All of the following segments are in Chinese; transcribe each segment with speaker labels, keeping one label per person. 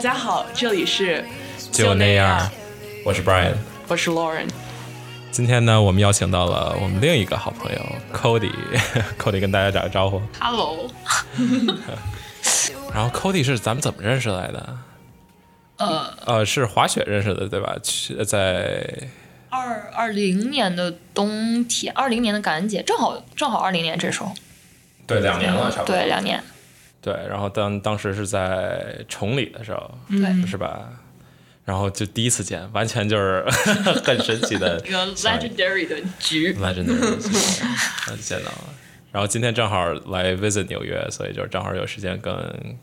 Speaker 1: 家好，这里是
Speaker 2: 就那样，我是 Brian。
Speaker 1: 我是 Lauren。
Speaker 2: 今天呢，我们邀请到了我们另一个好朋友 Cody，Cody 跟大家打个招呼。
Speaker 3: Hello，
Speaker 2: 然后 Cody 是咱们怎么认识来的？
Speaker 3: 呃，
Speaker 2: 呃，是滑雪认识的，对吧？去在
Speaker 3: 二二零年的冬天，二零年的感恩节，正好正好二零年这时候，
Speaker 2: 对两年啊了，差不多
Speaker 3: 对，两年，
Speaker 2: 对，然后当当时是在崇礼的时候，
Speaker 3: 对，
Speaker 2: 是吧？然后就第一次见，完全就是 很神奇的
Speaker 3: 一个 legendary 的局，
Speaker 2: legendary 就见到了。然后今天正好来 visit 纽约，所以就正好有时间跟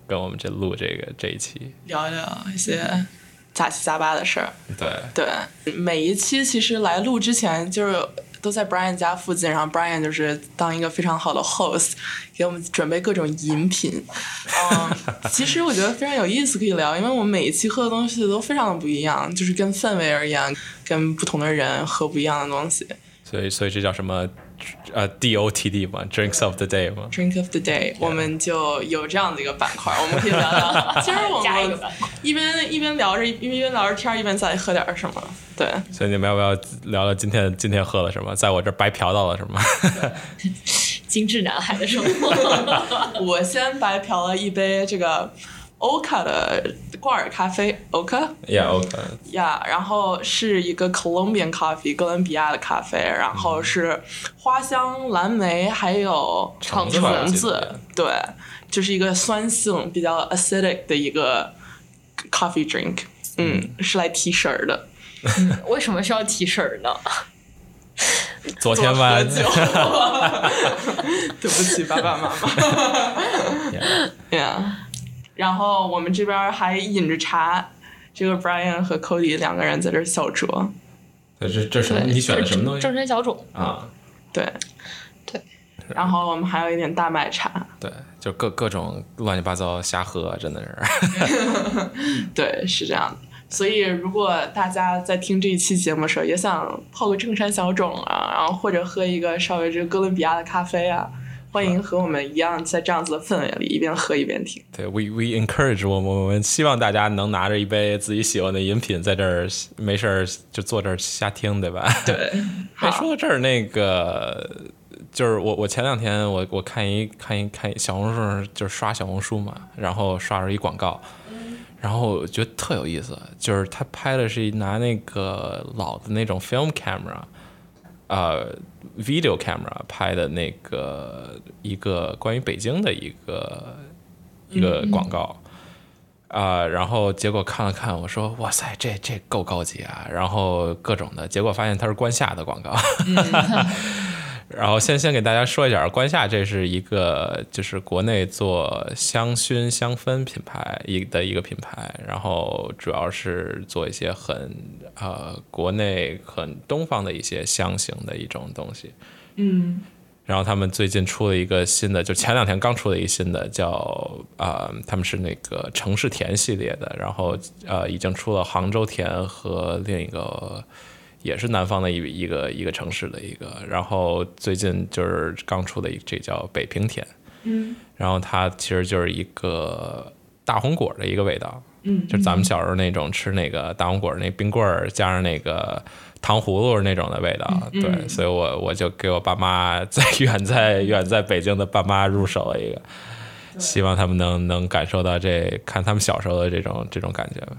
Speaker 2: 跟我们这录这个这一期。
Speaker 1: 聊一聊一些杂七杂八的事儿。
Speaker 2: 对，
Speaker 1: 对，每一期其实来录之前就是都在 Brian 家附近，然后 Brian 就是当一个非常好的 host，给我们准备各种饮品。 嗯，其实我觉得非常有意思，可以聊，因为我们每一期喝的东西都非常的不一样，就是跟氛围而言，跟不同的人喝不一样的东西。
Speaker 2: 所以所以这叫什么？呃，DOTD 嘛，Drinks of the Day 嘛。
Speaker 1: Drink of the Day，我们就有这样的一个板块，我们可以聊 聊。其实我
Speaker 3: 加一个
Speaker 1: 们
Speaker 3: 板块
Speaker 1: 一边一边聊着，一边一边聊着天儿，一边再喝点儿什么。对，
Speaker 2: 所以你们要不要聊聊今天今天喝了什么？在我这儿白嫖到了什么？
Speaker 3: 精致男孩的 生活，
Speaker 1: 我先白嫖了一杯这个 Oka 的挂耳咖啡，Oka
Speaker 2: 呀、yeah,，OK，
Speaker 1: 呀然后是一个 Colombian coffee，哥伦比亚的咖啡，然
Speaker 2: 嗯
Speaker 1: 后是花香、蓝莓还有
Speaker 2: 橙子吧
Speaker 1: 橙
Speaker 2: 我记
Speaker 1: 子
Speaker 2: 得，
Speaker 1: 对，就是一个酸性比较 acidic 的一个 coffee drink，嗯，是来提神儿的。
Speaker 3: 为什么需要提神儿呢？
Speaker 2: 昨
Speaker 1: 多
Speaker 2: 天晚
Speaker 1: 喝酒对不起，爸爸妈妈。
Speaker 2: Yeah.
Speaker 1: yeah. 然后我们这边还饮着茶，这个 Brian 和 Cody 两个人在这儿小酌。
Speaker 2: 这这这什么？你选的什么东
Speaker 3: 正
Speaker 2: 西
Speaker 3: 身小种，
Speaker 2: 啊？
Speaker 1: 对，
Speaker 3: 对。
Speaker 1: 然后我们还有一点大麦茶，
Speaker 2: 对，就各各种乱七八糟瞎喝，啊真的是。
Speaker 1: 对，是这样的。所以，如果大家在听这一期节目的时候，也想泡个正山小种啊，然后或者喝一个稍微这个哥伦比亚的咖啡啊，欢迎和我们一样在这样子的氛围里一边喝一边听。
Speaker 2: 对，we we encourage 我们，我们希望大家能拿着一杯自己喜欢的饮品，在这儿没事儿就坐这儿瞎听，对吧？对。 哎，说到这儿，那个就是我，我前两天我我看一看一看一小红书上，就是刷小红书嘛，然后刷着一广告，然后我觉得特有意思，就是他拍的是一拿那个老的那种 film camera，呃，video camera 拍的那个一个关于北京的一个一个广告。啊、然后结果看了看，我说哇塞，这这够高级啊！然后各种的，结果发现它是关夏的广告。 然后先先给大家说一下，关夏这是一个就是国内做香薰香氛品牌一的一个品牌，然后主要是做一些很呃国内很东方的一些香型的一种东西。
Speaker 1: 嗯，
Speaker 2: 然后他们最近出了一个新的，就前两天刚出了一个新的，叫啊、呃他们是那个城市甜系列的，然后呃，已经出了杭州甜和另一个也是南方的一一个一个城市的一个，然后最近就是刚出的一这叫北平甜，嗯，然后它其实就是一个大红果的一个味道，嗯，就是咱们小时候那种吃那个大红果那冰棍儿加上那个糖葫芦那种的味道，对，所以我我就给我爸妈在远在远在北京的爸妈入手了一个。希望他们能能感受到这，看他们小时候的这种这种感觉吧。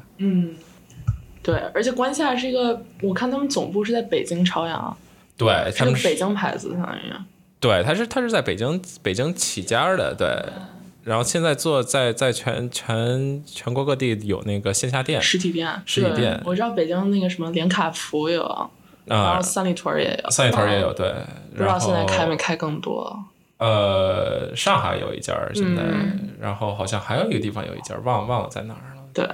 Speaker 1: 对，而且关夏是一个，我看他们总部是在北京朝阳，
Speaker 2: 对，
Speaker 1: 是
Speaker 2: 他
Speaker 1: 个
Speaker 2: 们
Speaker 1: 北京牌子，相当于。
Speaker 2: 对，他是他是在北京北京起家的，对。然后现在做在在全全全国各地有那个线下店
Speaker 1: 实体店，
Speaker 2: 实体
Speaker 1: 对
Speaker 2: 店
Speaker 1: 我知道北京那个什么连卡福也有，然
Speaker 2: 啊
Speaker 1: 后，三里屯也有，
Speaker 2: 三里屯也有对，
Speaker 1: 不知
Speaker 2: 然
Speaker 1: 道
Speaker 2: 后
Speaker 1: 现在开没开更多。啊
Speaker 2: 呃，上海有一家儿现在，
Speaker 1: 嗯
Speaker 2: 然后好像还有一个地方有一家儿，忘忘了在哪儿了。
Speaker 1: 对，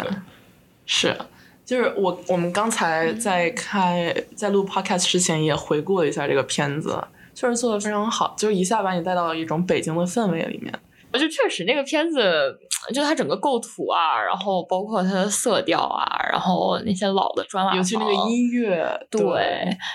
Speaker 1: 是，就是我我们刚才在开在录 podcast 之前也回顾了一下这个片子，确实做的非常好，就是一下把你带到一种北京的氛围里面。
Speaker 3: 我就确实那个片子就它整个构图啊，然后包括它的色调啊，然后那些老的砖瓦
Speaker 1: 尤其那个
Speaker 3: 房
Speaker 1: 音乐，
Speaker 3: 对，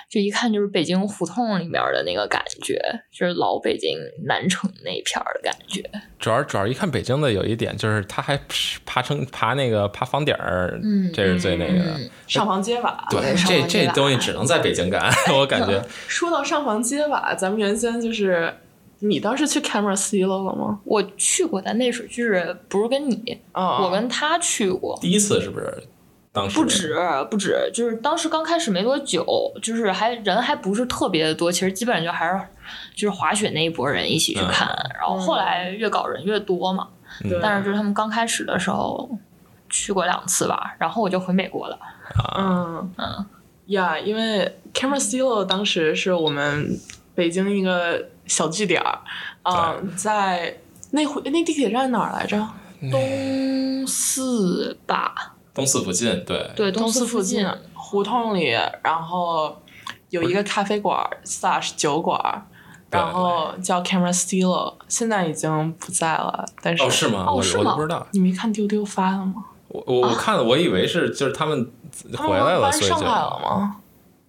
Speaker 3: 就一看就是北京胡同里面的那个感觉，就是老北京南城那片儿的感觉。
Speaker 2: 主要主要一看北京的有一点就是，他还爬成爬那个爬房顶儿，
Speaker 3: 嗯
Speaker 2: 这是最那个的。
Speaker 3: 嗯
Speaker 1: 上房揭瓦。
Speaker 3: 对上
Speaker 2: 这
Speaker 3: 房揭
Speaker 2: 这
Speaker 3: 瓦
Speaker 2: 东西只能在北京干，我感觉。
Speaker 1: 说到上房揭瓦，咱们原先就是你当时去 Camera C 了了吗？
Speaker 3: 我去过，但那时候就是不是跟你，
Speaker 1: 啊，
Speaker 3: 我跟他去过。
Speaker 2: 第一次是不是？当时
Speaker 3: 不止不止，就是当时刚开始没多久，就是还人还不是特别的多，其实基本上就还是就是滑雪那一波人一起去
Speaker 2: 嗯
Speaker 3: 看，然后后来越搞人越多嘛。
Speaker 1: 嗯对
Speaker 3: 但是就是他们刚开始的时候去过两次吧，然后我就回美国了。
Speaker 1: 嗯
Speaker 3: 嗯
Speaker 1: 呀因为 Camera Silo 当时是我们北京一个小据点儿，嗯，在那回那地铁站哪儿来着？
Speaker 3: 东四吧，
Speaker 2: 东四附近，对，
Speaker 3: 对，
Speaker 1: 东
Speaker 3: 四
Speaker 1: 四附
Speaker 3: 近
Speaker 1: 近。胡同里，然后有一个咖啡馆儿 slash 酒馆儿，
Speaker 2: 对
Speaker 1: 然后叫 Camera Silo，现在已经不在了，但是
Speaker 2: 哦，是吗？
Speaker 3: 哦
Speaker 2: 我
Speaker 3: 是
Speaker 2: 我
Speaker 3: 吗
Speaker 2: 都不知道，
Speaker 1: 你没看丢丢发了吗？
Speaker 2: 我我我看了，我以为是就是他们
Speaker 1: 他
Speaker 2: 回
Speaker 1: 们
Speaker 2: 来了，
Speaker 1: 搬
Speaker 2: 所以
Speaker 1: 上
Speaker 2: 就
Speaker 1: 海了吗？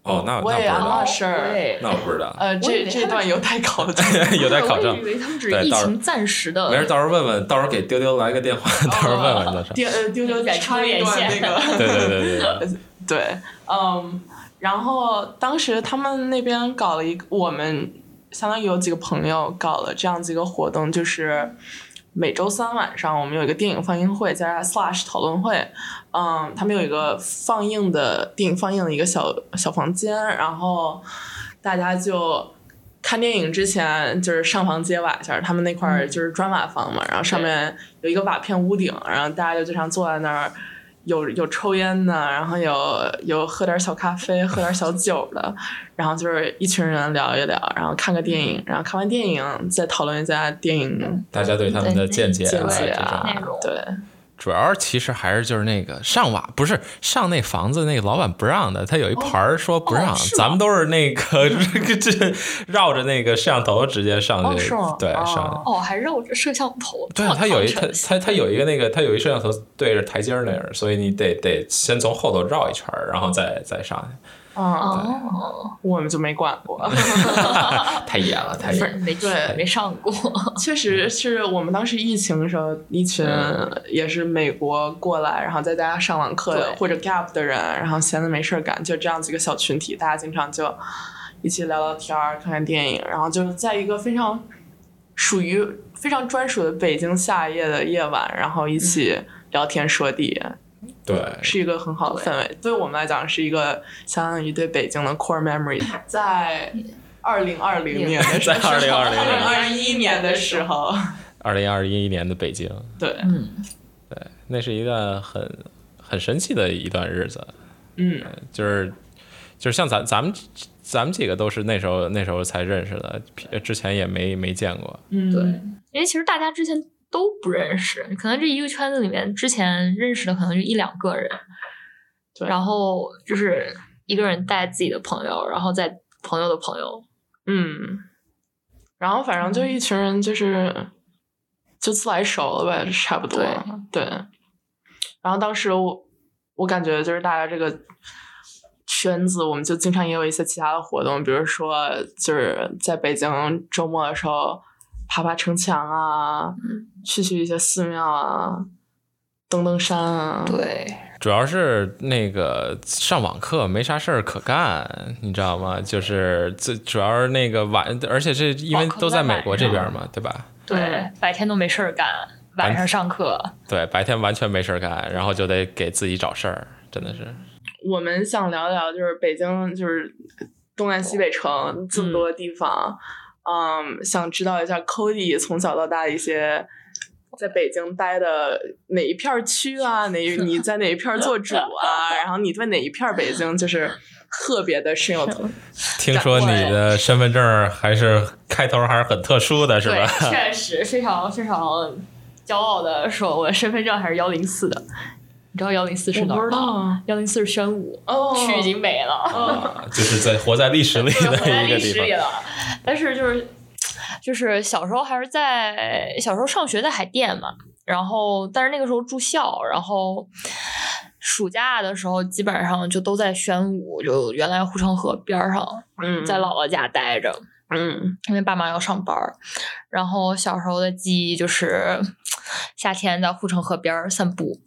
Speaker 2: 哦，那那不
Speaker 1: 我也
Speaker 2: 知道
Speaker 1: 啊，是
Speaker 3: 对
Speaker 2: 那我不知道，
Speaker 1: 呃，
Speaker 3: 我以
Speaker 1: 这
Speaker 3: 为
Speaker 1: 这
Speaker 3: 他们
Speaker 1: 段有待考 证。
Speaker 2: 嗯有待考
Speaker 3: 我
Speaker 2: 证
Speaker 3: 以。为他们只是
Speaker 2: 对
Speaker 3: 疫
Speaker 2: 到时
Speaker 3: 情暂时的，
Speaker 2: 没事，到时候问问，到时候给丢丢来个电话， 到时候问问就是。
Speaker 1: 丢呃丢丢
Speaker 3: 在
Speaker 1: 插一段那 个，
Speaker 2: 对对对对对，
Speaker 1: 对，嗯，然后当时他们那边搞了一个，我们相当于有几个朋友搞了这样几个活动，就是每周三晚上我们有一个电影放映会，加上 slash 讨论会，嗯，他们有一个放映的电影放映的一个小小房间，然后大家就。看电影之前就是上房揭瓦一下，他们那块儿就是砖瓦房嘛，然后上面有一个瓦片屋顶，然后大家就经常坐在那儿，有有抽烟的，然后有有喝点小咖啡、喝点小酒的，然后就是一群人聊一聊，然后看个电影，然后看完电影再讨论一下电影
Speaker 2: 大家对他们的见解
Speaker 1: 见
Speaker 2: 啊，
Speaker 1: 解
Speaker 2: 这种
Speaker 1: 啊
Speaker 3: 内容，
Speaker 1: 对，
Speaker 2: 主要其实还是就是那个上瓦，不是上那房子那个老板不让的，他有一牌儿说不让，
Speaker 3: 哦是吗
Speaker 2: 咱们都是那个 这个这绕着那个摄像头直接上
Speaker 1: 哦，
Speaker 2: 去，
Speaker 1: 是吗？
Speaker 2: 对、
Speaker 1: 哦
Speaker 2: 上。
Speaker 3: 哦，还绕着摄像头，
Speaker 2: 对啊
Speaker 3: 这么
Speaker 2: 他有一他
Speaker 3: contrast
Speaker 2: 他他有一个那个他有一摄像头对着台阶儿那儿，所以你得得先从后头绕一圈儿，然后再再上
Speaker 1: 嗯，
Speaker 3: 哦，
Speaker 1: 我们就没管过，
Speaker 2: 去。太野了，太野了。
Speaker 3: 没
Speaker 1: 对
Speaker 3: 没上过，
Speaker 1: 确实是我们当时疫情的时候，一群也是美国过来，然后再加上上网课的
Speaker 3: 对
Speaker 1: 或者 gap 的人，然后闲的没事儿干，就这样几个小群体，大家经常就一起聊聊天儿、看看电影，然后就是在一个非常属于非常专属的北京夏夜的夜晚，然后一起聊天说地，
Speaker 2: 对，
Speaker 1: 是一个很好的氛围。对我们来讲，是一个相当于对北京的 core memory。在二零二零年的时
Speaker 2: 在
Speaker 1: 候，
Speaker 2: 二零二零
Speaker 1: 二零二
Speaker 2: 年
Speaker 1: 一年的时候，
Speaker 2: 二零二一年的北京，
Speaker 1: 对，
Speaker 3: 嗯，
Speaker 2: 那是一段很很神奇的一段日子。
Speaker 1: 嗯，
Speaker 2: 就是就是像咱咱们咱们几个都是那时候那时候才认识的，之前也没没见过。
Speaker 1: 嗯，
Speaker 3: 对，因为其实大家之前都不认识，可能这一个圈子里面之前认识的可能就一两个人，
Speaker 1: 对
Speaker 3: 然后就是一个人带自己的朋友，然后再朋友的朋友，
Speaker 1: 嗯，然后反正就一群人就是就自来熟了呗，差不多对。然后当时我我感觉就是大家这个圈子，我们就经常也有一些其他的活动，比如说就是在北京周末的时候爬爬城墙啊，去去一些寺庙啊，登登山啊，
Speaker 3: 对，
Speaker 2: 主要是那个上网课没啥事儿可干，你知道吗？就是最主要是那个晚，而且这因为
Speaker 3: 网课
Speaker 2: 都在
Speaker 3: 都在
Speaker 2: 美国
Speaker 3: 哦晚
Speaker 2: 这
Speaker 3: 上
Speaker 2: 边嘛，对吧？
Speaker 3: 对，白天都没事儿干，晚上上课，
Speaker 2: 对，白天完全没事儿干，然后就得给自己找事儿，真的是。
Speaker 1: 我们想聊聊就是北京，就是东南西北
Speaker 3: 嗯
Speaker 1: 城这么多地方，嗯想知道一下 Cody 从小到大一些在北京待的哪一片儿区啊，哪一你在哪一片儿做主啊，然后你对哪一片儿北京就是特别的深有同
Speaker 2: 听说你的身份证还是开头还是很特殊的，是
Speaker 3: 对
Speaker 2: 吧？，
Speaker 3: 确实非常非常骄傲的说，我的身份证还是幺零四的，你知道幺零四是哪儿吗？
Speaker 1: 啊，
Speaker 3: 幺零四是宣武，
Speaker 1: 哦，
Speaker 3: 区哦已经没了。
Speaker 2: 啊，就是在活在历史里 的
Speaker 3: 对，活在
Speaker 2: 一个
Speaker 3: 历
Speaker 2: 地
Speaker 3: 史
Speaker 2: 方
Speaker 3: 里。了。但是就是就是小时候还是在小时候上学在海淀嘛，然后但是那个时候住校，然后暑假的时候基本上就都在宣武，就原来护城河边儿上，
Speaker 1: 嗯，
Speaker 3: 在姥姥家待着，
Speaker 1: 嗯
Speaker 3: 因为爸妈要上班儿。然后小时候的记忆就是夏天在护城河边儿散步，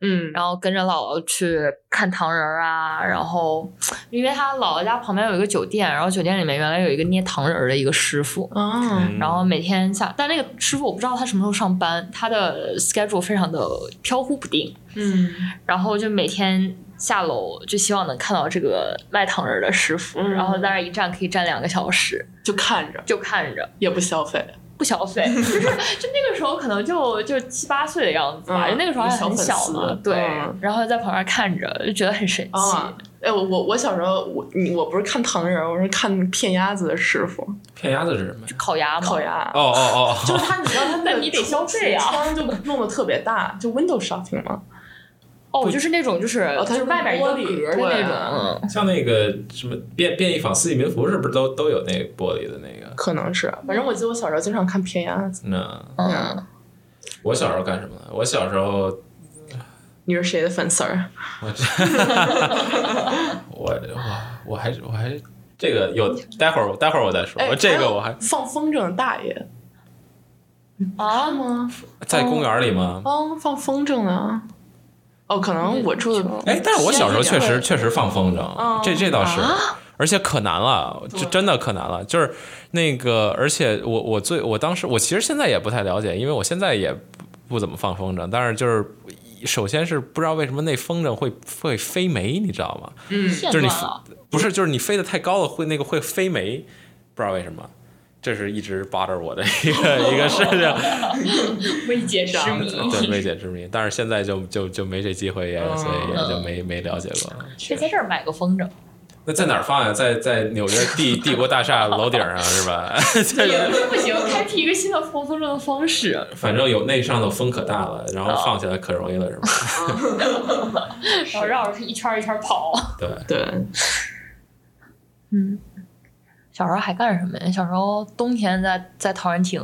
Speaker 1: 嗯，
Speaker 3: 然后跟着姥姥去看糖人儿啊，然后因为他姥姥家旁边有一个酒店，然后酒店里面原来有一个捏糖人儿的一个师傅，
Speaker 1: 啊，
Speaker 2: 嗯
Speaker 3: 然后每天下，但那个师傅我不知道他什么时候上班，他的 schedule 非常的飘忽不定，
Speaker 1: 嗯
Speaker 3: 然后就每天下楼就希望能看到这个卖糖人儿的师傅，
Speaker 1: 嗯
Speaker 3: 然后在那儿一站可以站两个小时，
Speaker 1: 就看着
Speaker 3: 就看着。
Speaker 1: 也不消费，
Speaker 3: 不消费，就是 就那个时候可能就就七八岁的样子吧，
Speaker 1: 嗯
Speaker 3: 就那个时候还很
Speaker 1: 小粉丝
Speaker 3: 嘛，对，
Speaker 1: 嗯
Speaker 3: 然后在旁边看着就觉得很神奇，
Speaker 1: 啊。哎，我我我小时候，我你我不是看糖人，我是看片鸭子的师傅
Speaker 2: 片鸭子是什么呀？
Speaker 3: 烤鸭嘛，
Speaker 1: 烤鸭，
Speaker 2: 哦哦哦，
Speaker 1: 就是他，你知道他那
Speaker 3: 那
Speaker 1: 个
Speaker 3: 你得消费啊
Speaker 1: 橱窗就弄得特别大，就 window shopping 嘛。
Speaker 3: 哦，就是那种就是、
Speaker 1: 哦它
Speaker 3: 就是是外面一个
Speaker 1: 玻璃
Speaker 3: 壳的
Speaker 1: 对
Speaker 3: 那种，嗯
Speaker 2: 像那个什么便便衣坊四季民福是不是都都有那玻璃的那个？
Speaker 1: 可能是，反正我记得我小时候经常看片鸭子。
Speaker 2: 那
Speaker 3: 嗯，
Speaker 2: 我小时候干什么呢？我小时候
Speaker 1: 你是谁的粉丝儿？
Speaker 2: 我这我我我还我还这个有，待会儿待会儿我再说。
Speaker 1: 哎，
Speaker 2: 我这
Speaker 1: 还
Speaker 2: 个
Speaker 1: 有
Speaker 2: 我还
Speaker 1: 放风筝的大爷
Speaker 3: 啊
Speaker 1: 吗？
Speaker 2: 在公园里吗？
Speaker 1: 哦，放风筝啊。哦，可能我住的
Speaker 2: 哎，但是我小时候确
Speaker 1: 偏一
Speaker 2: 实
Speaker 1: 点
Speaker 2: 确实放风
Speaker 1: 嗯
Speaker 2: 筝，这这倒是，而且可难了，就真的可难了。就是那个，而且我我最我当时我其实现在也不太了解，因为我现在也不不怎么放风筝，但是就是。首先是不知道为什么那风筝会会飞没，你知道吗？
Speaker 3: 线
Speaker 2: 就是
Speaker 3: 断
Speaker 2: 你
Speaker 3: 了，
Speaker 2: 不是，就是你飞得太高了，会那个会飞没，不知道为什么，这是一直 bother 我的一个一个事情。
Speaker 3: 未解之谜，
Speaker 2: 对，未解之谜。但是现在就就就没这机会也，所以也就没没了解过。
Speaker 3: 可以在这儿买个风筝，
Speaker 2: 那在哪儿放呀、在在纽约 帝帝国大厦楼顶上是吧？
Speaker 3: 也 不行，开辟一个新的放风筝的方式，
Speaker 2: 反正有那上头风可大了，然后放起来可容易了， 是吧？
Speaker 3: 然后绕着一圈儿一圈儿跑。
Speaker 2: 对，
Speaker 1: 对，
Speaker 3: 小时候还干什么呀？小时候冬天在在陶然亭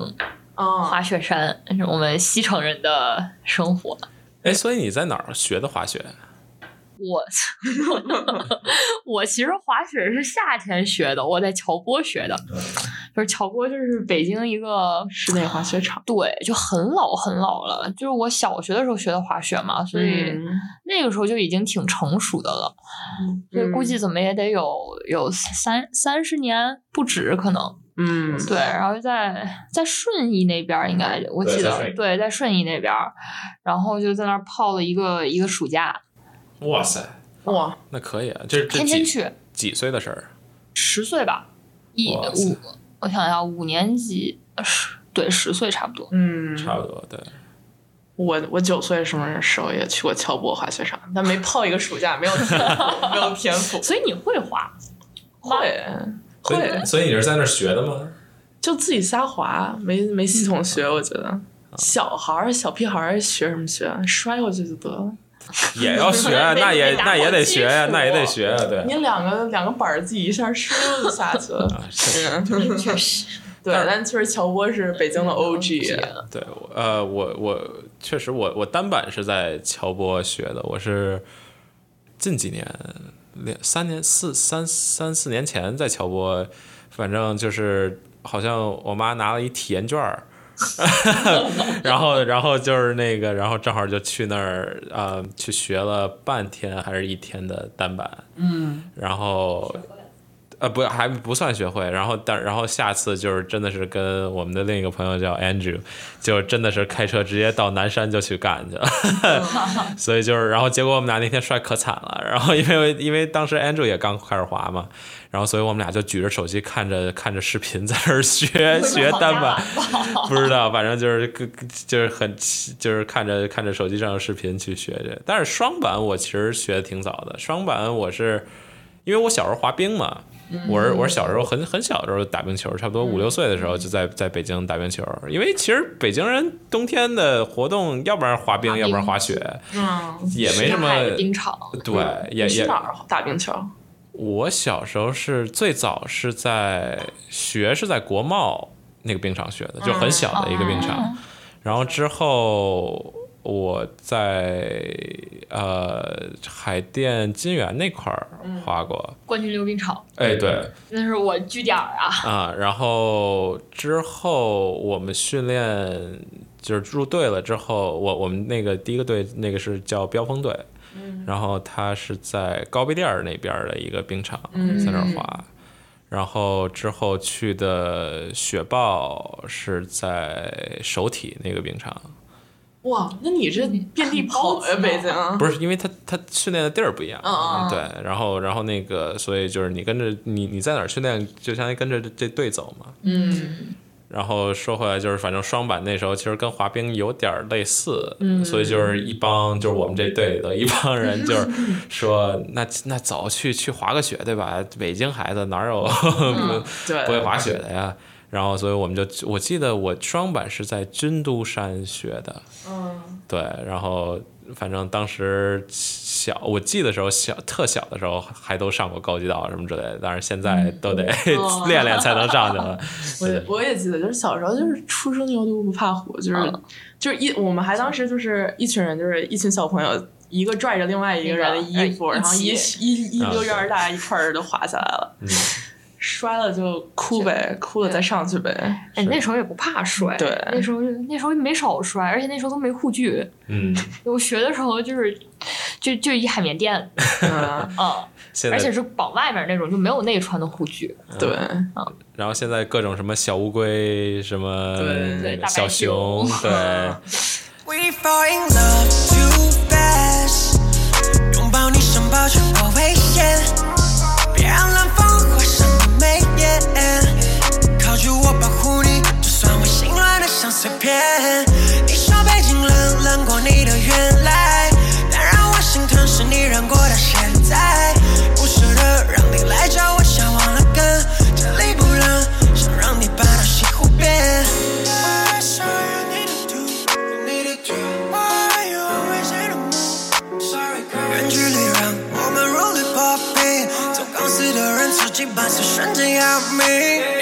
Speaker 1: 啊，
Speaker 3: 滑雪山，是我们西城人的生活。
Speaker 2: 哎，所以你在哪儿学的滑雪？
Speaker 3: 我我其实滑雪是夏天学的，我在乔波学的，
Speaker 2: 嗯
Speaker 3: 就是乔波就是北京一个
Speaker 1: 室内滑雪场。
Speaker 3: 对，就很老很老了，就是我小学的时候学的滑雪嘛，所以
Speaker 1: 嗯，
Speaker 3: 那个时候就已经挺成熟的了，所以估
Speaker 1: 嗯
Speaker 3: 计怎么也得有有三三十年不止可能。
Speaker 1: 嗯，
Speaker 3: 对，然后在在顺义那边儿应该我
Speaker 2: 对
Speaker 3: 记
Speaker 2: 在
Speaker 3: 得
Speaker 2: 顺义
Speaker 3: 对，在顺义那边儿，然后就在那儿泡了一个一个暑假，
Speaker 2: 哇塞，
Speaker 1: 哇，
Speaker 2: 那可以啊！这这
Speaker 3: 天
Speaker 2: 几
Speaker 3: 天去，
Speaker 2: 几岁的事儿？
Speaker 3: 十岁吧，一
Speaker 2: 哇塞
Speaker 3: 五，我想想，五年级呃十对十岁差不多。
Speaker 1: 嗯，
Speaker 2: 差不多对。
Speaker 1: 我我九岁什么时候也去过乔波滑雪场，但 没泡一个暑假，没有天 赋，没有天赋。
Speaker 3: 所以你会滑，
Speaker 1: 会
Speaker 2: 所
Speaker 1: 会
Speaker 2: 以所以你是在那儿学的吗？
Speaker 1: 就自己瞎滑，没没系统学，我觉得。小孩儿、小屁孩儿学什么学？啊摔过去就得了。
Speaker 2: 也要学 啊，
Speaker 3: 没
Speaker 2: 那也
Speaker 3: 没打
Speaker 2: 那也
Speaker 3: 好
Speaker 2: 得
Speaker 3: 基
Speaker 2: 学呀，
Speaker 3: 础
Speaker 2: 那也得学呀，啊对。
Speaker 1: 你两个两个板儿自己一下摔就下去了。
Speaker 2: 啊是
Speaker 1: 嗯，
Speaker 3: 确实，
Speaker 1: 对，但嗯确实乔波是北京的 OG。
Speaker 2: 对，我呃，我我确实我我单板是在乔波学的，我是近几年两三年四三三四年前在乔波，反正就是好像我妈拿了一体验券儿。 然后，然后就是那个，然后正好就去那儿，呃，去学了半天还是一天的单板，
Speaker 1: 嗯，
Speaker 2: 然后，呃，不，还不算学会。然后，但然后下次就是真的是跟我们的另一个朋友叫 Andrew，就真的是开车直接到南山就去干去了。 所以就是，然后结果我们俩那天摔可惨了。然后因为因为当时 Andrew 也刚开始滑嘛，然后所以我们俩就举着手机看着看着视频在那儿学 学单 板。不知道，反正就是 跟就是很就是看着看着手机上的视频去学这。但是双板我其实学的挺早的，双板我是因为我小时候滑冰嘛，我是我是小时候很很小的时候打冰球，差不多五六岁的时候就在在北京打冰球。因为其实北京人冬天的活动，要不然滑冰，
Speaker 3: 滑冰
Speaker 2: 要不然滑雪，
Speaker 1: 嗯，
Speaker 2: 也没什么
Speaker 3: 上海的冰场，
Speaker 2: 对，也
Speaker 1: 你去
Speaker 2: 也
Speaker 1: 哪儿打冰球？
Speaker 2: 我小时候是最早是在学是在国贸那个冰场学的，就很小的一个冰场。然后之后我在呃海淀金源那块儿滑过，
Speaker 3: 冠军溜冰场，
Speaker 2: 哎对，
Speaker 3: 那是我据点儿啊。
Speaker 2: 啊，然后之后我们训练就是入队了之后，我我们那个第一个队那个是叫标峰队，然后他是在高碑店儿那边儿的一个冰场、在那儿滑，然后之后去的雪豹是在首体那个冰场，
Speaker 1: 哇，那你这遍地跑呀，
Speaker 3: 很高级啊
Speaker 1: 北京！
Speaker 2: 不是因为他他训练的地儿不一样，
Speaker 1: 嗯嗯
Speaker 2: 对，然后然后那个所以就是你跟着你你在哪儿训练，就相当于跟着这这队走嘛，
Speaker 1: 嗯，
Speaker 2: 然后说回来，就是反正双板那时候其实跟滑冰有点儿类似，所以就是一帮就是我们这队里的一帮人，就是说那那走去去滑个雪对吧？北京孩子哪有 不
Speaker 1: 对，
Speaker 2: 不会滑雪的呀？然后所以我们就我记得我双板是在军都山学的，
Speaker 1: 嗯，
Speaker 2: 对，然后反正当时小，我记得时候小特小的时候还都上过高级道什么之类的，但是现在都得
Speaker 1: 哦
Speaker 2: 练练才能上去了。
Speaker 1: 我
Speaker 2: 对
Speaker 1: 也我也记得，就是小时候就是初生牛犊不怕虎，就是、
Speaker 3: 嗯
Speaker 1: 就是一我们还当时就是一群人，就是一群小朋友，一个拽着另外一个人的
Speaker 3: 那个
Speaker 1: 衣服，
Speaker 3: 哎
Speaker 1: 然后一
Speaker 3: 一
Speaker 1: 一一
Speaker 2: 嗯
Speaker 1: 溜烟儿大家一块儿就滑下来了，摔了就哭呗，哭了再上去呗，
Speaker 3: 哎，
Speaker 2: 是
Speaker 3: 那时候也不怕摔，
Speaker 1: 对
Speaker 3: 那时候那时候没少摔，而且那时候都没护具。
Speaker 2: 嗯，
Speaker 3: 我学的时候就是，就就一海 绵垫，
Speaker 1: 嗯，
Speaker 3: 嗯，
Speaker 2: 现在
Speaker 3: 而且是绑外面那种，就没有内穿的护具。
Speaker 1: 对，
Speaker 2: 然后现在各种什么小乌龟，什么
Speaker 1: 对
Speaker 3: 对大白
Speaker 2: 小熊，对，啊
Speaker 4: We fall in love too fast，拥抱你上抱却好危险，别暗恋风或什么眉眼，靠住我保护你，就算我心乱的像碎片。你说北京冷，冷过你的原来，但让我心疼是你让过到现在，不舍得让你来找我，想忘了根，这里不冷，想让你搬到西湖边。I saw you need to do, you need to do. Why you always in a mood? Sorry, girl. 远距离让我们如履薄冰，总公司的人手机把手瞬间要命，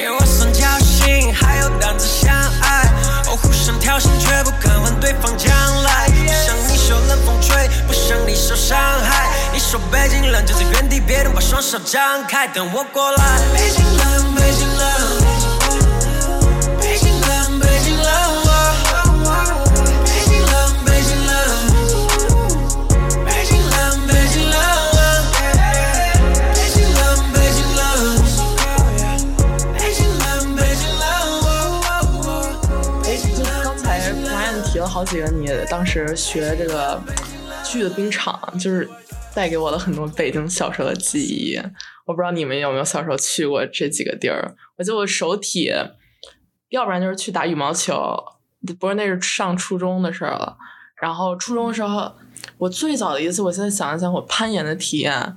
Speaker 4: 因为算侥幸，还有胆子相爱，哦，互相挑衅却不敢问对方将来，不想你受冷风吹，不想你受伤害，你说北京冷就在原地，别动，把双手张开，等我过来。北京冷，北京冷。北京冷，北京冷，我北京冷，北京冷，北京冷，北京冷，北京冷，北京冷，北京冷，北京冷，
Speaker 1: 哎，就是刚才 Brian 提了好几个你当时学这个剧的冰场，就是带给我了很多北京小时候的记忆。我不知道你们有没有小时候去过这几个地儿？我记得我首体，要不然就是去打羽毛球， 不是那是上初中的事儿了。然后初中的时候，我最早的一次，我现在想一想，我攀岩的体验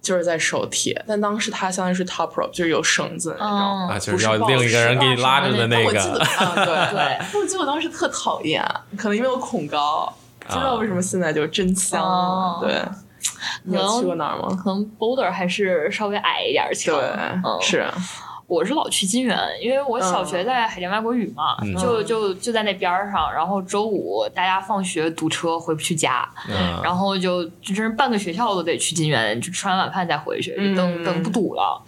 Speaker 1: 就是在首体，但当时它相当于是 top rope，就是有绳子的那种。
Speaker 3: 嗯
Speaker 2: 啊，，就是要另一个人给你拉着的那
Speaker 1: 我记得
Speaker 2: 个，
Speaker 1: 啊，对
Speaker 3: 对。
Speaker 1: 我记得我当时特讨厌，可能因为我恐高，不知道为什么现在就真香了
Speaker 3: 哦。
Speaker 1: 对，你有去过哪儿
Speaker 2: 啊
Speaker 1: 吗？
Speaker 3: 可能 Boulder 还是稍微矮一点儿强。
Speaker 1: 对，
Speaker 3: 嗯、
Speaker 1: 是，
Speaker 3: 我是老去金源，因为我小
Speaker 1: 嗯
Speaker 3: 学在海淀外国语嘛，
Speaker 2: 嗯
Speaker 3: 就就就在那边儿上。然后周五大家放学堵车回不去家，
Speaker 2: 嗯，
Speaker 3: 然后就就真是半个学校都得去金源，就吃完晚饭再回去，
Speaker 1: 嗯
Speaker 3: 就等等不堵了。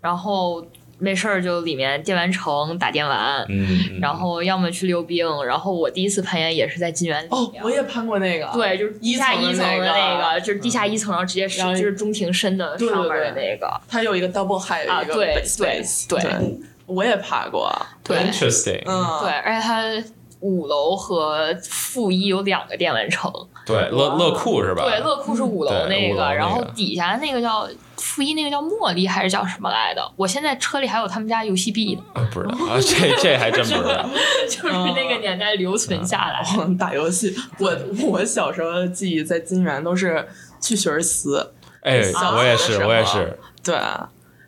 Speaker 3: 然后没事儿就里面电玩城打电玩，
Speaker 2: 嗯，
Speaker 3: 然后要么去溜冰。然后我第一次攀岩也是在金源里
Speaker 1: 哦
Speaker 3: 面。，
Speaker 1: 我也攀过那个。
Speaker 3: 对，就是地下一层的那个，就是地
Speaker 2: 嗯
Speaker 3: 下一层，然后直接是
Speaker 1: 然后
Speaker 3: 就是中庭深的
Speaker 1: 对对
Speaker 3: 上面的那个，
Speaker 1: 它有一个 double high，有
Speaker 3: 啊
Speaker 1: 一个
Speaker 3: 对
Speaker 1: base base
Speaker 3: 对对
Speaker 1: 对，我也爬过。
Speaker 3: 对
Speaker 2: ，interesting，
Speaker 1: 嗯，
Speaker 3: 对，，而且它五楼和负一有两个电玩城，
Speaker 2: 对，乐乐酷是吧？
Speaker 3: 对，乐酷是五楼
Speaker 2: 啊对
Speaker 3: 那
Speaker 2: 五楼那
Speaker 3: 个，
Speaker 2: 个
Speaker 3: 然后底下那个叫负一，那个叫茉莉还是叫什么来的？我现在车里还有他们家游戏币呢，
Speaker 2: 啊不知道，啊这这还真不知道，
Speaker 3: 就是那个年代留存下来。
Speaker 2: 嗯
Speaker 1: 我们嗯打游戏，我 我小时候的记忆在金源都是去学而思。
Speaker 2: 哎，
Speaker 1: 小
Speaker 2: 我也
Speaker 1: 学的
Speaker 2: 是，
Speaker 1: 时
Speaker 2: 我也
Speaker 1: 候
Speaker 2: 是，
Speaker 1: 对，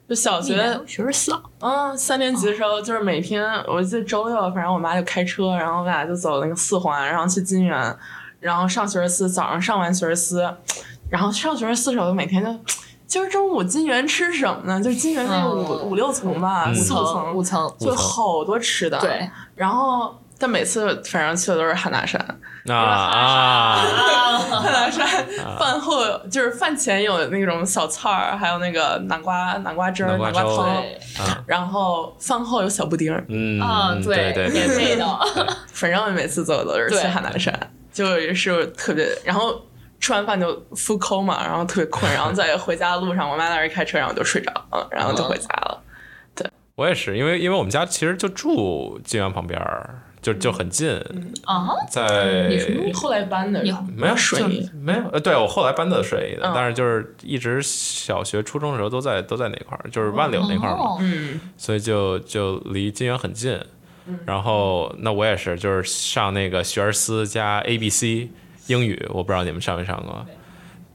Speaker 1: 就小学
Speaker 3: 学而思啊，
Speaker 1: 嗯，三年级的时
Speaker 3: 哦
Speaker 1: 候，就是每天，我记得周六，反正我妈就开车，然后我俩就走那个四环，然后去金源，然后上学而思，早上上完学而思，然后上学而思的时候，就每天就，今儿中午金源吃什么呢？就是金源那
Speaker 3: 嗯
Speaker 1: 五五六层吧，
Speaker 2: 嗯
Speaker 1: 四五
Speaker 3: 层
Speaker 1: 层，
Speaker 3: 五层，
Speaker 2: 啊
Speaker 1: 就有好多吃的。
Speaker 3: 对，
Speaker 1: 然后但每次反正去的都是汉拿山，
Speaker 2: 啊啊，
Speaker 3: 嗯
Speaker 1: 汉拿山
Speaker 2: 嗯
Speaker 1: 饭后就是饭前有那种小菜儿，还有那个南瓜南瓜汁儿、
Speaker 2: 南
Speaker 1: 南瓜
Speaker 2: 瓜粥
Speaker 1: 汤，
Speaker 3: 对
Speaker 1: 然后饭后有小布丁儿。
Speaker 2: 嗯
Speaker 3: 啊，
Speaker 2: 对
Speaker 3: 对
Speaker 2: 对
Speaker 3: 味
Speaker 2: 对，
Speaker 3: 道，
Speaker 1: 反正每次走都是去
Speaker 3: 对
Speaker 1: 海南山，就是特别，然后吃完饭就 full coma，然后特别 困，然后在回家的路上，我妈在那儿开车，然后我就睡着 了，然后就回家了。
Speaker 2: 我也是，因为因为我们家其实就住金源旁边儿，就就很近，
Speaker 3: 啊，
Speaker 2: 在
Speaker 3: 你说
Speaker 1: 你后来搬的哦
Speaker 3: 以后
Speaker 2: 没有
Speaker 1: 水泥
Speaker 2: 就没有呃，对我后来搬到水泥的，
Speaker 1: 嗯
Speaker 2: 但是就是一直小学、初中的时候都在都在那块儿，就是万柳那块儿嘛，
Speaker 3: 哦
Speaker 1: 嗯，
Speaker 2: 所以就就离金源很近。然后那我也是，就是上那个学而思加 A B C 英语，我不知道你们上没上过，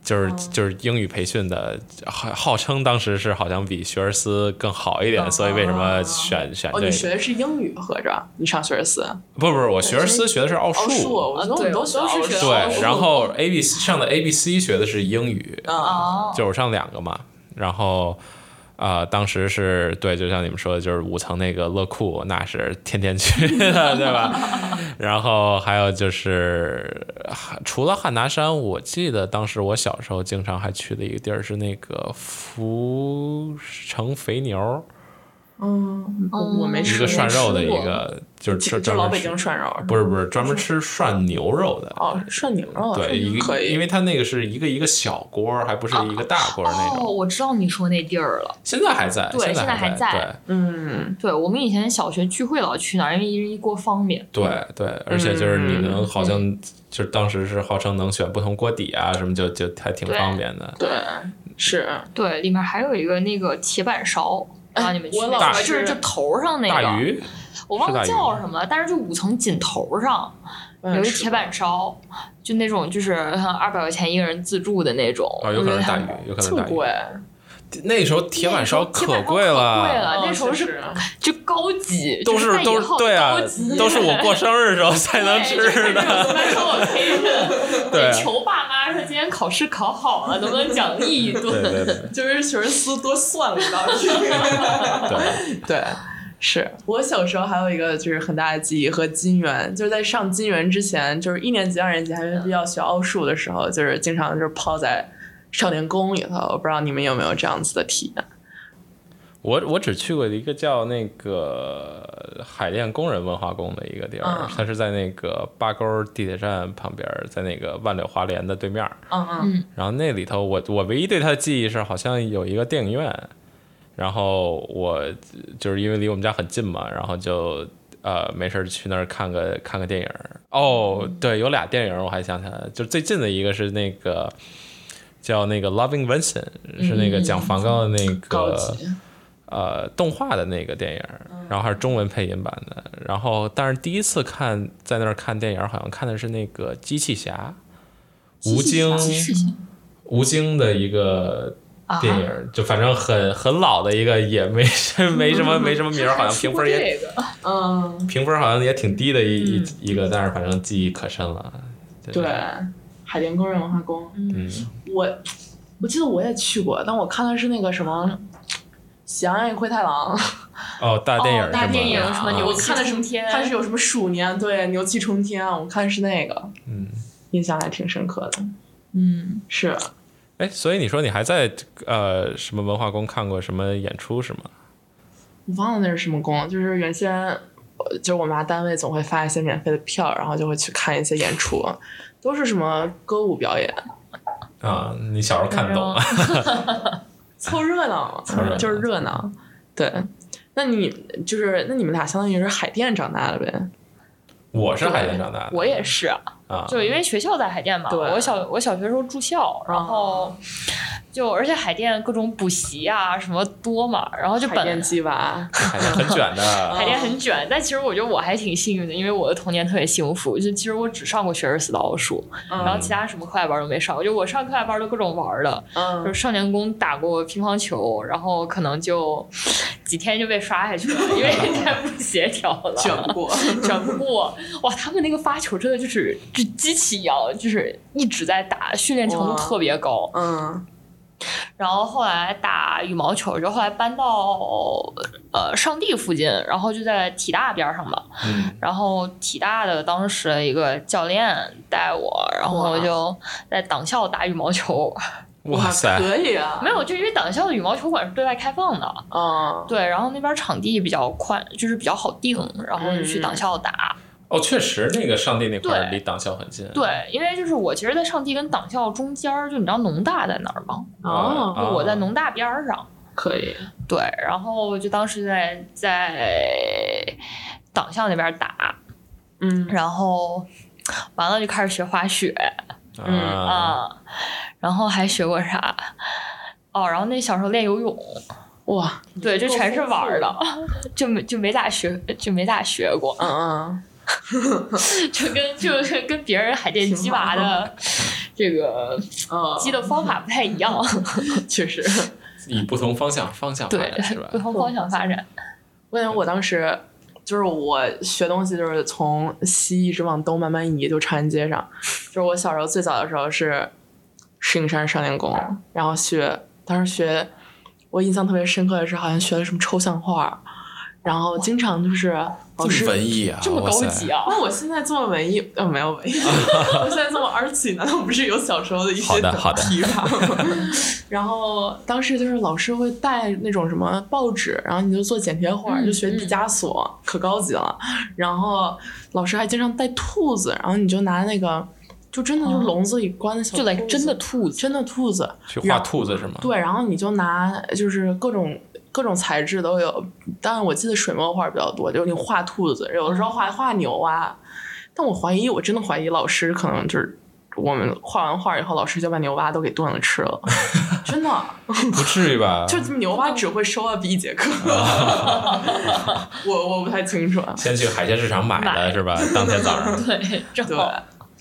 Speaker 2: 就是
Speaker 1: 嗯
Speaker 2: 就是英语培训的，号号称当时是好像比学而思更好
Speaker 1: 嗯
Speaker 2: 一点，所以为什么选选
Speaker 1: 哦，
Speaker 2: 这
Speaker 1: 你学
Speaker 2: 个？
Speaker 1: 的是英语，合着你上学四
Speaker 2: 不不是，我学而思学的是奥
Speaker 1: 奥哦数，
Speaker 2: 数，
Speaker 1: 我觉得我们
Speaker 3: 对
Speaker 1: 都学
Speaker 3: 我
Speaker 1: 奥
Speaker 3: 都是学
Speaker 1: 数，
Speaker 3: 奥
Speaker 2: 对，
Speaker 3: 数
Speaker 2: 然后 A B C 上的 A B C 学的是英语，
Speaker 1: 啊，
Speaker 3: 哦，
Speaker 2: 就是我上两个嘛，然后啊、呃当时是对，就像你们说的，就是五层那个乐库，那是天天去 的，对吧？然后还有就是，啊除了汉拿山，我记得当时我小时候经常还去的一个地儿是那个福城肥牛，
Speaker 1: 嗯，我我没
Speaker 2: 一
Speaker 1: 吃
Speaker 2: 个
Speaker 1: 过，
Speaker 2: 涮肉的
Speaker 3: 吃
Speaker 2: 一
Speaker 3: 过
Speaker 2: 个，就是
Speaker 1: 就
Speaker 2: 吃
Speaker 1: 就
Speaker 2: 专
Speaker 1: 老
Speaker 2: 门
Speaker 1: 北
Speaker 2: 吃
Speaker 1: 京涮肉，
Speaker 2: 不是不是专门吃涮牛肉的。
Speaker 1: 哦，涮牛肉，
Speaker 3: 嗯
Speaker 2: 对，一
Speaker 1: 可
Speaker 2: 个，
Speaker 1: 以，
Speaker 2: 因为它那个是一个一个小锅儿，还不是一个大锅儿那
Speaker 3: 哦，
Speaker 2: 种。
Speaker 3: 我知道你说那地儿了。
Speaker 2: 现在还在，
Speaker 3: 对现在
Speaker 2: 还
Speaker 3: 还在
Speaker 2: 对，
Speaker 1: 嗯，
Speaker 3: 对我们以前小学聚会老去那儿，因为一人一锅方便。
Speaker 2: 对对，而且就是你
Speaker 1: 嗯
Speaker 2: 能好像
Speaker 3: 嗯
Speaker 2: 就是当时是号称能选不同锅底啊什么，就就还挺
Speaker 3: 对
Speaker 2: 方便的。
Speaker 1: 对，是，
Speaker 3: 对，里面还有一个那个铁板烧，让你们去
Speaker 1: 哎我
Speaker 3: 那
Speaker 1: 老
Speaker 3: 个，
Speaker 1: 吃
Speaker 3: 就是就头上那个
Speaker 2: 大鱼
Speaker 3: 我忘
Speaker 2: 是大
Speaker 3: 了
Speaker 2: 鱼
Speaker 3: 叫什么了，但是就五层紧头上有一
Speaker 1: 嗯是
Speaker 3: 铁板烧，就那种就是二百块钱一个人自助的那种。
Speaker 2: 啊，有可能是大
Speaker 3: 我觉得
Speaker 2: 鱼，有可能
Speaker 1: 这
Speaker 2: 是
Speaker 1: 么
Speaker 2: 大
Speaker 1: 贵
Speaker 2: 鱼。，那时候铁板烧可贵
Speaker 3: 铁板烧可贵
Speaker 2: 了。
Speaker 3: 了那时候
Speaker 1: 确
Speaker 3: 是
Speaker 1: 实
Speaker 3: 就高级，
Speaker 2: 都
Speaker 3: 就是是
Speaker 2: 都
Speaker 3: 是
Speaker 2: 是对啊，都是我过生日时候才能吃的。
Speaker 3: 那时候我可以
Speaker 2: 对
Speaker 3: 求爸妈说今天考试考好了，能不能奖励一
Speaker 2: 对
Speaker 3: 顿？
Speaker 2: 对对
Speaker 1: 就是学而思多算了一道题。
Speaker 2: 对，
Speaker 1: 对，是我小时候还有一个就是很大的记忆和金元，就是在上金元之前，就是一年级、二年级还没必要学奥数的时候，就是经常就是泡在少年宫里头。我不知道你们有没有这样子的体验？
Speaker 2: 我我只去过一个叫那个海淀工人文化宫的一个地儿
Speaker 1: 嗯，
Speaker 2: 它是在那个八沟地铁站旁边儿，在那个万柳华联的对面儿。
Speaker 1: 嗯嗯，
Speaker 3: 嗯，
Speaker 2: 然后那里头我，我唯一对它的记忆是，好像有一个电影院，然后我就是因为离我们家很近嘛，然后就呃没事儿去那儿看个看个电影儿。哦，
Speaker 1: 嗯
Speaker 2: 对，有俩电影儿我还想起来了，就最近的一个是那个叫那个《Loving Vincent》，是
Speaker 1: 嗯
Speaker 2: 那个讲梵高的那
Speaker 1: 高
Speaker 2: 个、
Speaker 1: 级。
Speaker 2: 呃动画的那个电影儿，
Speaker 3: 嗯
Speaker 2: 然后还是中文配音版的。然后，但是第一次看在那儿看电影儿，好像看的是那个机器侠，吴京。吴京的一个
Speaker 3: 啊
Speaker 2: 电影，就反正很很老的一个，也没
Speaker 3: 嗯
Speaker 2: 没什么没什么名儿，好像评分也
Speaker 3: 这个
Speaker 1: 嗯，
Speaker 2: 评分好像也挺低的一、
Speaker 3: 嗯
Speaker 2: 一一个，但是反正记忆可深了。
Speaker 1: 对，海淀工人文化宫，
Speaker 2: 嗯，
Speaker 1: 我我记得我也去过，但我看的是那个什么。喜羊羊与灰太狼，
Speaker 2: 哦，大电影是吗？
Speaker 3: 大电影什 么
Speaker 2: 啊
Speaker 3: 牛
Speaker 1: 我
Speaker 3: 气
Speaker 1: 看的是
Speaker 3: 冲天，
Speaker 1: 它是有什么鼠年对牛气冲天，啊我看的是那个，
Speaker 2: 嗯，
Speaker 1: 印象还挺深刻的。
Speaker 3: 嗯，
Speaker 1: 是，
Speaker 2: 哎，所以你说你还在呃什么文化宫看过什么演出是吗？
Speaker 1: 我忘了那是什么宫，就是原先，呃就是我妈单位总会发一些免费的票，然后就会去看一些演出，都是什么歌舞表演，
Speaker 2: 啊，
Speaker 3: 嗯
Speaker 2: 你小时候看不懂啊？
Speaker 1: 凑热闹
Speaker 2: 凑热闹
Speaker 1: 嘛，就是热闹。对，那你就是那你们俩相当于是海淀长大的呗？
Speaker 2: 我是海淀长大的，
Speaker 3: 我也是，
Speaker 2: 啊，
Speaker 3: 就因为学校在海淀嘛，
Speaker 1: 对哦
Speaker 3: 我小我小学时候住校，然后就而且海淀各种补习啊什么多嘛，然后就
Speaker 1: 海淀
Speaker 3: 本。
Speaker 1: 鸡娃，
Speaker 2: 海淀很卷的。
Speaker 3: 海淀很卷，但其实我觉得我还挺幸运的，因为我的童年特别幸福。就其实我只上过学而思的奥数，嗯
Speaker 2: 嗯
Speaker 3: 然
Speaker 1: 嗯
Speaker 3: 后其他什么课外班都没上过。就我上课外班都各种玩儿的，就
Speaker 1: 嗯，
Speaker 3: 是少年宫打过乒乓球，然后可能就几天就被刷下去了，因为 太不协调了，
Speaker 1: 卷过，
Speaker 3: 转不过。哇，他们那个发球真的就是就机器一样，就是一直在打，训练程度
Speaker 1: 哇
Speaker 3: 特别 高。
Speaker 1: 嗯
Speaker 3: 然后后来打羽毛球，就后来搬到呃上地附近，然后就在体大边上吧。
Speaker 2: 嗯
Speaker 3: 然后体大的当时的一个教练带我，然后我就在党校打羽毛球。
Speaker 2: 哇塞，
Speaker 1: 可以啊
Speaker 3: 没，有，就因为党校的羽毛球馆是对外开放的，
Speaker 1: 嗯，
Speaker 3: 对，然后那边场地比较宽，就是比较好定，然后就去党校打。
Speaker 2: 哦，确实那个上帝那块儿
Speaker 3: 对
Speaker 2: 离党校很近，啊
Speaker 3: 对，因为就是我其实，在上地跟党校中间儿，就你知道农大在哪儿吗？
Speaker 1: 哦，
Speaker 2: 啊
Speaker 3: 我在农大边儿上。
Speaker 1: 可以，
Speaker 3: 对，然后就当时在在党校那边打，
Speaker 1: 嗯
Speaker 3: 然后完了就开始学滑雪
Speaker 1: 嗯
Speaker 2: 啊，
Speaker 3: 啊、然后还学过啥？哦，然后那小时候练游泳，
Speaker 1: 哇，
Speaker 3: 对，这全是玩儿的，就没就没咋学，就没咋学过，
Speaker 1: 嗯嗯，
Speaker 3: 就跟就是跟别人海淀
Speaker 1: 挺
Speaker 3: 鸡
Speaker 1: 好
Speaker 3: 娃的这个
Speaker 1: 哦，
Speaker 3: 鸡的方法不太一样，
Speaker 1: 确实，
Speaker 2: 以不同方向方向发
Speaker 3: 对
Speaker 2: 展是吧，
Speaker 3: 不？同方向发展，
Speaker 1: 我感觉我当时就是我学东西，就是从西一直往东慢慢移，就长安街上。就是我小时候最早的时候是石景山少年宫，然后学当时学，我印象特别深刻的是好像学了什么抽象画，然后经常就是老
Speaker 2: 这
Speaker 1: 师
Speaker 2: 么文艺啊，
Speaker 3: 这么
Speaker 2: 哇
Speaker 3: 高
Speaker 2: 塞
Speaker 3: 级啊！
Speaker 1: 那我现在这么文艺，呃，没有 文艺，我现在这么 artsy，难道不是有小时候的一
Speaker 2: 好
Speaker 1: 些
Speaker 2: 的好的
Speaker 1: 提法吗？然后当时就是老师会带那种什么报纸，然后你就做剪贴画，
Speaker 3: 嗯
Speaker 1: 就学毕加索，可高级了。然后老师还经常带兔子，然后你就拿那个，就真的就是笼子里关的小兔
Speaker 3: 就
Speaker 1: 子，
Speaker 3: 来真的兔子，嗯
Speaker 1: 真的兔子，
Speaker 2: 去画兔子是吗？
Speaker 1: 对，然后你就拿就是各种各种材质都有，但我记得水墨画比较多，就是你画兔子，有的时候画画牛啊。但我怀疑，我真的怀疑老师可能就是我们画完画以后，老师就把牛蛙都给炖了吃 了，真的，
Speaker 2: 不至于吧？
Speaker 1: 就牛蛙只会收 up 一节课，我我不太清楚啊。
Speaker 2: 先去海鲜市场买的
Speaker 3: 买
Speaker 2: 是吧？当天早 上，
Speaker 3: 对，正
Speaker 1: 对
Speaker 3: 好。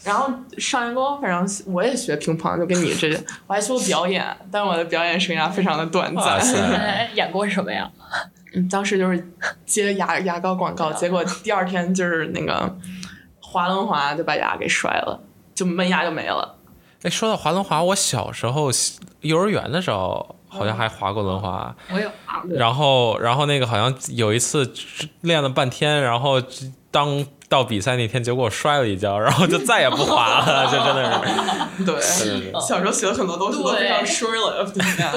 Speaker 1: 然后少年宫，反正我也学乒乓，就跟你这，我还学过表演，但是我的表演生涯非常的短
Speaker 2: 哇
Speaker 1: 暂。
Speaker 2: 塞，
Speaker 3: 哎演过什么呀？
Speaker 1: 嗯，当时就是接牙牙膏广告，结果第二天就是那个滑轮滑就把牙给摔了，就门牙就没了。
Speaker 2: 哎，说到滑轮滑，我小时候幼儿园的时候好像还滑过轮滑。
Speaker 3: 我有啊滑过，
Speaker 2: 然后，然后那个好像有一次练了半天，然后当到比赛那天，结果我摔了一跤，然后就再也不滑了，就真的
Speaker 1: 对，
Speaker 2: 是。
Speaker 1: 小时候学的很多东西都非常
Speaker 3: 对
Speaker 1: short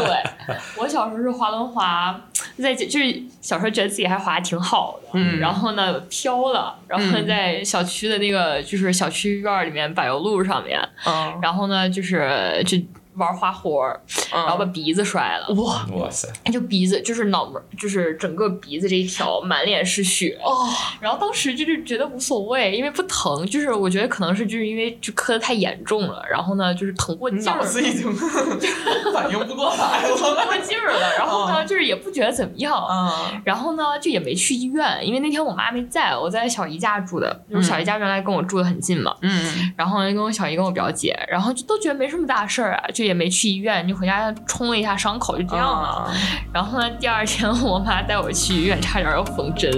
Speaker 3: 对，我小时候是滑轮滑，在就是小时候觉得自己还滑得挺好的，
Speaker 1: 嗯
Speaker 3: 然后呢飘了，然后
Speaker 1: 嗯
Speaker 3: 在小区的那个就是小区院儿里面柏油路上面，
Speaker 1: 嗯，
Speaker 3: 然后呢就是就玩花活儿，然
Speaker 1: 然
Speaker 3: 后把鼻子摔了，
Speaker 1: 哇
Speaker 2: 哇塞！
Speaker 3: 就鼻子就是脑门儿，就是整个鼻子这一条满脸是血，
Speaker 1: 哦，
Speaker 3: 然后当时就是觉得无所谓，因为不疼，就是我觉得可能是就是因为就磕的太严重了，然后呢就是疼过
Speaker 1: 你
Speaker 3: 劲儿
Speaker 1: 脑
Speaker 3: 了。
Speaker 1: 子已经 反应不过来
Speaker 3: 疼过
Speaker 1: 了。
Speaker 3: 劲儿了，然后
Speaker 1: 哦
Speaker 3: 呢，就是也不觉得怎么样，
Speaker 1: 嗯
Speaker 3: 然后呢，就也没去医院，因为那天我妈没在，我在小姨家住的，就是小姨家原来跟我住的很近嘛，
Speaker 1: 嗯
Speaker 3: 然后跟我小姨跟我表姐，然后就都觉得没什么大事儿啊，就也没去医院，就回家冲了一下伤口，就这样了。
Speaker 1: 啊，
Speaker 3: 然后呢，第二天我妈带我去医院，差点要缝针，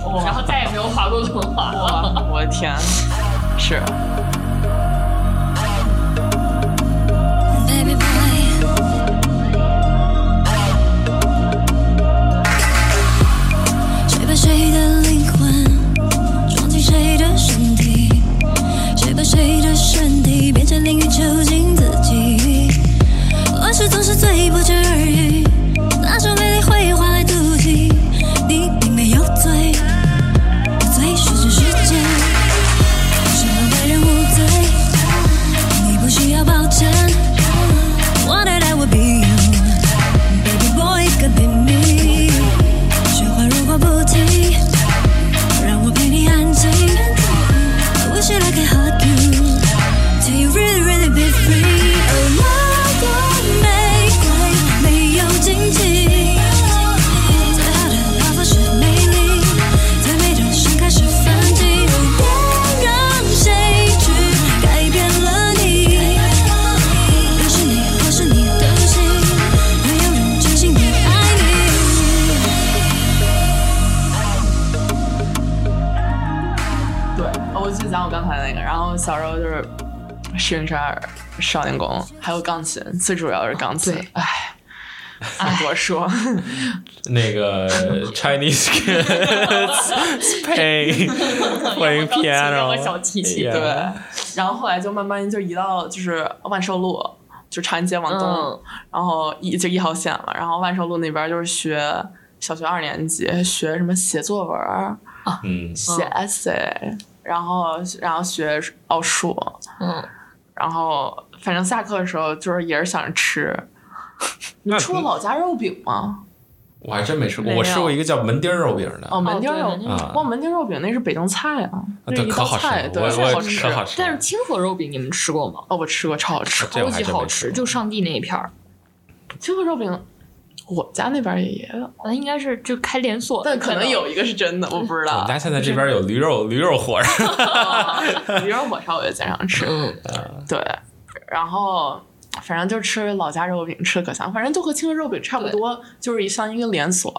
Speaker 3: 然
Speaker 1: 哇
Speaker 3: 后再也没有滑过轮滑了。
Speaker 1: 哇，我的天，是，
Speaker 5: Baby boy, boy 谁把谁的灵魂装进谁的身体？谁把谁的身体变成淋雨囚禁自己？往事总是最不值而语，那种美丽会换来妒忌。你并没有罪，罪是这世界什么为人无罪。你不需要抱歉。What did I would be you, baby boy could be me。雪花如果不停，让我陪你安静。I wish that I could hug you till you really really be free。哦，Oh 那朵玫瑰没有荆棘，最好的报复是美丽，最美的盛开是反击。别让谁去改变了你，那是你或是你的心，没有人真心的爱你。
Speaker 1: 对，哦我就讲我刚才那个，然后小时候就是石景山少年宫，还有钢琴，最主要是钢琴
Speaker 3: 对。
Speaker 1: 唉，想多说。
Speaker 2: 那个 Chinese kids pay playing
Speaker 3: 我
Speaker 2: piano，
Speaker 3: 小提琴
Speaker 2: Yeah
Speaker 1: 对，然后后来就慢慢就移到就是万寿路，就长安街往东，
Speaker 3: 嗯
Speaker 1: 然后一就一号线了。然后万寿路那边就是学小学二年级，学什么写作文儿、
Speaker 2: 嗯，
Speaker 1: 写 essay，、然后然后学奥数，
Speaker 3: 嗯，
Speaker 1: 然后反正下课的时候就是也是想着吃。你
Speaker 2: 那
Speaker 1: 吃过老家肉饼吗？
Speaker 2: 我还真没吃过，
Speaker 1: 没有
Speaker 2: 我吃过一个叫门钉儿肉饼的，啊
Speaker 1: 哦，门钉
Speaker 3: 对
Speaker 1: 肉
Speaker 3: 门钉
Speaker 1: 饼
Speaker 2: 肉饼，
Speaker 1: 哇，门钉肉饼那是北京菜啊，
Speaker 2: 啊
Speaker 1: 那
Speaker 2: 对，
Speaker 1: 一
Speaker 2: 可
Speaker 1: 道
Speaker 2: 好吃
Speaker 1: 菜，
Speaker 2: 了，
Speaker 1: 对，
Speaker 2: 我
Speaker 1: 是
Speaker 2: 我
Speaker 1: 好吃
Speaker 2: 可。好吃了，
Speaker 3: 但是清河肉饼你们吃过吗？
Speaker 1: 哦，我吃过，超好吃。
Speaker 2: 这
Speaker 3: 超
Speaker 2: 我还
Speaker 3: 级
Speaker 2: 真
Speaker 3: 好
Speaker 2: 没吃
Speaker 3: 吃，
Speaker 2: 过
Speaker 3: 就上地那一片儿，
Speaker 1: 清河肉饼，我家那边也也有，
Speaker 3: 呃，应该是就开连锁的，
Speaker 1: 但可能有一个是真的，我不知
Speaker 2: 我
Speaker 1: 道
Speaker 2: 们。家现在这边有驴肉驴肉火烧，
Speaker 1: 驴肉火烧我也经常吃，
Speaker 2: 嗯
Speaker 1: 对，然后。反正就吃老家肉饼，吃的可香。反正就和清河肉饼差不多，就是一像一个连锁。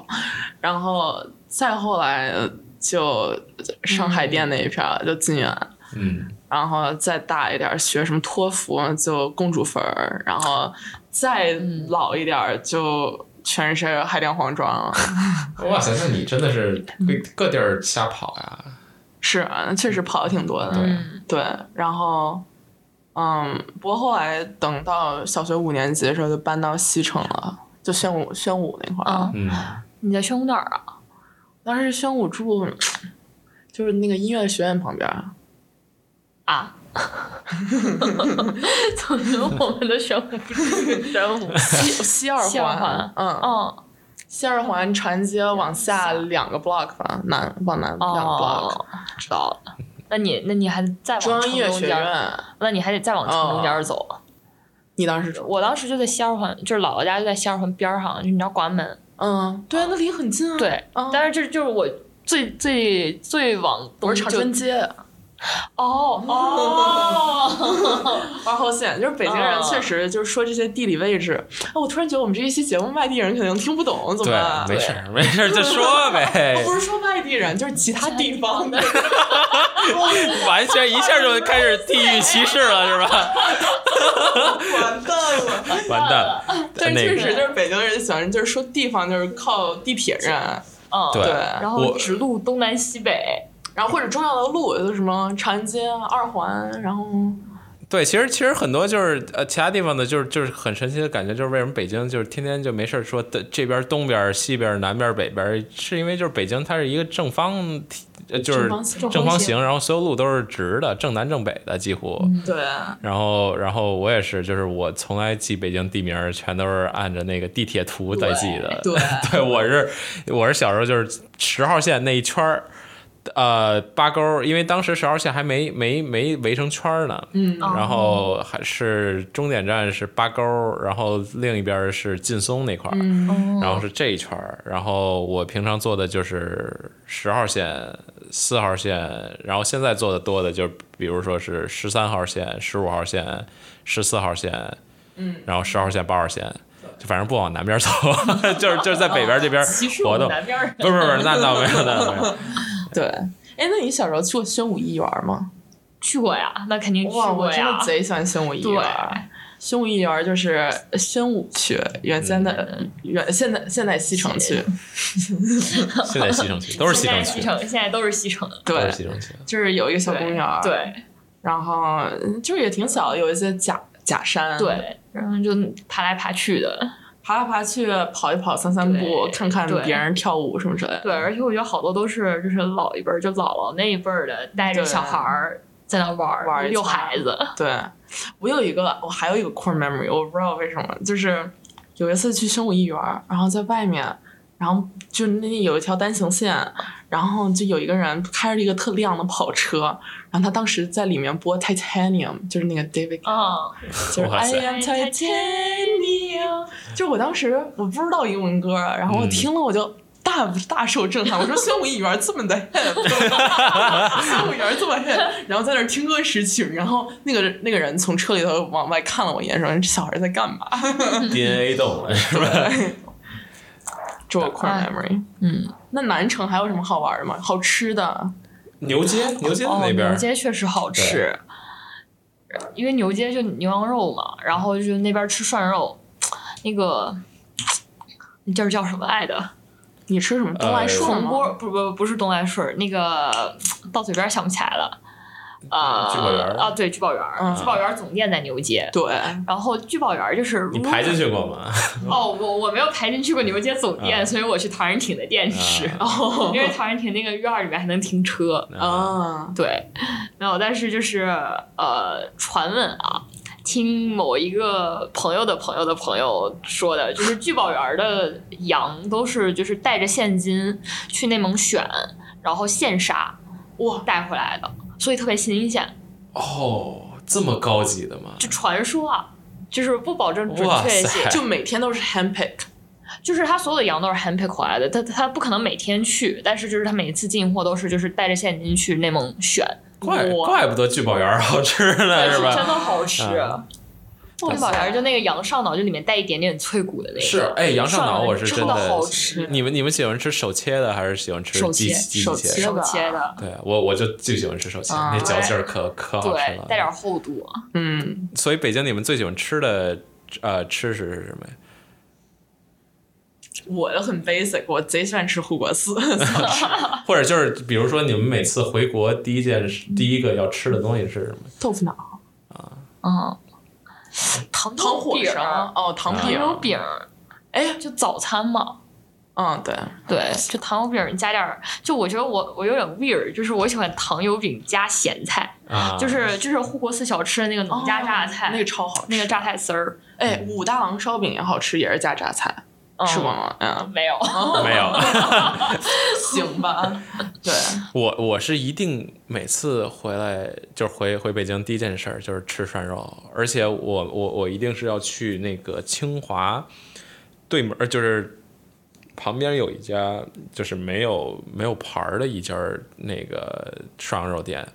Speaker 1: 然后再后来就上海淀那一片儿、就金源，
Speaker 2: 嗯，
Speaker 1: 然后再大一点儿学什么托福就公主坟儿，然后再
Speaker 3: 嗯
Speaker 1: 老一点儿就全是海淀黄庄了。
Speaker 2: 哇塞，那你真的是各各地儿瞎跑呀，
Speaker 1: 是啊，确实跑的挺多的。
Speaker 3: 嗯
Speaker 1: 对，然后，嗯，不过后来等到小学五年级的时候，就搬到西城了，就宣武宣武那块儿。
Speaker 3: 啊。
Speaker 2: 嗯，
Speaker 3: 你在宣武哪儿啊？
Speaker 1: 当时宣武住就是那个音乐学院旁边儿，
Speaker 3: 啊， 总觉得我们的宣武不是宣武，
Speaker 1: 西西二
Speaker 3: 西二环
Speaker 1: 嗯，
Speaker 3: 嗯
Speaker 1: 西二环长安街往下两个 block 吧，南往南两个 block。
Speaker 3: 哦，知道了。那你那你还再往
Speaker 1: 中央
Speaker 3: 城
Speaker 1: 音乐
Speaker 3: 中
Speaker 1: 学
Speaker 3: 间儿，
Speaker 1: 院，
Speaker 3: 那你还得再往城中间儿走。
Speaker 1: 你当时住？
Speaker 3: 我当时就在西二环，就是姥姥家就在西二环边儿上，就你知道广安门。
Speaker 1: 嗯，对啊，那离很近啊。
Speaker 3: 对，
Speaker 1: 嗯
Speaker 3: 但是这就是我最最最往
Speaker 1: 我
Speaker 3: 东
Speaker 1: 是长
Speaker 3: 就
Speaker 1: 春街。
Speaker 3: 哦 哦，
Speaker 1: 八号线，就是北京人
Speaker 3: 啊
Speaker 1: 确实就是说这些地理位置。啊，我突然觉得我们这一期节目外地人肯定听不懂，怎么
Speaker 2: 对
Speaker 1: 办？，
Speaker 2: 没事儿没事儿就 说呗
Speaker 1: 我，不是说外地人，就是其他地方 的。
Speaker 2: 完全一下就开始地域歧视了 是吧？
Speaker 1: 完蛋 了！
Speaker 2: 完蛋了，
Speaker 1: 但
Speaker 2: 那
Speaker 1: 确
Speaker 2: 个
Speaker 1: 实就是北京人喜欢，就是说地方就是靠地铁站，
Speaker 3: 嗯
Speaker 2: 对
Speaker 3: 然
Speaker 2: 我
Speaker 3: 后直路东南西北，
Speaker 1: 然后或者重要的路，就是什么长安街、啊、二环，然后
Speaker 2: 对，其实其实很多就是呃，其他地方的，就是就是很神奇的感觉，就是为什么北京就是天天就没事儿说的这边东边、西边、南边、北边，是因为就是北京它是一个正方体，呃就
Speaker 1: 正
Speaker 2: 是
Speaker 1: 方形嗯
Speaker 2: 正方形，然后所有路都是直的，正南正北的几乎。
Speaker 1: 对，
Speaker 2: 然后然后我也是，就是我从来记北京地名儿全都是按着那个地铁图在记的。
Speaker 1: 对
Speaker 2: 对，我是我是小时候就是十号线那一圈儿。呃，八沟儿，因为当时十号线还没没没围成圈儿呢，嗯，然后还是终点站是八沟儿，然后另一边儿是劲松那块儿，
Speaker 3: 嗯
Speaker 2: 然后是这一圈儿，然后我平常坐的就是十号线、四号线，然后现在坐的多的就是比如说是十三号线、十五号线、十四号线，嗯，然后十号线、八号线，就反正不往南边走， 就是就是在北边这
Speaker 3: 哦
Speaker 2: 边活动，
Speaker 3: 南边儿
Speaker 2: 不是不是不是，那倒没有，那倒没有。
Speaker 1: 对。哎，那你小时候去过宣武艺园吗？
Speaker 3: 去过呀，那肯定去
Speaker 1: 哇，我
Speaker 3: 过
Speaker 1: 真
Speaker 3: 呀
Speaker 1: 的。贼喜欢宣武艺园。宣武艺园就是宣武区，原先的
Speaker 3: 嗯
Speaker 1: 原现在现在西城区，
Speaker 2: 现在西城区都是西
Speaker 3: 现在
Speaker 2: 城
Speaker 3: 西
Speaker 2: 区，
Speaker 3: 城，现在都是西城。
Speaker 2: 都
Speaker 1: 对
Speaker 2: 是，西城区。
Speaker 1: 就是有一个小公园儿，
Speaker 3: 对
Speaker 1: 然后就是也挺小的，有一些假假山，，
Speaker 3: 对，然后就爬来爬去的。
Speaker 1: 爬来爬去，跑一跑，散散步，
Speaker 3: 对
Speaker 1: 看看
Speaker 3: 对
Speaker 1: 别人跳舞什么之类的。
Speaker 3: 对，而且我觉得好多都是就是老一辈儿，就姥姥那一辈儿的，带着
Speaker 1: 对
Speaker 3: 小孩儿在那玩儿
Speaker 1: 玩儿一
Speaker 3: 遛
Speaker 1: 圈儿
Speaker 3: 孩子。
Speaker 1: 对，我有一个，我还有一个 core memory，我不知道为什么，就是有一次去宣武艺园儿，然后在外面，然后就那有一条单行线，然后就有一个人开着一个特亮的跑车，然后他当时在里面播 Titanium，就是那个 David，、
Speaker 3: 嗯，
Speaker 1: 就是
Speaker 2: 哇
Speaker 1: I
Speaker 2: 塞
Speaker 1: am Titanium，就是我当时我不知道英文歌啊，然后我
Speaker 2: 嗯
Speaker 1: 听了我就。大大受震撼！我说宣武艺园这么的 hip，宣武艺园这么 hip，然后在那儿听歌识曲，然后那个那个人从车里头往外看了我一眼，说：“这小孩在干嘛
Speaker 2: DNA 动了是吧？？”
Speaker 1: 这我 core memory。
Speaker 3: 嗯，
Speaker 1: 那南城还有什么好玩的吗？好吃的？
Speaker 2: 牛街，牛街
Speaker 3: 哦，
Speaker 2: 那边
Speaker 3: 牛
Speaker 2: 儿，
Speaker 3: 街确实好吃，因为牛街就牛羊肉嘛，然后就那边吃涮肉，那个那地儿叫什么来着？
Speaker 1: 你吃什么
Speaker 2: 呃
Speaker 1: 东来顺
Speaker 2: 哎
Speaker 3: 铜
Speaker 1: 吗？
Speaker 3: 锅不不不是东来顺儿，那个到嘴边儿想不起来了。啊、
Speaker 2: 嗯聚宝园儿
Speaker 3: 啊，对，聚宝园儿，
Speaker 1: 嗯
Speaker 3: 聚宝园儿总店在牛街。
Speaker 1: 对，
Speaker 3: 然后聚宝园儿就是
Speaker 2: 你排进去过 吗？
Speaker 3: 哦，我我没有排进去过牛街总店，
Speaker 2: 啊
Speaker 3: 所以我去陶然亭的店吃，
Speaker 2: 啊
Speaker 1: 哦
Speaker 3: 因为陶然亭那个院儿里面还能停车。
Speaker 2: 啊，
Speaker 1: 啊，
Speaker 3: 对，没有，但是就是呃，传闻啊，听某一个朋友的朋友的朋友说的，就是聚宝园儿的羊都是就是带着现金去内蒙选，然后现杀哇带回来的，所以特别新鲜。
Speaker 2: 哦，这么高级的吗？
Speaker 3: 就传说啊，就是不保证准
Speaker 2: 哇
Speaker 3: 确
Speaker 2: 塞
Speaker 3: 性，
Speaker 1: 就每天都是 handpick，
Speaker 3: 就是他所有的羊都是 handpick 回来的，他他不可能每天去，但是就是他每次进货都是就是带着现金去内蒙选，
Speaker 2: 怪
Speaker 3: 哇
Speaker 2: 怪不得聚宝园儿好吃呢，
Speaker 3: 但
Speaker 2: 是
Speaker 3: 是真
Speaker 2: 吧？
Speaker 3: 的好吃。
Speaker 2: 啊
Speaker 3: 宫保园就那个羊上脑，就里面带一点点脆骨的那个。
Speaker 2: 是，哎，羊上脑我是真
Speaker 3: 上脑真的好
Speaker 2: 的
Speaker 3: 吃。
Speaker 2: 你们你们喜欢吃手切的还是喜欢吃
Speaker 3: 手
Speaker 2: 机
Speaker 3: 切
Speaker 2: 机
Speaker 1: 手
Speaker 2: 切
Speaker 1: 切
Speaker 2: 的？
Speaker 3: 手切的，
Speaker 2: 对我我就最喜欢吃手切，
Speaker 1: 啊
Speaker 2: 那嚼劲儿可可好吃
Speaker 3: 对
Speaker 2: 了，。
Speaker 3: 带点厚度。
Speaker 1: 嗯，
Speaker 2: 所以北京你们最喜欢吃的呃吃食是什么呀？
Speaker 1: 我的很 basic，我贼喜欢吃护国寺，
Speaker 2: 或者就是比如说你们每次回国第一件事第一个要吃的东西是什么？
Speaker 1: 豆腐脑、
Speaker 3: 嗯，糖
Speaker 1: 糖
Speaker 3: 油
Speaker 1: 火
Speaker 3: 饼
Speaker 1: 烧，
Speaker 3: 儿，
Speaker 1: 哦，糖
Speaker 2: 啊
Speaker 3: 糖
Speaker 1: 饼，
Speaker 3: 油饼儿，
Speaker 1: 哎，
Speaker 3: 就早餐嘛。
Speaker 1: 嗯，对，
Speaker 3: 对，就糖油饼儿加点儿，就我觉得我我有点 weird，就是我喜欢糖油饼加咸菜，
Speaker 2: 啊，
Speaker 3: 就是就是护国寺小吃的那个农家榨菜，
Speaker 1: 哦那个超好吃，
Speaker 3: 那个榨菜丝儿，
Speaker 1: 哎，武大郎烧饼也好吃，也是加榨菜，
Speaker 3: 嗯
Speaker 1: 吃过？吗？嗯，
Speaker 3: 没有，
Speaker 2: 没有。
Speaker 1: 行吧， 对，
Speaker 2: 我我是一定每次回来就是回回北京第一件事儿就是吃涮肉，而且我我我一定是要去那个清华对门，呃就是旁边有一家就是没有没有牌儿的一家儿那个涮羊肉店。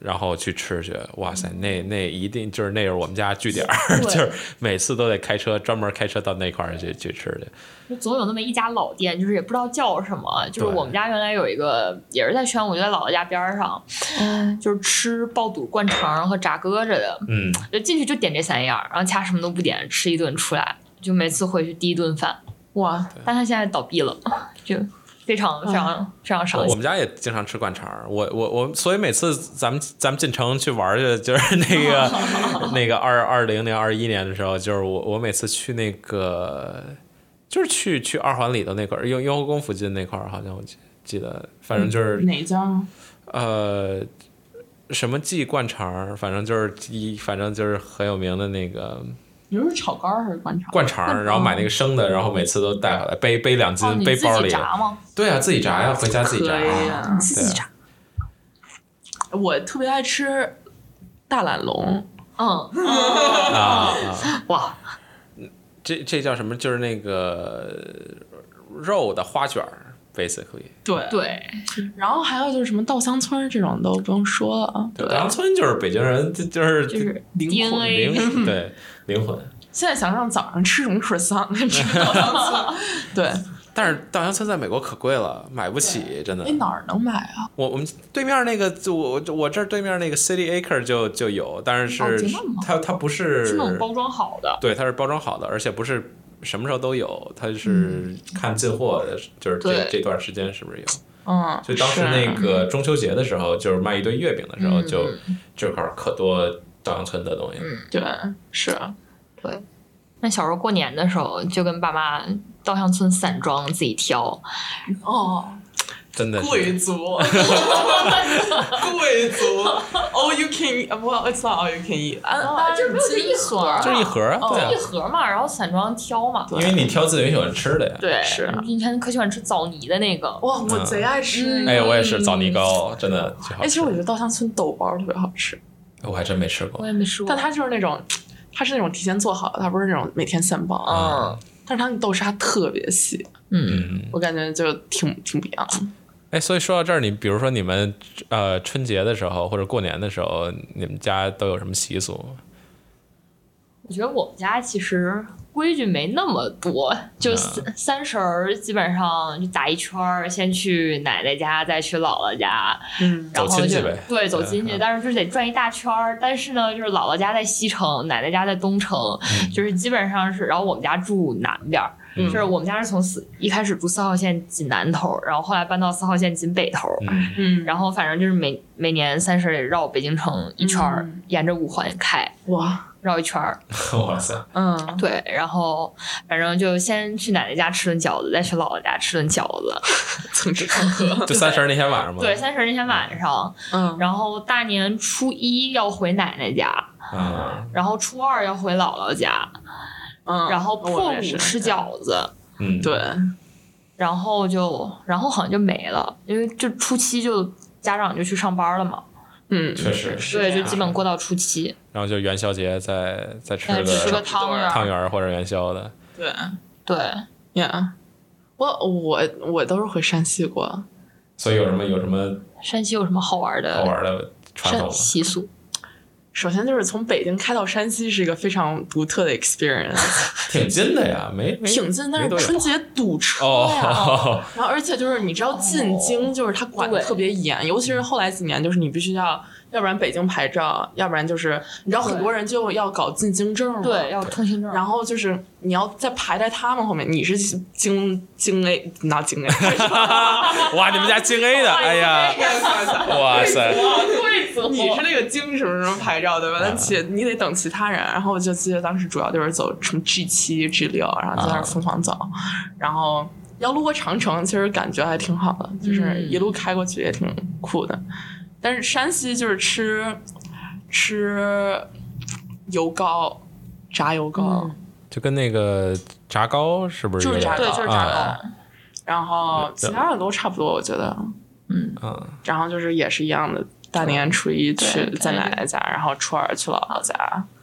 Speaker 2: 然后去吃去，哇塞，那那一定就是那是我们家据点儿，
Speaker 3: 对
Speaker 2: 就是每次都得开车专门开车到那块儿去去吃去。
Speaker 3: 就总有那么一家老店，就是也不知道叫什么。就
Speaker 2: 对
Speaker 3: 是我们家原来有一个，也是在宣武，就在姥姥家边儿上，就是吃爆肚、灌肠和炸鸽子的，
Speaker 2: 嗯，
Speaker 3: 就进去就点这三样，然后其他什么都不点，吃一顿出来，就每次回去第一顿饭。
Speaker 1: 哇，
Speaker 3: 但他现在倒闭了，就非常非常、非常伤
Speaker 2: 我
Speaker 3: 心。
Speaker 2: 们家也经常吃灌肠儿，我我我，所以每次咱们咱们进城去玩儿去，就是那个那个二二零年二一年的时候，就是我我每次去那个就是去去二环里的那块儿，雍雍和宫附近那块儿，好像我记记得，反正就是、
Speaker 1: 哪家？
Speaker 2: 呃什么记灌肠儿，反正就是一反正就是很有名的那个
Speaker 1: 你说是炒肝儿还是灌肠？
Speaker 2: 灌肠儿，然后买那个生的，然后每次都带回来，背背两斤、
Speaker 3: 哦，你
Speaker 2: 背
Speaker 3: 自
Speaker 2: 包
Speaker 3: 己
Speaker 2: 里。
Speaker 3: 炸吗？
Speaker 2: 对啊，自己炸呀，回家自己炸。
Speaker 1: 可以啊
Speaker 3: 你自己炸？
Speaker 1: 我特别爱吃大懒龙，
Speaker 3: 嗯，
Speaker 2: 啊啊
Speaker 3: 哇，
Speaker 2: 这这叫什么？就是那个呃肉的花卷儿，basically。
Speaker 1: 对，
Speaker 3: 对，
Speaker 1: 然后还有就是什么稻香村儿这种都不用说了啊，
Speaker 2: 稻香村就是北京人，这就是
Speaker 3: 就是
Speaker 2: 灵魂，
Speaker 3: DNA
Speaker 2: 灵 魂对灵魂。
Speaker 1: 现在想想早上吃什么 croissant，吃稻香 村，对，
Speaker 2: 但是稻香村在美国可贵了，买不起，真的
Speaker 1: 哎。哪儿能买啊？
Speaker 2: 我我们对面那个，就我我我这儿对面那个 City Acre 就就有，但是、
Speaker 3: 哦真的吗
Speaker 2: 它它不是
Speaker 3: 是那种包装好的。
Speaker 2: 对，它是包装好的，而且不是什么时候都有，它是看进货的，就是这
Speaker 3: 对
Speaker 2: 这段时间是不是有？
Speaker 1: 嗯，
Speaker 2: 就当时
Speaker 1: 是
Speaker 2: 那个中秋节的时候，就是卖一堆月饼的时候，
Speaker 3: 嗯
Speaker 2: 就这块儿可多稻香村的东西。
Speaker 1: 对是啊
Speaker 3: 对，那小时候过年的时候，就跟爸妈稻香村散装自己挑，
Speaker 1: 哦，
Speaker 2: 真的是
Speaker 1: 贵族， 贵族，all you can eat，不，it's not all you can eat，按按
Speaker 3: 就是没有
Speaker 1: 斤
Speaker 3: 这一盒 儿
Speaker 2: 就是一盒儿啊，
Speaker 1: 哦
Speaker 2: 对
Speaker 3: 一
Speaker 2: 啊，
Speaker 3: 盒嘛，然后散装挑嘛。
Speaker 1: 对
Speaker 2: 因为你挑自己喜欢吃的呀。
Speaker 3: 对，
Speaker 1: 是
Speaker 3: 以前可喜欢吃枣泥的那个，
Speaker 1: 哇，我贼爱吃那
Speaker 3: 嗯
Speaker 1: 个。
Speaker 2: 嗯哎，我也是枣泥糕，真的巨好
Speaker 1: 哎，其
Speaker 2: 吃
Speaker 1: 实我觉得稻香村豆包特别好吃，
Speaker 2: 我还真没吃
Speaker 3: 我
Speaker 2: 过。
Speaker 3: 也没吃过。
Speaker 1: 但它就是那种，它是那种提前做好的，它不是那种每天现包啊。
Speaker 2: 嗯
Speaker 1: 但是它那豆沙特别细，
Speaker 3: 嗯，
Speaker 2: 嗯，
Speaker 1: 我感觉就挺挺不一样的。
Speaker 2: 哎，所以说到这儿，你比如说你们呃春节的时候或者过年的时候，你们家都有什么习俗吗？
Speaker 3: 我觉得我们家其实规矩没那么多，
Speaker 1: 嗯
Speaker 3: 就三三十儿基本上就打一圈儿，先去奶奶家，再去姥姥家，
Speaker 1: 嗯，
Speaker 3: 然后
Speaker 2: 走亲戚
Speaker 3: 就
Speaker 2: 呗
Speaker 3: 对走亲戚，
Speaker 2: 嗯
Speaker 3: 但是就是得转一大圈儿。但是呢，就是
Speaker 2: 嗯
Speaker 3: 姥姥家在西城，奶奶家在东城，就是基本上是，然后我们家住南边儿，就是我们家是从四一开始住四号线锦南头，然后后来搬到四号线锦北头，
Speaker 2: 嗯
Speaker 1: 嗯，
Speaker 3: 然后反正就是每每年三十得绕北京城一圈儿，
Speaker 1: 嗯
Speaker 3: 沿着五环开
Speaker 1: 哇，
Speaker 3: 绕一圈儿。
Speaker 2: 哇塞，
Speaker 1: 嗯，
Speaker 3: 对，然后反正就先去奶奶家吃顿饺子，再去姥姥家吃顿饺子。
Speaker 1: 蹭吃蹭喝，
Speaker 2: 就三十那天晚上嘛，
Speaker 3: 对，三十那天晚上，
Speaker 1: 嗯，
Speaker 3: 然后大年初一要回奶奶家，
Speaker 2: 啊，
Speaker 3: 然后初二要回姥姥家，
Speaker 1: 嗯，
Speaker 3: 然后
Speaker 1: 我
Speaker 3: 破
Speaker 1: 们也
Speaker 3: 五
Speaker 1: 是
Speaker 3: 吃饺子，
Speaker 2: 嗯，
Speaker 1: 对，
Speaker 3: 然后就然后好像就没了，因为就初七就家长就去上班了嘛，
Speaker 1: 嗯，
Speaker 2: 确实
Speaker 1: 是
Speaker 3: 对，
Speaker 1: 这
Speaker 3: 就
Speaker 1: 样
Speaker 3: 基本过到初七，
Speaker 2: 然后就元宵节再再吃
Speaker 3: 再吃个
Speaker 2: 个
Speaker 3: 汤圆
Speaker 2: 汤
Speaker 3: 儿，
Speaker 2: 圆儿或者元宵的，
Speaker 1: 对
Speaker 3: 对，
Speaker 1: 呀。我我我都是回山西过，
Speaker 2: 所以有什么有什么
Speaker 3: 山西有什么好玩
Speaker 2: 好
Speaker 3: 的
Speaker 2: 玩的传统
Speaker 3: 山
Speaker 2: 吗？
Speaker 1: 呃
Speaker 3: 习俗？
Speaker 1: 首先就是从北京开到山西是一个非常独特的 experience，
Speaker 2: 挺近的呀，没没
Speaker 1: 挺近，但
Speaker 2: 没
Speaker 1: 是
Speaker 2: 多远
Speaker 1: 春节堵车呀，
Speaker 2: 哦，
Speaker 1: 然后而且就是你知道进京就是他管的
Speaker 3: 哦对
Speaker 1: 特别严，尤其是后来几年，就是你必须要，要不然北京牌照，要不然就是你知道很多人就要搞进京证嘛，
Speaker 3: 对，要通行证。
Speaker 1: 然后就是你要再排在他们后面，你是京京 A 拿京 A， 啊
Speaker 2: 哇，你们家京 A 的，哎呀，
Speaker 1: 哎
Speaker 2: 哇塞，
Speaker 3: 贵族
Speaker 1: 你是那个京什么什么牌照对吧？但其你得等其他人。然后我就记得当时主要就是走什么 G 七、G 六，然后在那儿疯狂走，然后要路过长城，其实感觉还挺好的，就是一路开过去也挺酷的。但是山西就是吃吃油糕，炸油糕，
Speaker 2: 就跟那个炸糕是不是啊
Speaker 1: 就是
Speaker 2: 有
Speaker 1: 炸糕
Speaker 2: 点
Speaker 3: 对，就是炸糕。
Speaker 1: 然后其他的都差不多，我觉得。
Speaker 2: 嗯，
Speaker 1: 然后就是也是一样的，大年初一去
Speaker 3: 对
Speaker 1: 在奶奶家，然后初二去姥姥家，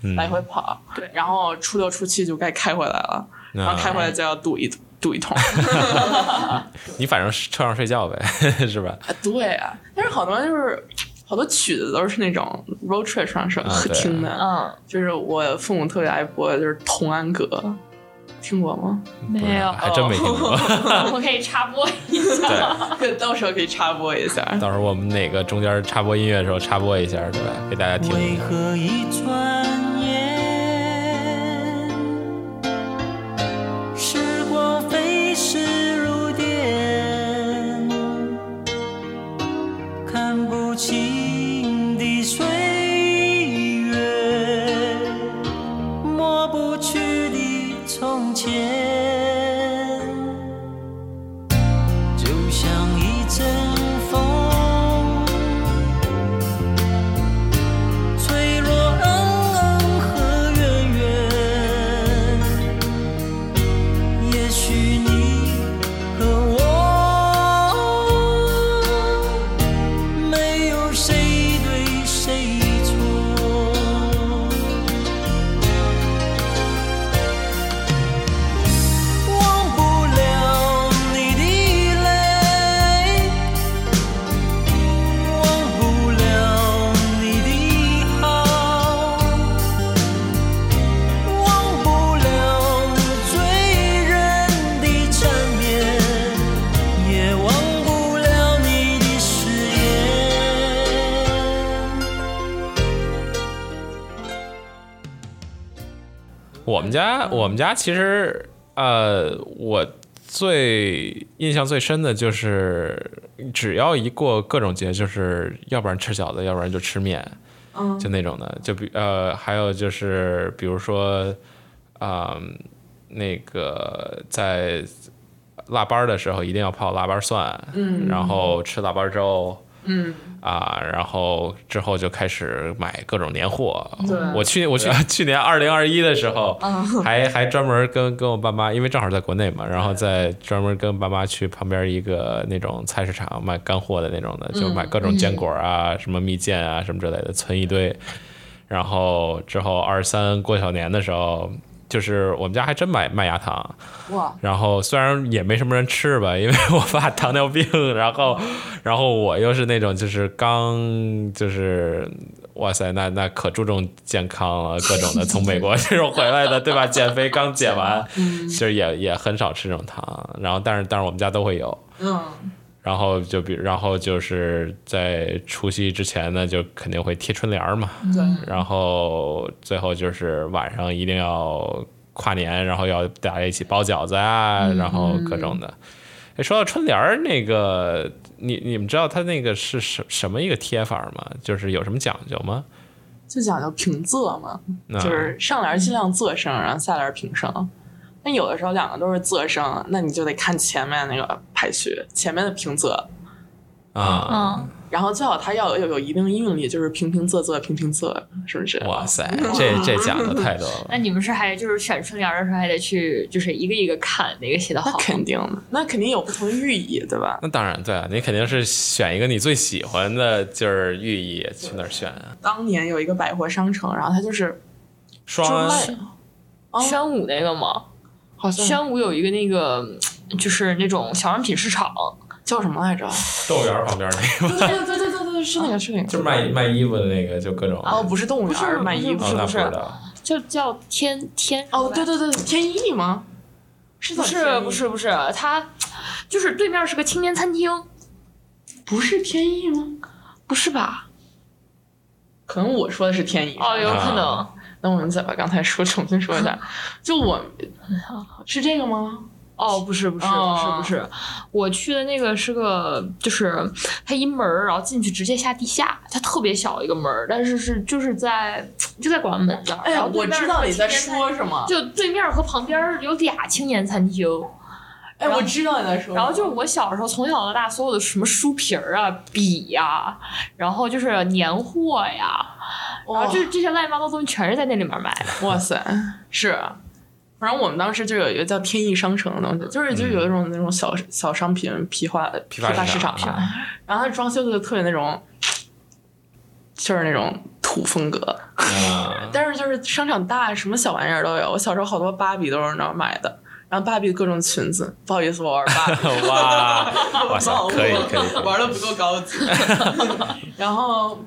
Speaker 2: 嗯
Speaker 1: 来回跑。
Speaker 3: 对
Speaker 1: 然后初六、初七就该开回来
Speaker 2: 啊
Speaker 1: 了，然后开回来就要 赌一赌。赌一通，
Speaker 2: 你反正是车上睡觉呗， 是吧？
Speaker 1: 啊对啊，但是好多就是好多曲子都是那种 road trip 上是
Speaker 2: 啊
Speaker 1: 合
Speaker 2: 对
Speaker 1: 听的，
Speaker 3: 嗯，
Speaker 1: 就是我父母特别爱播的就是《童安格》，听过 吗？
Speaker 2: 不知
Speaker 1: 哎
Speaker 3: 没有，
Speaker 1: 啊
Speaker 2: 道还真没 听过。
Speaker 3: 我可以插播一
Speaker 2: 对，
Speaker 3: 下。
Speaker 1: 可到时候可以插播一下。
Speaker 2: 到时候我们哪个中间插播音乐的时候插播一下，对吧？给大家听一
Speaker 5: 为
Speaker 2: 下。
Speaker 5: 何一转眼，时光飞逝如电，看不清的岁月，抹不去的从前，就像一阵风。脆弱，恩恩和怨怨。也许你和我，没有谁对谁错。忘不了你的泪。忘不了你的好，忘不了醉人的缠绵，也忘不了你的誓言。
Speaker 2: 我们家我们家其实呃，我最印象最深的就是，只要一过各种节，就是要不然吃饺子，要不然就吃面，
Speaker 1: 嗯
Speaker 2: 就那种的。就比呃，还有就是比如说啊、那个在腊八儿的时候一定要泡腊八蒜，嗯，然后吃腊八粥。
Speaker 1: 嗯，
Speaker 2: 啊，然后之后就开始买各种年货。我去我去 去年二零二一的时候，还还专门跟跟我爸妈，因为正好在国内嘛，然后再专门跟爸妈去旁边一个那种菜市场买干货的那种的，就买各种坚果啊、什么蜜饯啊、什么之类的，存一堆。然后之后二十三过小年的时候，就是我们家还真买麦芽糖，
Speaker 1: 哇，
Speaker 2: 然后虽然也没什么人吃吧，因为我爸糖尿病，然后，然后我又是那种就是刚就是，哇塞，那那可注重健康了，各种的从美国这种回来的，对吧？减肥刚减完，就是也也很少吃这种糖，然后但是但是我们家都会有，
Speaker 1: 嗯，
Speaker 2: 然后就比然后就是在除夕之前呢，就肯定会贴春联儿嘛，
Speaker 1: 对，
Speaker 2: 然后最后就是晚上一定要跨年，然后要大家一起包饺子啊，然后各种的。哎，说到春联儿，那个你你们知道它那个是什什么一个贴法吗？就是有什么讲究吗？
Speaker 1: 就讲究平仄嘛，
Speaker 2: 那
Speaker 1: 就是上联尽量仄声，然后下联平声。那有的时候两个都是仄声，那你就得看前面那个排序，前面的平仄，
Speaker 2: 啊，
Speaker 3: 嗯，
Speaker 1: 然后最好它要有有一定韵律，就是平平仄仄平平仄，是不是？
Speaker 2: 哇塞，这这讲的太多了
Speaker 3: 那。你们是还就是选春联儿的时候还得去就是一个一个看哪个写的
Speaker 1: 那
Speaker 3: 好，
Speaker 1: 肯定的，那肯定有不同寓意，对吧？
Speaker 2: 那当然，对啊，你肯定是选一个你最喜欢的，就是寓意去那儿选啊。
Speaker 1: 当年有一个百货商城，然后它就是
Speaker 2: 双
Speaker 1: 专
Speaker 2: 安
Speaker 1: 卖，哦
Speaker 3: 宣武那个吗？
Speaker 1: 好像
Speaker 3: 宣武有一个那个就是那种小商品市场，
Speaker 1: 叫什么来着？
Speaker 2: 动物园旁边那个，
Speaker 1: 对对对对对对，是那个是那个，
Speaker 2: 就是卖卖衣服的那个，就各种。
Speaker 1: 哦，不是动物园
Speaker 3: 不是
Speaker 1: 儿卖衣
Speaker 3: 不
Speaker 1: 服
Speaker 2: 哦，，那
Speaker 3: 不
Speaker 2: 不
Speaker 3: 是
Speaker 2: 知道。
Speaker 3: 就叫天天
Speaker 1: 哦，对对对，天意吗？是
Speaker 3: 不
Speaker 1: 叫
Speaker 3: 是
Speaker 1: 天意
Speaker 3: 不是不是，它就是对面是个青年餐厅，
Speaker 1: 不是天意吗？
Speaker 3: 不是吧？
Speaker 1: 可能我说的是天意
Speaker 3: 哦，有可能，
Speaker 1: 那我们再把刚才说重新说一 下。就我是这个吗？
Speaker 3: 哦，不是不是不是
Speaker 1: 哦
Speaker 3: 不是，我去的那个是个，就是它一门儿，然后进去直接下地下，它特别小一个门儿，但是是就是在就在广安门那儿。
Speaker 1: 哎呀，
Speaker 3: 然后对
Speaker 1: 我
Speaker 3: 面
Speaker 1: 知道
Speaker 3: 是
Speaker 1: 你在
Speaker 3: 青年餐
Speaker 1: 说什么。
Speaker 3: 就对面和旁边儿有俩青年餐厅，
Speaker 1: 哎，我知道你在说什么。
Speaker 3: 然后就是我小时候从小到大所有的什么书皮儿啊、笔呀、然后就是年货呀，然后
Speaker 1: 哇
Speaker 3: 这这些乱七八糟东西全是在那里面买的。
Speaker 1: 哦哇塞，是啊。反正我们当时就有一个叫天意商城的东西，就是就有一种那种小小商品批发
Speaker 2: 嗯批发
Speaker 1: 发
Speaker 2: 市
Speaker 1: 市
Speaker 2: 场啊
Speaker 1: 场，然后它装修的就特别那种，就是那种土风格。
Speaker 2: 嗯
Speaker 1: 但是就是商场大，什么小玩意儿都有。我小时候好多芭比都是那儿买的，然后芭比各种裙子。不好意思，我玩芭比，
Speaker 2: 哇 哇塞，可以可以，可以
Speaker 1: 玩的不够高级。 然后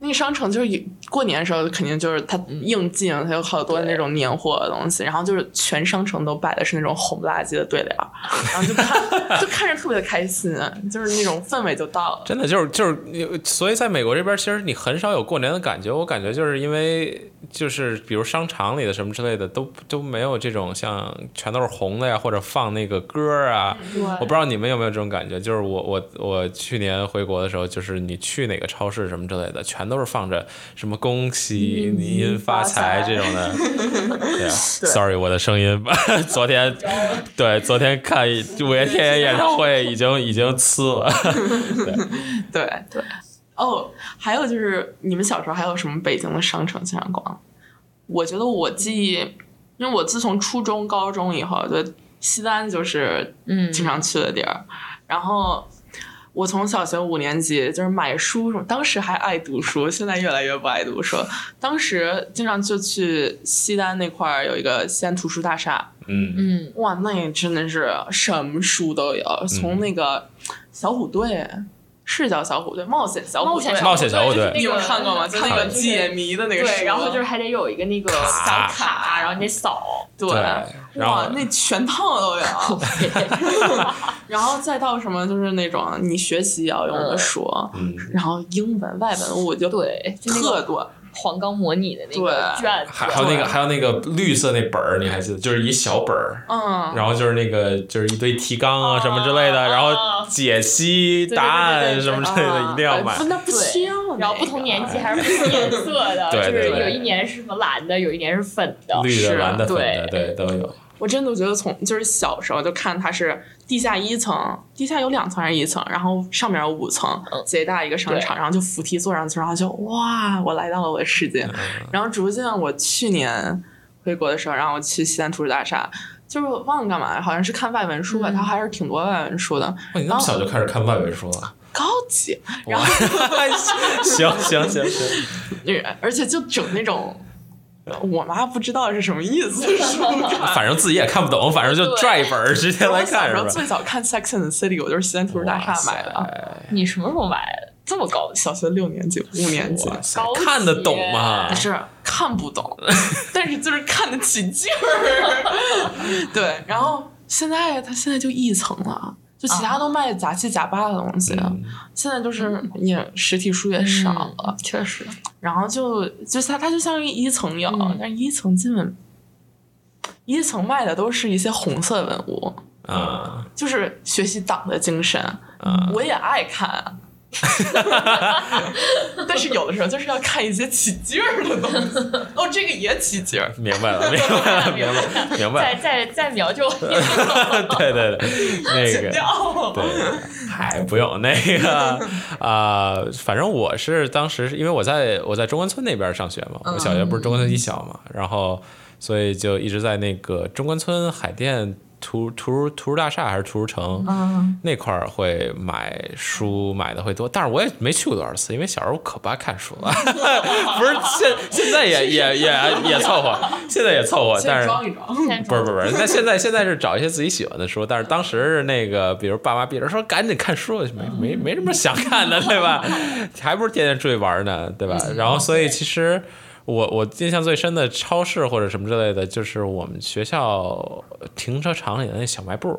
Speaker 1: 那个商城就是有过年的时候，肯定就是它应季，它有好多那种年货的东西。然后就是全商城都摆的是那种红不拉几的对联儿， 然后就看就看着特别的开心，就是那种氛围就到了。
Speaker 2: 真的就是就是你，所以在美国这边，其实你很少有过年的感觉。我感觉就是因为就是比如商场里的什么之类的，都都没有这种像全都是红的呀，或者放那个歌儿啊。我不知道你们有没有这种感觉，就是我我我去年回国的时候，就是你去哪个超市什么之类的，全都是放着什么恭喜您发
Speaker 1: 发
Speaker 2: 财
Speaker 1: 财
Speaker 2: 这种 的。对啊，sorry，我的声音，昨天对昨天看五月天演唱会已经已经呲了。
Speaker 1: 对对。哦，还有就是你们小时候还有什么北京的商城经常逛？我觉得我记忆，因为我自从初中、高中以后，就西单就是
Speaker 3: 嗯
Speaker 1: 经常去的地儿。然后我从小学五年级就是买书什么，当时还爱读书，现在越来越不爱读书。当时经常就去西单那块儿有一个西安图书大厦，
Speaker 2: 嗯。
Speaker 3: 嗯，
Speaker 1: 哇，那也真的是什么书都有，从那个小虎队，是叫小虎队，冒险小虎
Speaker 3: 冒
Speaker 1: 队
Speaker 3: 险，
Speaker 2: 冒险小虎队
Speaker 3: 就是那个
Speaker 1: 你有看过吗？就那个
Speaker 3: 就是
Speaker 1: 解谜的那个
Speaker 3: 对，
Speaker 1: 书，
Speaker 3: 然后就是还得有一个那个小
Speaker 2: 卡
Speaker 3: 卡，然后你得扫。
Speaker 1: 对，
Speaker 2: 对然后
Speaker 1: 哇，那全套都有， 然后再到什么就是那种你学习也要用的书，
Speaker 2: 嗯
Speaker 1: 然后英文、外文我就
Speaker 3: 对，就那
Speaker 1: 特
Speaker 3: 个
Speaker 1: 多，
Speaker 3: 黄冈模拟的那个
Speaker 1: 对
Speaker 3: 卷子，
Speaker 2: 还还有那个还有那个绿色那本儿，你还记得？就是一小本儿，
Speaker 1: 嗯，
Speaker 2: 然后就是那个就是一堆提纲啊
Speaker 1: 哦
Speaker 3: 啊
Speaker 2: 什么之类的，
Speaker 3: 啊
Speaker 2: 然后解析
Speaker 3: 对对对对
Speaker 2: 答案
Speaker 3: 对
Speaker 2: 什么之类的，
Speaker 1: 啊
Speaker 2: 一定要买
Speaker 1: 哎。那不需要那个，
Speaker 3: 然后不同年级还是不同颜色 的，
Speaker 2: 对对
Speaker 3: 就
Speaker 2: 对
Speaker 3: 是有一年是什么蓝的，有一年是粉的，
Speaker 2: 绿的、
Speaker 1: 是啊
Speaker 2: 蓝的、粉的，对
Speaker 3: 对
Speaker 2: 都有。
Speaker 1: 我真的觉得从就是小时候就看它是地下一层，地下有两层还是一层，然后上面有五层，贼大一个商场，然后就扶梯坐上去，然后就哇，我来到了我的世界。 然后逐渐我去年回国的时候，然后我去西安图书大厦，就是忘了干嘛，好像是看外文书吧，它还是挺多外文书的，
Speaker 2: 哎哇，你那么小就开始看外文书 了？
Speaker 1: 高级。然
Speaker 2: 哇，
Speaker 1: 后
Speaker 2: 行行行 行，
Speaker 1: 而且就整那种。我妈不知道是什么意思的书，
Speaker 2: 反正自己也看不懂，反正就
Speaker 3: 对
Speaker 2: 拽一本儿直接 来
Speaker 1: 我小
Speaker 2: 看
Speaker 1: 时候
Speaker 2: 是吧？
Speaker 1: 最早看《Sex and the City》，我就是西安图书大厦买的。
Speaker 2: 的，
Speaker 3: 你什么时候买的？这么高级？
Speaker 1: 小学六年级、五年级，
Speaker 2: 哇塞
Speaker 3: 高级
Speaker 2: 看得懂吗
Speaker 1: 但？是看不懂， 但是就是看得起劲儿。 对，然后现在它现在就一层了，就其
Speaker 3: 啊
Speaker 1: 他都卖杂七杂八的东西，
Speaker 2: 嗯
Speaker 1: 现在就是也实体书也少了，
Speaker 3: 嗯确实，
Speaker 1: 然后就就它它就像一层有，
Speaker 3: 嗯
Speaker 1: 但是一层基本一层卖的都是一些红色文物，
Speaker 2: 啊，
Speaker 1: 就是学习党的精神。
Speaker 2: 嗯
Speaker 1: 我也爱看，啊 但是有的时候就是要看一些起劲儿的东 西。哦，这个也起劲儿。
Speaker 2: 明白了，明白了，明白了，明白
Speaker 3: 再
Speaker 2: 了。
Speaker 3: 再再描就
Speaker 2: 对对对，那个。
Speaker 1: 掉
Speaker 2: 对，嗨，不用那个啊、反正我是当时是因为我在我在中关村那边上学嘛，我小学不是中关村一小嘛，然后所以就一直在那个中关村海淀图图书图书大厦还是图书城、那块儿会买书，买的会多，但是我也没去过多少次，因为小时候可不爱看书了，不是现现在也也也也凑合，现在也凑合，但
Speaker 1: 先
Speaker 2: 是
Speaker 1: 装一装。
Speaker 2: 不是不是不是， 那现在现在是找一些自己喜欢的书，但是当时是那个，比如爸妈逼着说赶紧看书，没没没什么想看的，对吧？还不是天天出去玩呢，对吧？然后所以其实我我印象最深的超市或者什么之类的，就是我们学校停车场里的那小卖部，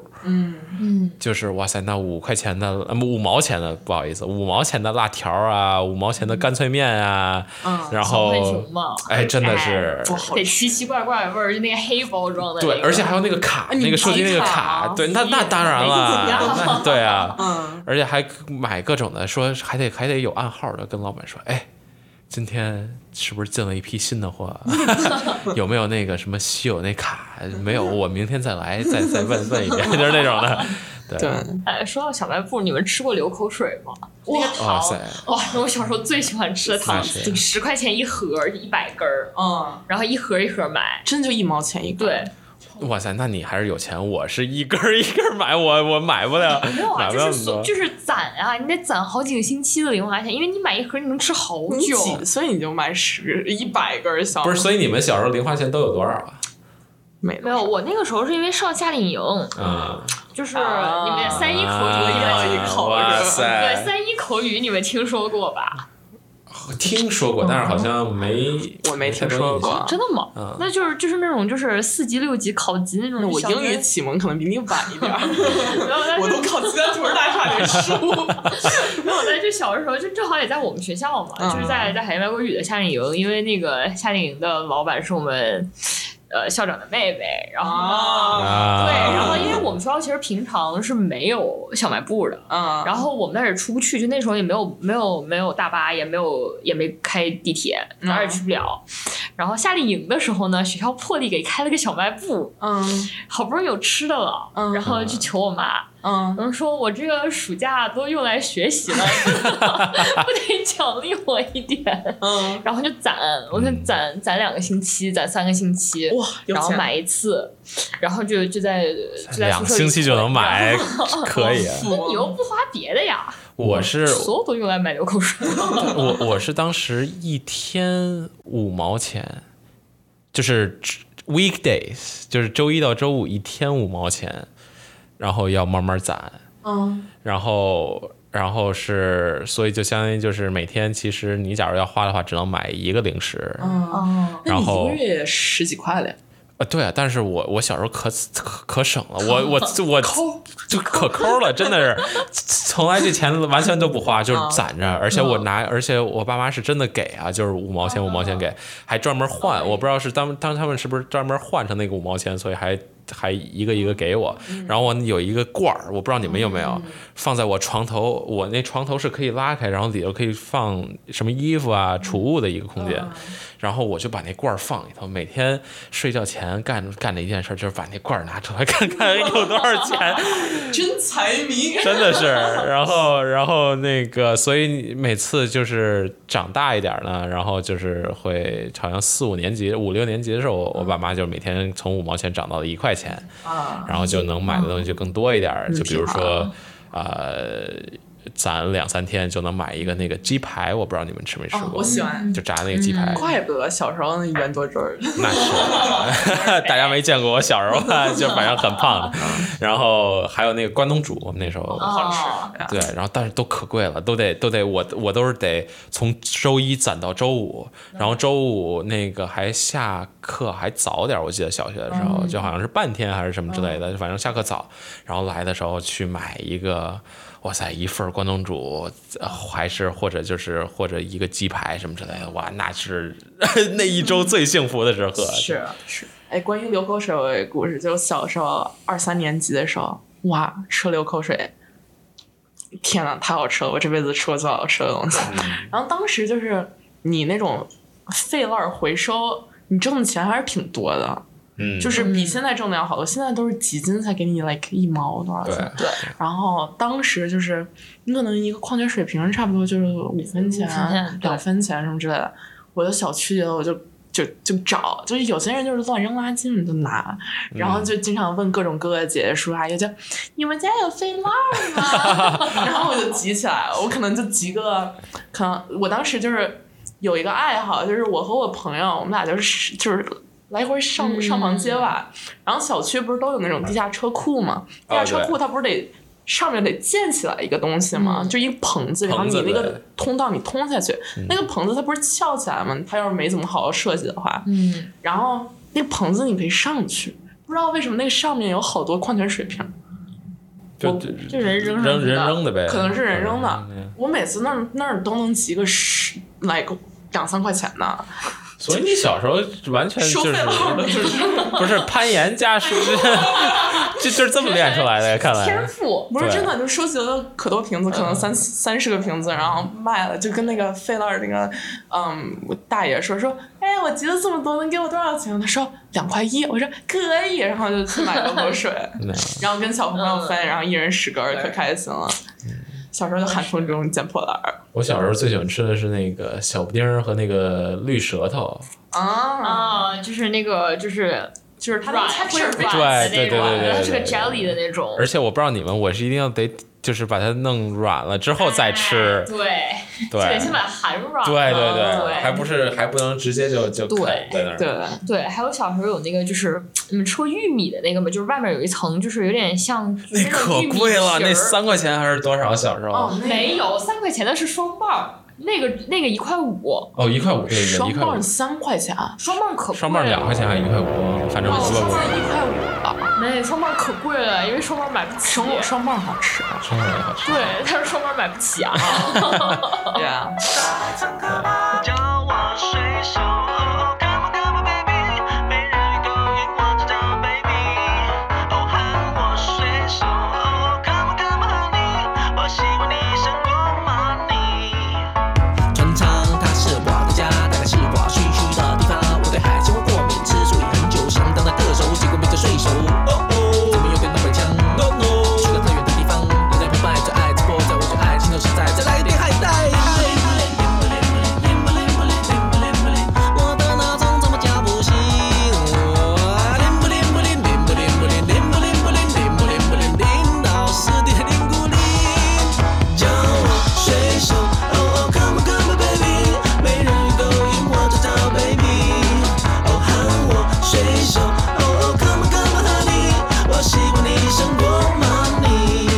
Speaker 2: 就是哇塞，那五块钱的呃五毛钱的，不好意思，五毛钱的辣条啊，五毛钱的干脆面啊，然
Speaker 3: 小浣
Speaker 2: 后
Speaker 3: 熊嘛
Speaker 2: 哎，真的
Speaker 3: 哎
Speaker 2: 是。
Speaker 1: 多好
Speaker 3: 得奇奇怪怪的味儿，就那个黑包装的那个、
Speaker 2: 对，而且还有那个卡，
Speaker 3: 哎
Speaker 2: 那个手机那个卡，对，那那当然了，那 对啊，
Speaker 3: 嗯
Speaker 2: 而且还买各种的，说还得还得有暗号的，跟老板说，哎，今天是不是进了一批新的 货？有没有那个什么稀有那卡？没有，我明天再来，再再问问一遍， 就是那种的，
Speaker 1: 对，
Speaker 2: 对，
Speaker 3: 哎，说到小卖部，你们吃过流口水吗？那个糖，
Speaker 2: 哇塞
Speaker 3: 哇，那我小时候最喜欢吃的糖
Speaker 2: 那是，
Speaker 3: 十块钱一盒，一百根儿，
Speaker 1: 嗯，
Speaker 3: 然后一盒一盒买。
Speaker 1: 真就一毛钱一个。
Speaker 3: 对，
Speaker 2: 啊哇塞，那你还是有钱，我是一根儿一根儿买，我我买不了，
Speaker 3: 没有啊，
Speaker 2: 买不
Speaker 3: 就
Speaker 2: 了那
Speaker 3: 是
Speaker 2: 么
Speaker 3: 所
Speaker 2: 多。
Speaker 3: 就是攒啊，你得攒好几个星期的零花钱，因为你买一盒你能吃好
Speaker 1: 你
Speaker 3: 久。
Speaker 1: 几岁你就买十一百根小？
Speaker 2: 不是，所以你们小时候零花钱都有多少啊？
Speaker 1: 没
Speaker 3: 没有，我那个时候是因为上夏令营，
Speaker 2: 啊、
Speaker 3: 就是
Speaker 1: 啊
Speaker 3: 你们三哎一口语，你
Speaker 1: 啊
Speaker 3: 们
Speaker 1: 一口
Speaker 2: 哇
Speaker 1: 是吧
Speaker 2: 塞！
Speaker 3: 对三一口语你们听说过吧？
Speaker 2: 听说
Speaker 1: 嗯
Speaker 2: 过，但是好像没，
Speaker 1: 我没听说过。
Speaker 3: 真的吗？
Speaker 2: 嗯
Speaker 3: 那就是就是那种就是四级六级考级那种
Speaker 1: 那我
Speaker 3: 小学。
Speaker 1: 英语启蒙可能比你晚一点儿，
Speaker 3: 然后但 是
Speaker 1: 我都考西安图书大厦里书。
Speaker 3: 没有，但是小的时候就正好也在我们学校嘛，
Speaker 1: 嗯
Speaker 3: 就是在在海淀外国语的夏令营，因为那个夏令营的老板是我们呃校长的妹妹，然后呢、
Speaker 2: 啊，
Speaker 3: 对，然后因为我们学校其实平常是没有小卖部的。
Speaker 1: 嗯，
Speaker 3: 然后我们那儿也出不去，就那时候也没有没有没有大巴，也没有也没开地铁，哪
Speaker 1: 嗯
Speaker 3: 儿也去不了。然后夏令营的时候呢，学校破例给开了个小卖部，
Speaker 1: 嗯
Speaker 3: 好不容易有吃的了，
Speaker 1: 嗯
Speaker 3: 然后就求我妈，
Speaker 1: 嗯，
Speaker 3: 我说我这个暑假都用来学习了， 不得奖励我一点。
Speaker 1: 嗯，
Speaker 3: 然后就攒，我就攒攒两个星期，攒三个星期，
Speaker 1: 哇，有
Speaker 3: 然后
Speaker 1: 钱
Speaker 3: 买一次，然后就就在就在
Speaker 2: 两
Speaker 3: 宿
Speaker 2: 个
Speaker 3: 舍
Speaker 2: 星
Speaker 3: 里
Speaker 2: 期就能买，可以。啊
Speaker 1: 富
Speaker 3: 囤。你又不花别的呀，
Speaker 2: 我是
Speaker 3: 所有都用来买流口水。
Speaker 2: 我我是当时一天五毛钱，就是 weekdays，就是周一到周五一天五毛钱，然后要慢慢攒，
Speaker 1: 嗯
Speaker 2: 然后然后是，所以就相当于就是每天，其实你假如要花的话，只能买一个零食，
Speaker 1: 嗯，
Speaker 3: 哦，
Speaker 1: 那
Speaker 2: 然
Speaker 1: 你一
Speaker 2: 后
Speaker 1: 个月十几块嘞，
Speaker 2: 啊，对啊，但是我我小时候可可可省了，我我我就可抠了，真的是从来这钱完全都不花，就是攒着，而且我拿，而且我爸妈是真的给啊，就是五毛钱五毛钱给，还专门换，我不知道是当当他们是不是专门换成那个五毛钱，所以还。还一个一个给我，然后我有一个罐儿，我不知道你们有没有，放在我床头，我那床头是可以拉开，然后里头可以放什么衣服啊、储物的一个空间，然后我就把那罐儿放里头，每天睡觉前干干的一件事就是把那罐儿拿出来看看有多少钱，
Speaker 1: 真财迷。
Speaker 2: 真的是。然后，然后那个，所以你每次就是长大一点儿呢，然后就是会好像四五年级、五六年级的时候，我我爸妈就每天从五毛钱涨到了一块钱，
Speaker 1: 啊
Speaker 2: 然后就能买的东西就更多一点儿，就比如说，
Speaker 1: 嗯
Speaker 2: 呃，攒两三天就能买一个那个鸡排，我不知道你们吃没吃
Speaker 1: 啊
Speaker 2: 过，
Speaker 1: 我喜欢
Speaker 2: 就炸那个鸡排，
Speaker 1: 怪不得小时候那圆多准儿。
Speaker 2: 那是， 大家没见过我小时候吧，就反正很胖的。
Speaker 1: 嗯
Speaker 2: 然后还有那个关东煮，我们那时候
Speaker 3: 好吃
Speaker 1: 啊
Speaker 2: 对，然后但是都可贵了，都得都得我我都是得从周一攒到周五，然后周五那个还下课还早点儿，我记得小学的时候、
Speaker 1: 嗯
Speaker 2: 就好像是半天还是什么之类的，反正下课早，然后来的时候去买一个，哇塞，一份儿、关东煮，呃还是或者就是或者一个鸡排什么之类的，哇，那是 那一周最幸福的时刻。
Speaker 3: 是
Speaker 1: 是，哎，关于流口水，我有一个故事，就是小时候二三年级的时候，哇，吃流口水，天呐，太好吃了！我这辈子吃过最好吃的东西。然后当时就是你那种废烂儿回收，你挣的钱还是挺多的，
Speaker 2: 嗯，
Speaker 1: 就是比现在挣的要好多。现在都是几斤才给你 like 一毛多少
Speaker 2: 对
Speaker 1: 钱？然后当时就是你可能一个矿泉水瓶差不多就是五分钱、
Speaker 3: 五分钱对
Speaker 1: 两分钱什么之类的。我的小区里头我就就就找，就是有些人就是乱扔垃圾你就拿，然后就经常问各种哥哥姐姐叔叔阿姨，就你们家有废烂儿吗？ 然后我就集起来，我可能就集个，可能我当时就是有一个爱好，就是我和我朋友，我们俩就是就是。来回上
Speaker 3: 嗯
Speaker 1: 上房揭瓦，然后小区不是都有那种地下车库吗？地下车
Speaker 2: 对
Speaker 1: 库它不是得上面得建起来一个东西吗？
Speaker 3: 嗯
Speaker 1: 就一个棚子，然后
Speaker 2: 棚子
Speaker 1: 你那个
Speaker 2: 对嗯
Speaker 1: 通道你通下去，那个棚子它不是翘起来吗？它要是没怎么好好设计的话，
Speaker 3: 嗯，
Speaker 1: 然后那个棚子你可以上去，不知道为什么那个上面有好多矿泉水瓶，
Speaker 2: 就
Speaker 1: 我
Speaker 2: 就
Speaker 3: 这人扔上
Speaker 2: 扔
Speaker 3: 去的
Speaker 2: 人扔的呗，
Speaker 1: 可能是人扔的
Speaker 2: 嗯对。
Speaker 1: 我每次那儿那儿都能集个十来个两三块钱呢，
Speaker 2: 所以你小时候完全
Speaker 1: 收
Speaker 2: 就
Speaker 1: 费
Speaker 2: 是
Speaker 1: 了的就是
Speaker 2: 不是攀岩加是，这就是这么练出来的，看
Speaker 3: 天
Speaker 2: 来。
Speaker 3: 赋
Speaker 1: 不是
Speaker 2: 对嗯
Speaker 1: 真的，就收集了可多瓶子，可能三三十个瓶子，然后卖了，就跟那个费拉尔那个，嗯，我大爷说说，哎，我集了这么多，能给我多少钱？他说两块一，我说可以，然后就去买了 口水，
Speaker 2: 那样
Speaker 1: 然后跟小朋友分，然后一人十根儿，
Speaker 3: 对
Speaker 1: 可开心了。
Speaker 2: 嗯
Speaker 1: 小时候就寒风中捡破烂儿
Speaker 2: 我小时候最喜欢吃的是那个小布丁儿和那个绿舌头，
Speaker 1: 啊，
Speaker 3: 啊，就是那个就是
Speaker 1: 就是他
Speaker 3: 软
Speaker 1: 们才
Speaker 3: 会
Speaker 1: 吃
Speaker 3: 软
Speaker 2: 对对对对对
Speaker 3: 的那种，它
Speaker 2: 对
Speaker 3: 是个
Speaker 2: 对
Speaker 3: jelly 的那种，
Speaker 2: 而且我不知道你们，我是一定要得就是把它弄软了之后再吃
Speaker 3: 哎，对，
Speaker 2: 对
Speaker 3: 就得先把它含软，
Speaker 2: 对对
Speaker 3: 对
Speaker 2: 还不是还不能直接就就啃
Speaker 3: 对
Speaker 2: 在那儿，
Speaker 1: 对，
Speaker 3: 对，还有小时候有那个，就是你们吃过玉米的那个吗？就是外面有一层，就是有点像
Speaker 2: 那可贵了，
Speaker 3: 真的玉米皮儿
Speaker 2: 那三块钱还是多少？小时候
Speaker 1: 哦
Speaker 3: 没有三块钱的是双棒儿，那个那个一块五，
Speaker 2: 哦，一块五对对对，
Speaker 1: 双
Speaker 2: 一块
Speaker 1: 棒
Speaker 2: 五
Speaker 1: 儿，三块钱，啊
Speaker 3: 双棒儿可贵了
Speaker 2: 双棒两块钱还是一块五，反正
Speaker 1: 哦，
Speaker 2: 我记得
Speaker 1: 双棒
Speaker 2: 我
Speaker 1: 儿一块五了，
Speaker 3: 没双棒儿可贵了，因为双棒儿买不起。
Speaker 1: 双双棒儿好吃，啊
Speaker 2: 双棒也好吃。
Speaker 3: 对，但是双棒儿买不起 啊。
Speaker 1: 对啊，
Speaker 6: 叫我水手，Oh come on come on baby，没人勾引我知道 baby，哦喊我水手，Oh come on come on honey，我喜欢你胜过 money。
Speaker 7: 船舱，它是我的家，大概是我去去的地方。我对海鲜会过敏，吃素已很久，相当的个手，结果变成水手。哦哦，怎么有点东北腔？No no，去了太远的地方，人在不败，最爱直播，在我最爱心头实在，再来一点海带。我的闹钟怎么叫不醒我？铃不铃不铃，铃不铃不铃，铃不铃不铃，铃不铃不铃，铃到死的铃不铃。叫我水手，Oh oh come on come on baby，没人勾引我找到 baby。哦喊我水手，Oh oh come on come on honey，我希望你胜过 money。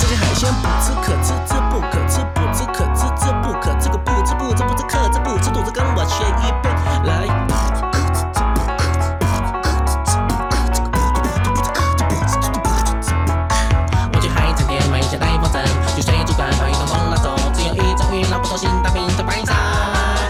Speaker 7: 这些海鲜不吃可吃，吃不可吃，不吃可吃，吃不可吃，个不吃不吃不吃，克制不吃，肚子跟我学一遍来。我去海产店买一些奶泡饭，去水族馆买一桶红辣粥，只有一种鱼捞不到新大饼的白菜。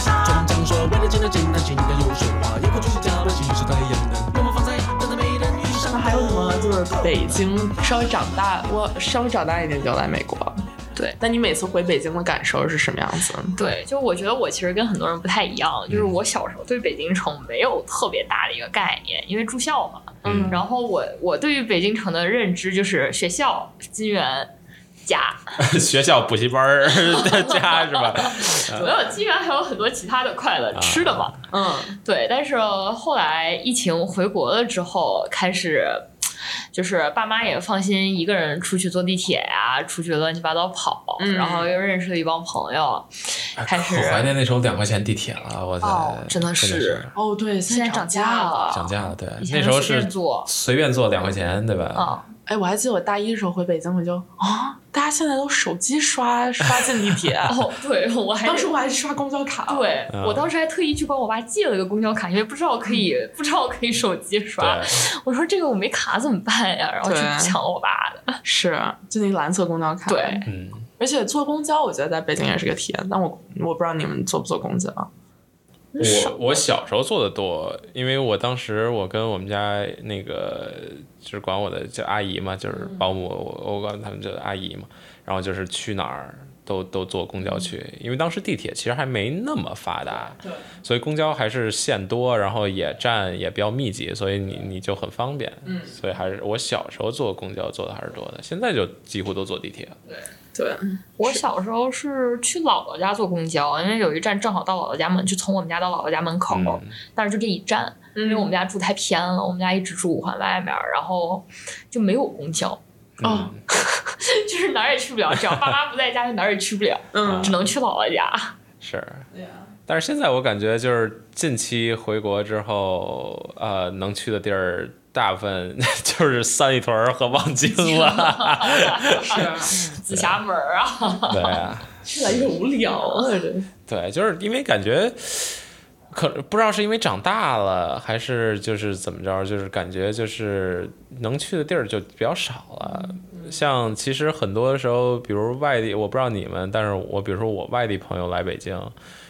Speaker 7: 船长说，为了简单简单，简单又奢华，有空去睡觉的其实太阳能，默默放在等待美人鱼上。
Speaker 1: 那还有什么？就是北京稍微长大，我稍微长大一点就来美国了。
Speaker 3: 对
Speaker 1: 那你每次回北京的感受是什么样子？
Speaker 3: 对，就我觉得我其实跟很多人不太一样，就是我小时候对北京城没有特别大的一个概念，因为住校嘛。
Speaker 2: 嗯
Speaker 3: 然后我我对于北京城的认知就是学校、金源、家，
Speaker 2: 学校补习班 儿在家是吧？
Speaker 3: 没有金源还有很多其他的快乐，吃的嘛。
Speaker 1: 嗯，
Speaker 3: 对，但是后来疫情回国了之后，开始就是爸妈也放心一个人出去坐地铁啊，出去乱七八糟跑，
Speaker 1: 嗯
Speaker 3: 然后又认识了一帮朋友，开始
Speaker 2: 我怀念那时候两块钱地铁了，我
Speaker 3: 哦
Speaker 2: 操，
Speaker 3: 真的是
Speaker 1: 哦，对，
Speaker 3: 现在涨价。了，
Speaker 2: 涨价了，对
Speaker 3: 以，前
Speaker 2: 那时候
Speaker 3: 随
Speaker 2: 是啊
Speaker 3: 便坐
Speaker 2: 随便坐两块钱，对吧？
Speaker 3: 啊、
Speaker 1: 哎，我还记得我大一的时候回北京，我就啊，大家现在都手机刷刷进地 铁，
Speaker 3: 哦，对我还
Speaker 1: 当时我还刷公交卡。，
Speaker 3: 对、
Speaker 2: 嗯
Speaker 3: 我当时还特意去管我爸借了个公交卡，因为不知道可以、不知道可以手机刷，
Speaker 2: 嗯对，
Speaker 3: 我说这个我没卡怎么办呀？然后就
Speaker 1: 对
Speaker 3: 抢我爸的，
Speaker 1: 是就那蓝色公交卡。
Speaker 3: 对，
Speaker 2: 嗯，
Speaker 1: 而且坐公交，我觉得在北京也是个体验，但我我不知道你们坐不坐公交。
Speaker 2: 我我小时候做的多，因为我当时我跟我们家那个就是管我的叫阿姨嘛，就是保姆，我我管他们叫阿姨嘛。然后就是去哪儿都都坐公交去，因为当时地铁其实还没那么发达，嗯对，所以公交还是线多，然后也站也比较密集，所以你你就很方便。嗯，所以还是我小时候坐公交坐的还是多的，现在就几乎都坐地铁了。
Speaker 1: 对，
Speaker 3: 我小时候是去姥姥家坐公交，因为有一站正好到姥姥家门，就从我们家到姥姥家门口，
Speaker 2: 嗯
Speaker 3: 但是就这一站，因为我们家住太偏了，我们家一直住五环外面，然后就没有公交，
Speaker 2: 嗯
Speaker 1: 哦，
Speaker 3: 就是哪儿也去不了，只要爸妈不在家，就哪儿也去不了，
Speaker 1: 嗯
Speaker 3: 只能去姥姥家。
Speaker 2: 是，但是现在我感觉就是近期回国之后，呃，能去的地儿大部分 就是三里屯儿和望京了。
Speaker 3: 紫霞门儿啊，
Speaker 2: 对啊，
Speaker 1: 越来越无聊了，这
Speaker 2: 对，就是因为感觉。可不知道是因为长大了，还是就是怎么着，就是感觉就是能去的地儿就比较少了。像其实很多时候，比如外地，我不知道你们，但是我比如说我外地朋友来北京，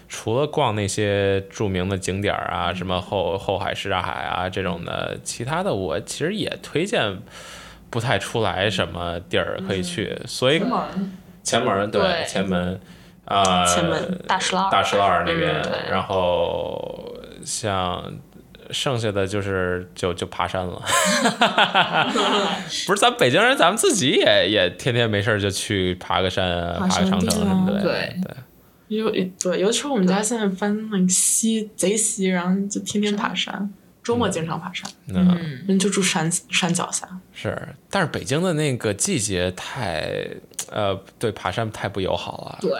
Speaker 2: 除了逛那些著名的景点儿啊，什么后后海、什刹海啊这种的，其他的我其实也推荐不太出来什么地儿可以去。
Speaker 1: 嗯
Speaker 2: 所以前门，前门对
Speaker 3: 对
Speaker 2: 前门，啊、
Speaker 1: 前门
Speaker 3: 大石栏儿，
Speaker 2: 大石栏儿那边
Speaker 3: 嗯，对
Speaker 2: 然后像剩下的就是就就爬山 了。不是，咱们北京人，咱们自己也也天天没事儿就去爬个山啊，
Speaker 1: 爬
Speaker 2: 爬个
Speaker 1: 山
Speaker 2: 长城
Speaker 1: 对啊
Speaker 2: 什么的。
Speaker 3: 对
Speaker 2: 对
Speaker 1: 尤对，尤其是我们家现在搬那个西贼西，然后就天天爬山，周末经常爬山，
Speaker 2: 嗯，
Speaker 3: 嗯，
Speaker 1: 人就住山山脚下。
Speaker 2: 是，但是北京的那个季节太，呃，对爬山太不友好了。
Speaker 3: 对，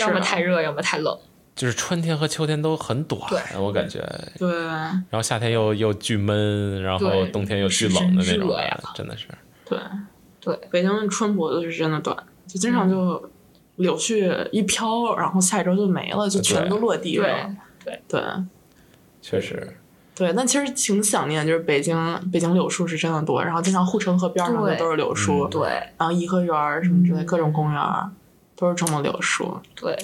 Speaker 3: 要么
Speaker 1: 是啊
Speaker 3: 太热，要么太冷，
Speaker 2: 就是春天和秋天都很短，
Speaker 3: 对
Speaker 2: 我感觉，
Speaker 1: 对，
Speaker 2: 然后夏天又又巨闷，然后
Speaker 3: 对
Speaker 2: 冬天又巨
Speaker 3: 是是
Speaker 2: 冷的那
Speaker 3: 是
Speaker 2: 种
Speaker 3: 热呀
Speaker 2: 的，真的是。
Speaker 1: 对
Speaker 3: 对，
Speaker 1: 北京的春脖子是真的短，就经常就柳絮一飘，然后下一周就没了，就全都落地
Speaker 3: 对
Speaker 1: 了。对
Speaker 2: 确实，
Speaker 1: 对，但其实挺想念，就是北京北京柳树是真的多，然后经常护城河边上
Speaker 3: 对
Speaker 1: 的都是柳树，
Speaker 3: 对
Speaker 1: 然后颐和园儿什么之类，各种公园儿都是种的柳树。
Speaker 3: 对，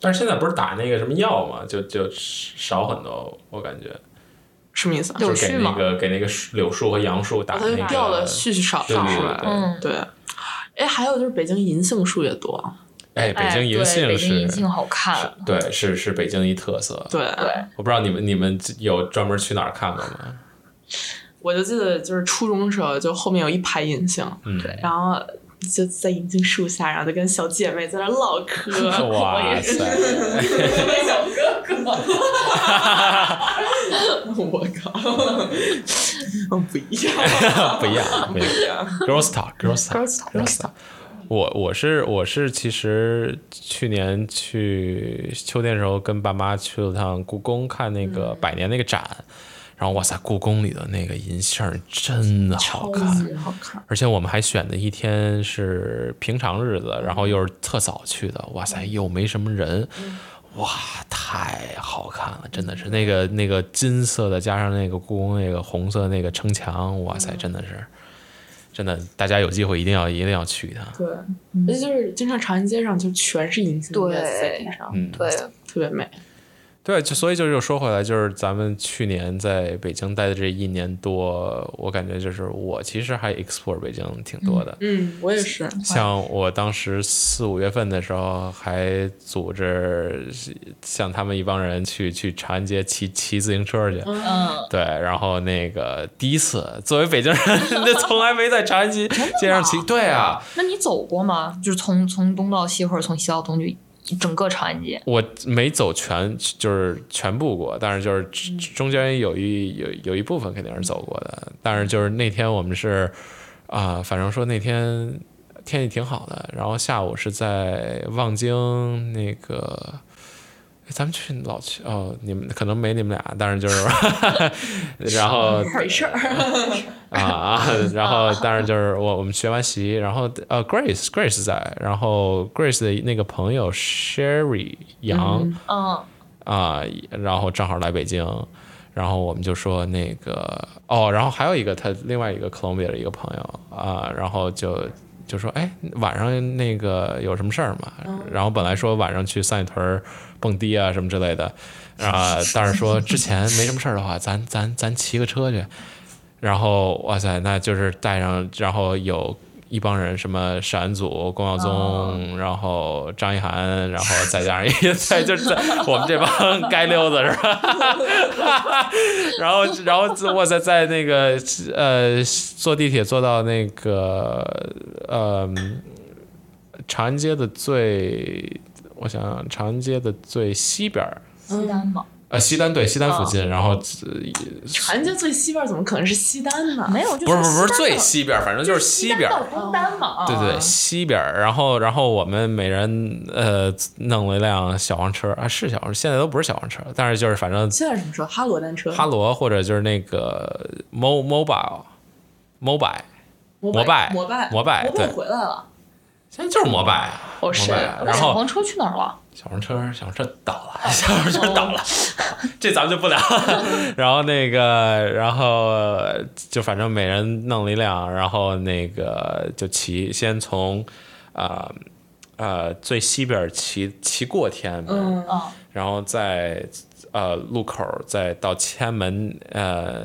Speaker 2: 但是现在不是打那个什么药嘛，就就少很多，我感觉。
Speaker 1: 什么意思啊？
Speaker 3: 柳
Speaker 2: 就是给
Speaker 3: 絮
Speaker 2: 那
Speaker 3: 嘛，
Speaker 2: 个给那个树柳树和杨树打
Speaker 1: 哦，它
Speaker 2: 那
Speaker 1: 就
Speaker 2: 个
Speaker 1: 掉了絮絮少
Speaker 2: 对
Speaker 1: 少
Speaker 2: 对
Speaker 1: 是
Speaker 2: 对
Speaker 1: 吧？
Speaker 3: 嗯，
Speaker 1: 对。哎，还有就是北京银杏树也多，
Speaker 2: 哎，北
Speaker 3: 哎
Speaker 2: 京银
Speaker 3: 对
Speaker 2: 杏
Speaker 3: 北
Speaker 2: 是
Speaker 3: 京银杏好看，
Speaker 2: 对，是是北京一特色。
Speaker 1: 对，
Speaker 3: 对，
Speaker 2: 我不知道你们你们有专门去哪儿看过吗？
Speaker 1: 我就记得就是初中的时候，就后面有一排银杏，
Speaker 2: 嗯，
Speaker 1: 然后就在银杏树下，然后就跟小姐妹在那唠嗑，
Speaker 2: 哇塞，
Speaker 1: 我靠，嗯，不一样，
Speaker 2: 不一样，不一样。Girls talk，Girls
Speaker 3: Girls talk
Speaker 2: talk，Girls talk。我我是我是其实去年去秋天的时候跟爸妈去了趟故宫看那个百年那个展，然后哇塞，故宫里的那个银杏儿真的好看，
Speaker 1: 好看，
Speaker 2: 而且我们还选的一天是平常日子，然后又是特早去的，哇塞，又没什么人，哇，太好看了，真的是那个那个金色的加上那个故宫那个红色那个城墙，哇塞，真的是，真的，大家有机会一定要一定要去一趟，
Speaker 1: 对，而且就是经常长安街上就全是银杏
Speaker 3: 对
Speaker 1: 在地上，
Speaker 2: 嗯，
Speaker 3: 对，
Speaker 1: 特别美，
Speaker 2: 对，就所以就又说回来，就是咱们去年在北京待的这一年多，我感觉就是我其实还 explore 北京挺多的，
Speaker 1: 嗯，我也是，
Speaker 2: 像我当时四五月份的时候，还组织像他们一帮人去去长安街骑骑自行车去。
Speaker 3: 嗯，
Speaker 2: 对，然后那个第一次，作为北京人， 那从来没在长安街街上骑。对啊，
Speaker 3: 那你走过吗？就是从从东到西，或者从西到东，就整个长安街，
Speaker 2: 我没走全，就是全部过，但是就是中中间有一有有一部分肯定是走过的，但是就是那天我们是啊、反正说那天天气挺好的，然后下午是在望京那个。哎咱们去老去哦，你们可能没你们俩，但是就是， 然后
Speaker 1: 没事儿，
Speaker 2: 啊啊， 然后当然就是我我们学完习，然后呃，Grace Grace 在，然后 Grace 的那个朋友 Sherry 杨，
Speaker 3: 嗯，
Speaker 2: 啊，然后正好来北京，然后我们就说那个哦，然后还有一个他另外一个 Colombia 的一个朋友啊，然后就就说哎晚上那个有什么事儿吗？然后本来说晚上去三里屯儿蹦迪啊什么之类的，啊，但是说之前没什么事儿的话，咱咱咱骑个车去。然后哇塞，那就是带上，然后有一帮人，什么闪祖、龚耀宗，然后张一涵，然后再加上一 再就是我们这帮街溜子是吧？ 然后然后哇塞，在那个呃坐地铁坐到那个呃长安街的最，我想想，长安街的最西边儿。
Speaker 3: 西单吗？
Speaker 2: 呃，西单对西单附近，然后
Speaker 1: 长安街最西边儿怎么可能是西单呢？
Speaker 3: 没有，就
Speaker 2: 不是不是不是
Speaker 3: 西单
Speaker 2: 最
Speaker 3: 到
Speaker 2: 西边儿，反正就是西边儿，
Speaker 3: 到东单嘛。啊
Speaker 2: 对对，西边儿，然后然后我们每人呃弄了一辆小黄车啊，是小黄车，现在都不是小黄车，但是就是反正
Speaker 1: 现在是什么车？哈罗单车，
Speaker 2: 哈罗或者就是那个 mo mobile mobile，
Speaker 1: 摩
Speaker 2: 拜
Speaker 1: 摩拜，
Speaker 2: 摩拜
Speaker 1: 摩拜
Speaker 2: 对
Speaker 1: 回来了。
Speaker 2: 现在就是摩拜，
Speaker 3: 哦是。
Speaker 2: 摩拜
Speaker 3: 那
Speaker 2: 然
Speaker 3: 小
Speaker 2: 后
Speaker 3: 黄车去哪儿了？
Speaker 2: 小黄车小黄车倒了， 小黄车倒了，这咱们就不聊了。然后那个，然后就反正每人弄了一辆，然后那个就骑，先从啊呃最西边儿骑骑过天安门，
Speaker 3: 嗯
Speaker 2: 然后在呃路口儿再到天安门呃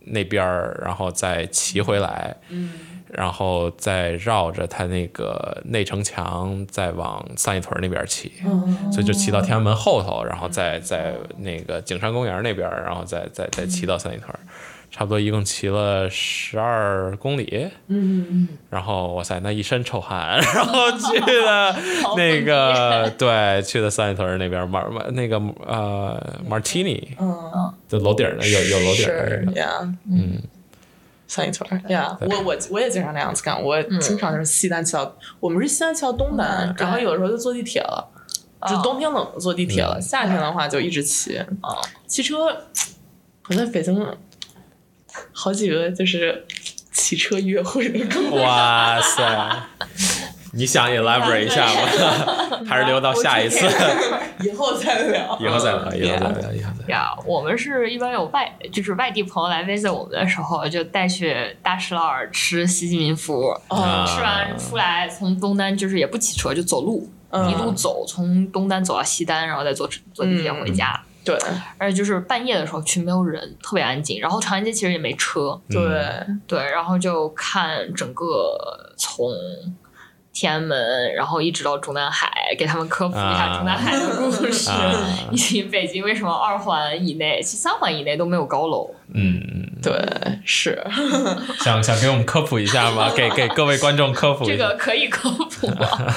Speaker 2: 那边儿，然后再骑回来，嗯，然后再绕着它那个内城墙，再往三里屯儿那边儿骑，嗯，所以就骑到天安门后头，然后再在那个景山公园那边儿，然后再再再骑到三里屯儿。差不多一共骑了十二公里，嗯，然后哇塞，那一身臭汗，然后去 了那个对，去的三里屯儿那边马马那个呃马 a 尼，
Speaker 1: 嗯，
Speaker 2: 就楼顶儿的有有楼顶儿的
Speaker 1: 是
Speaker 2: 那个，
Speaker 1: 呀，嗯，三里屯儿呀，我我我也经常那样子干，我经常就是西单骑到，我们是西单骑到东单
Speaker 3: 嗯，对
Speaker 1: 然后有的时候就坐地铁了，就
Speaker 3: 哦
Speaker 1: 冬天冷坐地铁了，夏天的话就一直骑，骑车，我在北京好几个就是骑车约会的哥们儿
Speaker 2: 哇塞！你想 elaborate 一下吗？ 还是留到下一次，
Speaker 1: 以后再聊，
Speaker 2: 以后再聊，以后
Speaker 1: 嗯
Speaker 2: 再聊，以后再聊。
Speaker 3: 呀，我们是一般有外就是外地朋友来 visit 我们的时候，就带去大石老儿吃西西民福，
Speaker 2: 啊
Speaker 3: 吃完出来从东单就是也不骑车就走路，
Speaker 1: 嗯
Speaker 3: 一路走从东单走到西单，然后再坐坐地铁回家。
Speaker 1: 对
Speaker 3: 而且就是半夜的时候去没有人，特别安静。然后长安街其实也没车，
Speaker 1: 嗯对，
Speaker 2: 嗯
Speaker 3: 对，然后就看整个从天安门，然后一直到中南海，给他们科普一下
Speaker 2: 啊
Speaker 3: 中南海的故事，
Speaker 2: 啊
Speaker 3: 以及北京为什么二环以内、其实三环以内都没有高楼。
Speaker 2: 嗯嗯，
Speaker 1: 对，是，
Speaker 2: 想想给我们科普一下 吗？给给各位观众科普
Speaker 3: 这
Speaker 2: 一下
Speaker 3: 个。可以科普吗？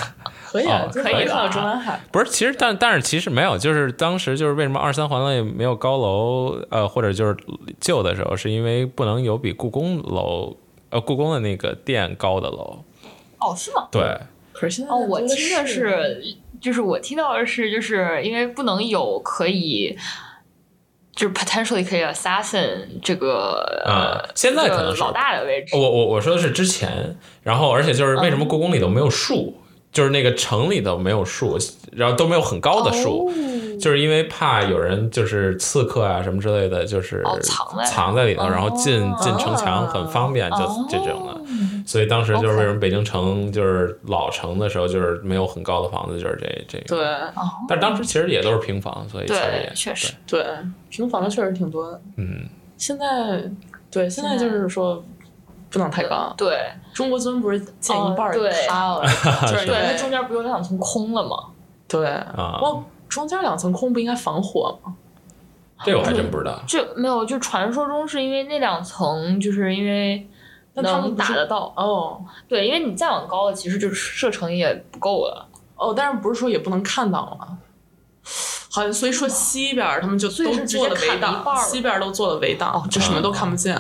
Speaker 1: 可以啊，
Speaker 2: 哦
Speaker 1: 就
Speaker 3: 可以
Speaker 1: 看
Speaker 3: 了
Speaker 1: 到
Speaker 3: 啊
Speaker 1: 中南海，
Speaker 2: 不是，其实但但是其实没有，就是当时就是为什么二三环内没有高楼，呃，或者就是旧的时候，是因为不能有比故宫楼，呃，故宫的那个殿高的楼。
Speaker 3: 哦，是吗？
Speaker 2: 对，
Speaker 1: 可是现在
Speaker 3: 哦，我
Speaker 1: 多的
Speaker 3: 听的是，就是我听到的是，就是因为不能有可以。就是 potentially 可以 assassin 这个、
Speaker 2: 啊
Speaker 3: 呃
Speaker 2: 现在
Speaker 3: 这个
Speaker 2: 可能是
Speaker 3: 老大的位置
Speaker 2: 我，我我说的是之前，然后而且就是为什
Speaker 3: 嗯
Speaker 2: 么故宫里头没有树，就是那个城里头没有树，然后都没有很高的树，
Speaker 3: 哦
Speaker 2: 就是因为怕有人就是刺客啊什么之类的，就是
Speaker 3: 哦藏在
Speaker 2: 藏在里头，然后进进城墙很方便，就
Speaker 3: 哦
Speaker 2: 这种的。所以当时就是为什么北京城就是老城的时候，就是没有很高的房子，就是这这个。
Speaker 1: 对
Speaker 2: 但是当时其实也都是平房，所以其实
Speaker 3: 对
Speaker 2: 也，
Speaker 3: 确实，
Speaker 1: 对，平房的确实挺多的。
Speaker 2: 嗯，
Speaker 1: 现在对，现在就是说不能太高。
Speaker 3: 对，
Speaker 1: 中国尊不是建一半儿
Speaker 3: 哦对
Speaker 1: 塌了，就是因
Speaker 3: 对，
Speaker 1: 为
Speaker 3: 它中间不有两层空了吗？
Speaker 1: 对啊哇，中间两层空不应该防火吗？
Speaker 2: 这我还真不知道。
Speaker 3: 这没有，就传说中是因为那两层，就是因为
Speaker 1: 但他们
Speaker 3: 能
Speaker 1: 不是
Speaker 3: 打得到。
Speaker 1: 哦
Speaker 3: 对，因为你再往高了，其实就是射程也不够了。
Speaker 1: 哦，但是不是说也不能看挡吗？好像所以说西边儿他们就
Speaker 3: 所以
Speaker 1: 都
Speaker 3: 是直
Speaker 1: 做了
Speaker 3: 接
Speaker 1: 哦
Speaker 3: 砍
Speaker 1: 围
Speaker 3: 一
Speaker 1: 挡
Speaker 3: 半，儿
Speaker 1: 西边儿都做了围挡，就什么都看不见。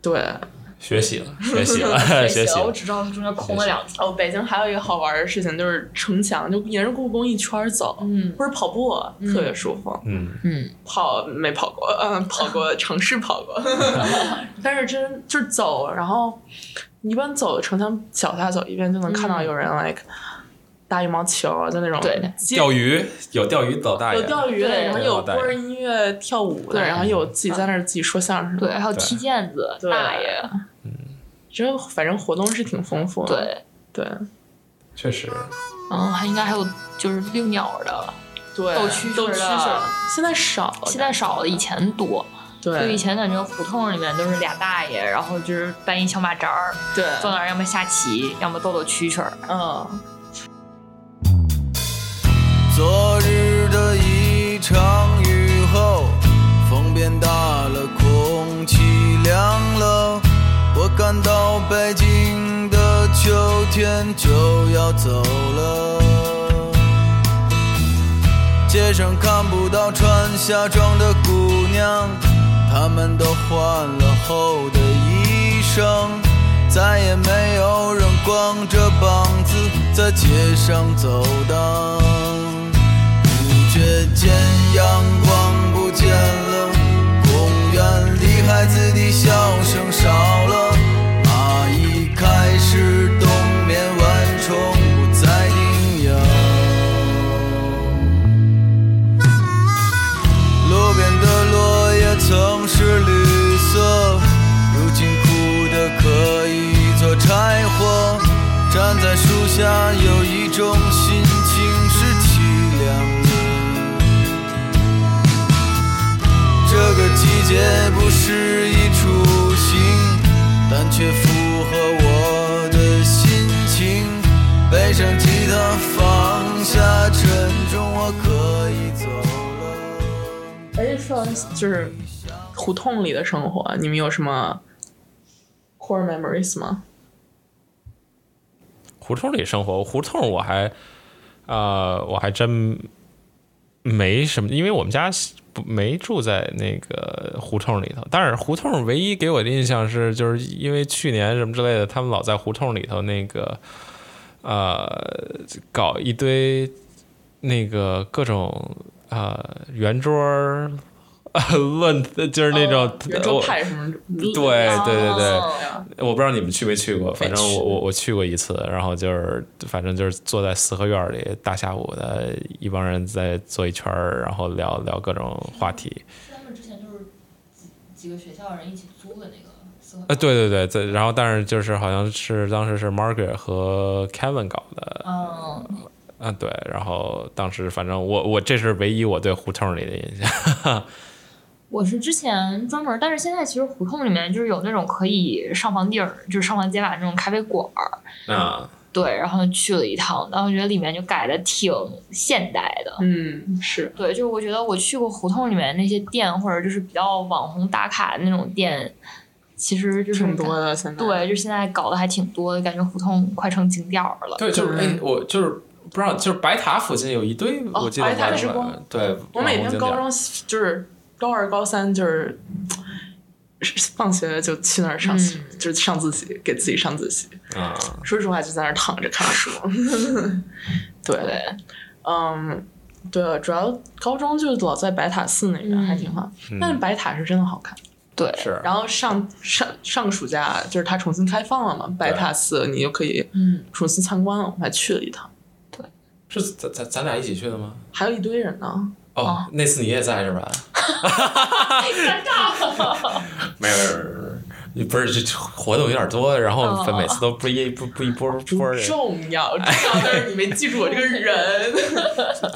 Speaker 1: 对，
Speaker 2: 学习 了，学习了， 学习
Speaker 3: 了，我
Speaker 2: 了。
Speaker 3: 只知道它中间空了两层。
Speaker 1: 哦，北京还有一个好玩儿的事情就是城墙，就沿着故宫一圈儿走，
Speaker 3: 嗯
Speaker 1: 不是跑步，啊特别舒服。
Speaker 2: 嗯，
Speaker 3: 嗯，
Speaker 1: 跑没跑过， 嗯，跑过尝试跑过， 但是真就是走，然后一般走城墙脚下走一遍就能看到有人 like 打羽毛球啊，就那种
Speaker 3: 对
Speaker 1: 街
Speaker 2: 钓鱼有钓鱼老大爷，
Speaker 1: 有钓鱼的，
Speaker 3: 对
Speaker 1: 然后有波儿音乐跳舞的，
Speaker 3: 对
Speaker 1: 然后有自己在那儿自己说相声的，
Speaker 3: 对，还有踢毽子
Speaker 1: 对
Speaker 3: 大爷，
Speaker 1: 这反正活动是挺丰富的。
Speaker 3: 对，
Speaker 1: 对
Speaker 2: 确实，
Speaker 3: 然后嗯还应该还有就是遛鸟儿的，
Speaker 1: 对
Speaker 3: 斗
Speaker 1: 斗
Speaker 3: 蛐
Speaker 1: 蛐
Speaker 3: 蛐
Speaker 1: 蛐
Speaker 3: 的
Speaker 1: 儿现在少了，
Speaker 3: 现在少了，以前多。就以
Speaker 1: 对
Speaker 3: 前感觉胡同里面都是俩大爷，然后就是搬一小马扎儿，
Speaker 1: 对，
Speaker 3: 坐那儿要么下棋，要么斗斗蛐蛐儿。
Speaker 1: 嗯，
Speaker 4: 昨日的一场雨后，风变大了，空气凉了，我感到北京的秋天就要走了。街上看不到穿夏装的姑娘，她们都换了厚的衣裳，再也没有人光着膀子在街上走荡。不觉间阳光不见了，公园里孩子的笑声少了，蚂蚁开始冬眠，蚊虫不再叮咬。路边的落叶曾是绿色，如今枯的可以做柴火。站在树下有一种心情是凄凉的。这个季节不适宜出行，但却符合我的心情。背上吉他，放下沉重，我可以走了。
Speaker 1: 而且说到就是胡同里的生活，你们有什么 core memories 吗？
Speaker 2: 胡同里生活，胡同我还，呃，我还真没什么，因为我们家不没住在那个胡同里头。但是胡同唯一给我的印象是，就是因为去年什么之类的，他们老在胡同里头那个，呃，搞一堆那个各种呃圆桌儿。 论就是那种、
Speaker 1: 哦圆
Speaker 2: 呃我
Speaker 1: 桌派什么的？
Speaker 2: 对对对对，
Speaker 1: 啊
Speaker 2: 我不知道你们去没去过，反正我我我去过一次，然后就是反正就是坐在四合院里，大下午的一帮人在坐一圈儿，然后聊聊各种话题。
Speaker 8: 他们之前就是几几个学校人一起租的那个四合
Speaker 2: 呃，对对对，在然后但是就是好像是当时是 Margaret 和 Kevin 搞的，
Speaker 1: 哦
Speaker 8: 嗯，
Speaker 2: 啊对，然后当时反正我我这是唯一我对胡同里的印象。
Speaker 3: 我是之前专门，但是现在其实胡同里面就是有那种可以上房顶儿，就是上房揭瓦那种咖啡馆儿。
Speaker 1: 嗯
Speaker 2: 啊，
Speaker 3: 对，然后去了一趟，然后觉得里面就改的挺现代的。
Speaker 1: 嗯，是
Speaker 3: 对，就是我觉得我去过胡同里面那些店，或者就是比较网红打卡的那种店，其实就是
Speaker 1: 挺多的。现在
Speaker 3: 对，就现在搞得还挺多的，感觉胡同快成景点儿了。
Speaker 2: 对，就是哎
Speaker 1: 哎，
Speaker 2: 我就是不知道，就是白塔附近有一堆，
Speaker 1: 哦
Speaker 2: 我
Speaker 1: 我
Speaker 2: 记
Speaker 1: 记
Speaker 2: 得
Speaker 1: 得白塔之光网
Speaker 2: 对，
Speaker 1: 我每天高中就是高二、高三就是 是放学就去那儿上，
Speaker 3: 嗯
Speaker 1: 就是上自习，给自己上自习。
Speaker 2: 啊，
Speaker 1: 说实话，就在那儿躺着看书。 对，
Speaker 3: 对，
Speaker 1: 嗯，对了，主要高中就老在白塔寺那边，
Speaker 3: 嗯
Speaker 1: 还挺好。但是白塔是真的好看。
Speaker 3: 对，
Speaker 2: 是，啊
Speaker 1: 然后上上上个暑假就是它重新开放了嘛，白塔寺你就可以
Speaker 3: 嗯，
Speaker 1: 重新参观了，我还去了一趟，
Speaker 2: 是咱咱咱俩一起去的吗？
Speaker 1: 还有一堆人呢。
Speaker 2: 哦，
Speaker 3: 哦
Speaker 2: 那次你也在是吧？
Speaker 3: 尴尬了。
Speaker 2: 没有没有没有没有，不是这活动有点多，然后
Speaker 3: 哦
Speaker 2: 每次都不一不不一波波人，
Speaker 1: 重要，重要，但是你没记住我这个人。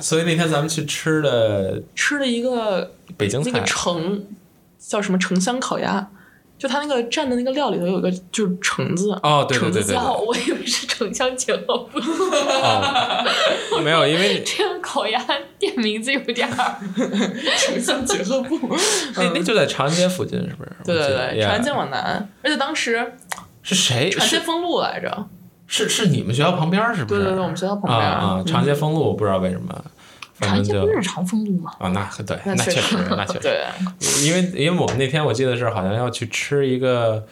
Speaker 2: 所以那天咱们去吃的
Speaker 1: 吃了一个
Speaker 2: 北京
Speaker 1: 那
Speaker 2: 菜
Speaker 1: 个，橙，叫什么橙香烤鸭，就它那个蘸的那个料里头有一个就是橙子，
Speaker 2: 哦对对对对
Speaker 1: 橙子
Speaker 3: 哦，我以为是城乡结合部，
Speaker 2: 哦， 没有，因为
Speaker 3: 这样烤鸭店名字有点 儿。
Speaker 1: 橙香结合部，
Speaker 2: 那那就在长安街附近，是不是？
Speaker 1: 对对
Speaker 2: 我记
Speaker 1: 对，
Speaker 2: 得
Speaker 1: 长安
Speaker 2: yeah
Speaker 1: 街往南，而且当时
Speaker 2: 是谁？
Speaker 1: 长安街
Speaker 2: 是
Speaker 1: 封路来着，
Speaker 2: 是是你们学校旁边是不
Speaker 1: 对
Speaker 2: 是？
Speaker 1: 对对，我们学校旁
Speaker 2: 啊
Speaker 1: 边嗯
Speaker 2: 啊，长安街封路，我不知道为什么，反
Speaker 3: 长
Speaker 2: 正
Speaker 3: 安街
Speaker 2: 就
Speaker 3: 不是长风路吗？
Speaker 2: 啊，那对，
Speaker 1: 那
Speaker 2: 那
Speaker 1: 确
Speaker 2: 确实
Speaker 1: 实，
Speaker 2: 那确实，
Speaker 1: 对，
Speaker 2: 因为因为我们那天我记得是好像要去吃一个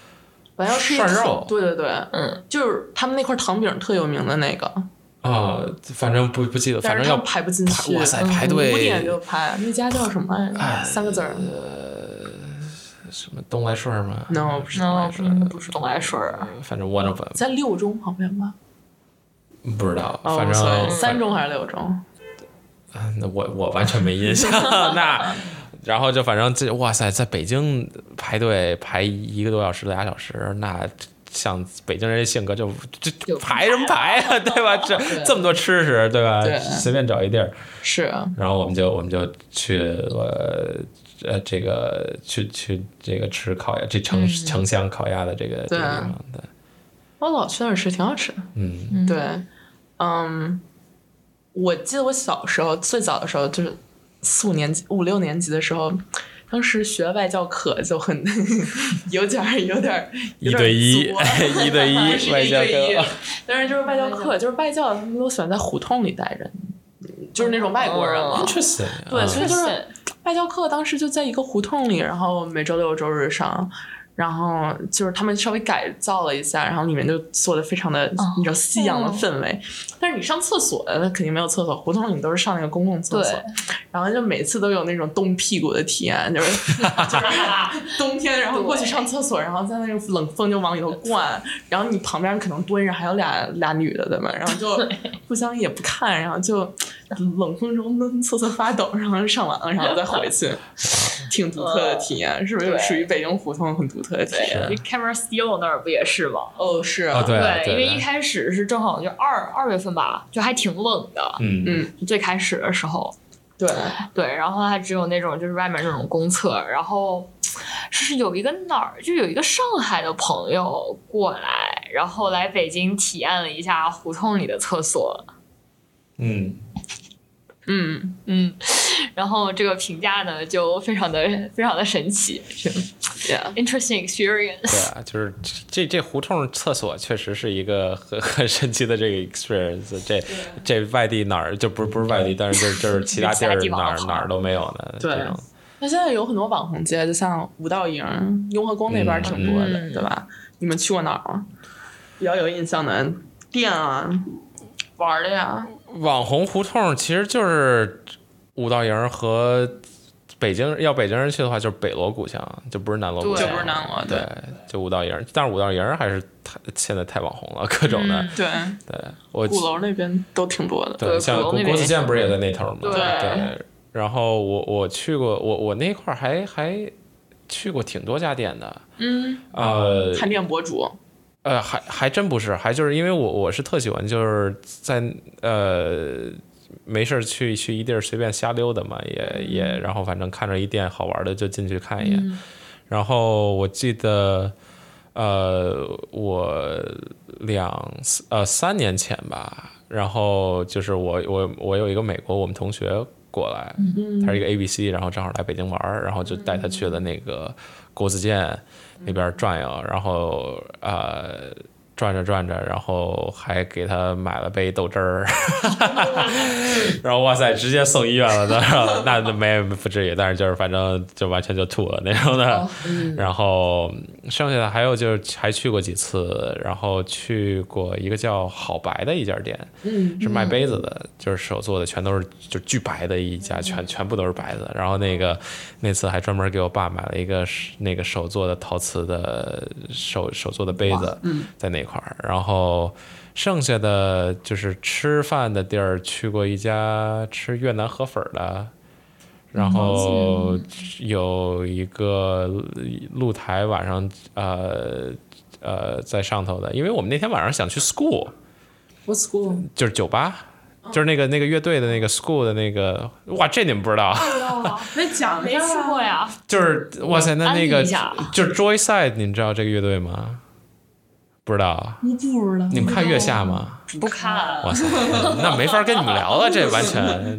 Speaker 1: 完要吃一
Speaker 2: 涮肉
Speaker 1: 对对对，
Speaker 3: 嗯，
Speaker 1: 就是他们那块糖饼特有名的那个，
Speaker 2: 啊，反正不不记得，反
Speaker 1: 但
Speaker 2: 正
Speaker 1: 是他
Speaker 2: 要
Speaker 1: 们排不进
Speaker 2: 排
Speaker 1: 去，
Speaker 2: 哇塞
Speaker 1: 嗯
Speaker 2: 排队
Speaker 1: 五点就排，那家叫什么来着？三个字儿
Speaker 2: 什么东来顺儿吗？嗯
Speaker 1: ，no，不是
Speaker 3: 那
Speaker 1: 那
Speaker 3: 我嗯不是东来顺儿，
Speaker 2: 反正我那不
Speaker 1: 在六中旁边吧？
Speaker 2: 不知道，
Speaker 1: 哦
Speaker 2: 反正、
Speaker 1: 所以三中还是六中？
Speaker 2: 反，那我我完全没 印象。那然后就反正这哇塞，在北京排队排一个多小时俩小时，那像北京人这性格就这这
Speaker 1: 就
Speaker 2: 排什么排啊，对吧？这这么多吃食，对吧？
Speaker 1: 对
Speaker 2: 随便找一地儿，
Speaker 1: 是
Speaker 2: 然后我们就我们就去了呃这个去去这个吃烤鸭，这城城乡烤鸭的这个这
Speaker 1: 对
Speaker 2: 个地方，对，啊
Speaker 1: 我老去那儿吃，挺好吃的。
Speaker 2: 嗯，
Speaker 1: 对，嗯，我记得我小时候最早的时候就是四五年级、五六年级的时候，当时学外教课就很 有点儿、有点儿
Speaker 2: 一对一，
Speaker 1: 有点儿作
Speaker 2: 一对
Speaker 1: 是
Speaker 2: 一外交
Speaker 1: 一对一
Speaker 2: 课，
Speaker 1: 但是就是外教课，就是外教他们都喜欢在胡同里待着，就是那种外国人嘛。
Speaker 2: 确实，
Speaker 3: 对，
Speaker 2: 嗯
Speaker 3: 所以就是
Speaker 1: 外教课当时就在一个胡同里，然后每周六周日上，然后就是他们稍微改造了一下，然后里面就做的非常的你知道西洋的氛围，但是你上厕所那肯定没有厕所，胡同里都是上那个公共厕所
Speaker 3: 对，
Speaker 1: 然后就每次都有那种冻屁股的体验，就是就是冬天，然后过去上厕所，然后在那个冷风就往里头 灌，然后你旁边可能蹲着还有俩俩女的在那儿，然后就互相也不看，然后就冷风中闷瑟瑟发抖，然后上完了，然后再回 去，挺独特的体验，是不是
Speaker 3: 对
Speaker 1: 属于北京胡同很独特的体验？
Speaker 3: 对，Camera Steel 那儿不也是吗？
Speaker 1: 哦，是
Speaker 2: 啊，
Speaker 1: 啊，
Speaker 2: 对啊，
Speaker 3: 因为一
Speaker 2: 对，
Speaker 3: 开始是正好就二二月份吧，就还挺冷的，
Speaker 2: 嗯
Speaker 1: 嗯
Speaker 3: 最开始的时候，
Speaker 1: 对，
Speaker 3: 对，然后它只有那种就是外面那种公厕，然后是有一个哪儿，就有一个上海的朋友过来，然后来北京体验了一下胡同里的厕所，
Speaker 2: 嗯，
Speaker 1: 嗯，
Speaker 3: 嗯，然后这个评价呢就非常的非常的神奇
Speaker 1: 对啊，
Speaker 3: ，interesting experience，
Speaker 2: 对啊，就是这这胡同厕所确实是一个很很神奇的这个 experience，这这外地哪儿就不是不是外地，但是就是就是其他地
Speaker 3: 其
Speaker 2: 儿
Speaker 3: 他地方
Speaker 2: 哪儿
Speaker 3: 好
Speaker 2: 哪儿都没有的
Speaker 1: 对
Speaker 2: 这种，
Speaker 1: 那现在有很多网红街，就像五道营、雍和宫那边儿挺多的，
Speaker 3: 嗯
Speaker 1: 对吧？你们去过哪儿吗？比较有印象的店啊，玩儿的呀，
Speaker 2: 网红胡同其实就是五道营和北京，要北京人去的话，就是北锣鼓巷，就不是南锣鼓
Speaker 3: 对
Speaker 2: 巷，
Speaker 3: 就不是
Speaker 1: 南锣
Speaker 2: 对
Speaker 1: 对，
Speaker 2: 就五道营。但是五道营还是太现在太网红了，各种的。
Speaker 3: 嗯
Speaker 1: 对，
Speaker 2: 对，我
Speaker 1: 鼓楼那边都挺多的。
Speaker 2: 对，
Speaker 3: 对
Speaker 2: 像
Speaker 3: 鼓楼
Speaker 2: 国
Speaker 3: 那边
Speaker 2: 国
Speaker 3: 也
Speaker 2: 子
Speaker 3: 是
Speaker 2: 监不是也在那头吗？
Speaker 3: 对
Speaker 2: 然后我我去过，我我那块儿还还去过挺多家店的，
Speaker 1: 嗯，
Speaker 2: 呃，
Speaker 1: 探店博主，
Speaker 2: 呃，还还真不是，还就是因为我我是特喜欢就是在呃没事儿去去一地儿随便瞎溜达嘛，也也然后反正看着一店好玩的就进去看一眼。然后我记得呃我两呃三年前吧，然后就是我我我有一个美国我们同学过来，他是一个 ABC，然后正好来北京玩儿，然后就带他去了那个国子监那边转悠，然后呃转着转着，然后还给他买了杯豆汁儿，然后哇塞，直接送医院了，当然了那那没不至于，但是就是反正就完全就吐了那种
Speaker 1: 哦
Speaker 2: 的。
Speaker 1: 嗯
Speaker 2: 然后剩下的还有就是还去过几次，然后去过一个叫好白的一家店，
Speaker 1: 嗯，
Speaker 2: 是卖杯子的，就是手做的，全都是就巨白的一家，全全部都是白的。然后那个那次还专门给我爸买了一个是那个手做的陶瓷的手手做的杯子，在那块儿。然后剩下的就是吃饭的地儿，去过一家吃越南河粉儿的。然后有一个露台，晚上呃呃在上头的，因为我们那天晚上想去 school，
Speaker 1: 我 school
Speaker 2: 就是酒吧，就是那个那个乐队的那个 school 的那个，哇，这你们不知道 啊？
Speaker 1: 那讲一
Speaker 3: 没
Speaker 1: 下
Speaker 3: 去过呀，
Speaker 2: 就是哇塞，那
Speaker 3: 安利
Speaker 2: 那
Speaker 3: 一
Speaker 2: 个
Speaker 3: 下
Speaker 2: 就是 Joyside，你们知道这个乐队吗？不知道啊？
Speaker 1: 我不知道，
Speaker 2: 你们看月 下吗？
Speaker 3: 不看，
Speaker 2: 哇塞，那没法跟你们聊了，这完 全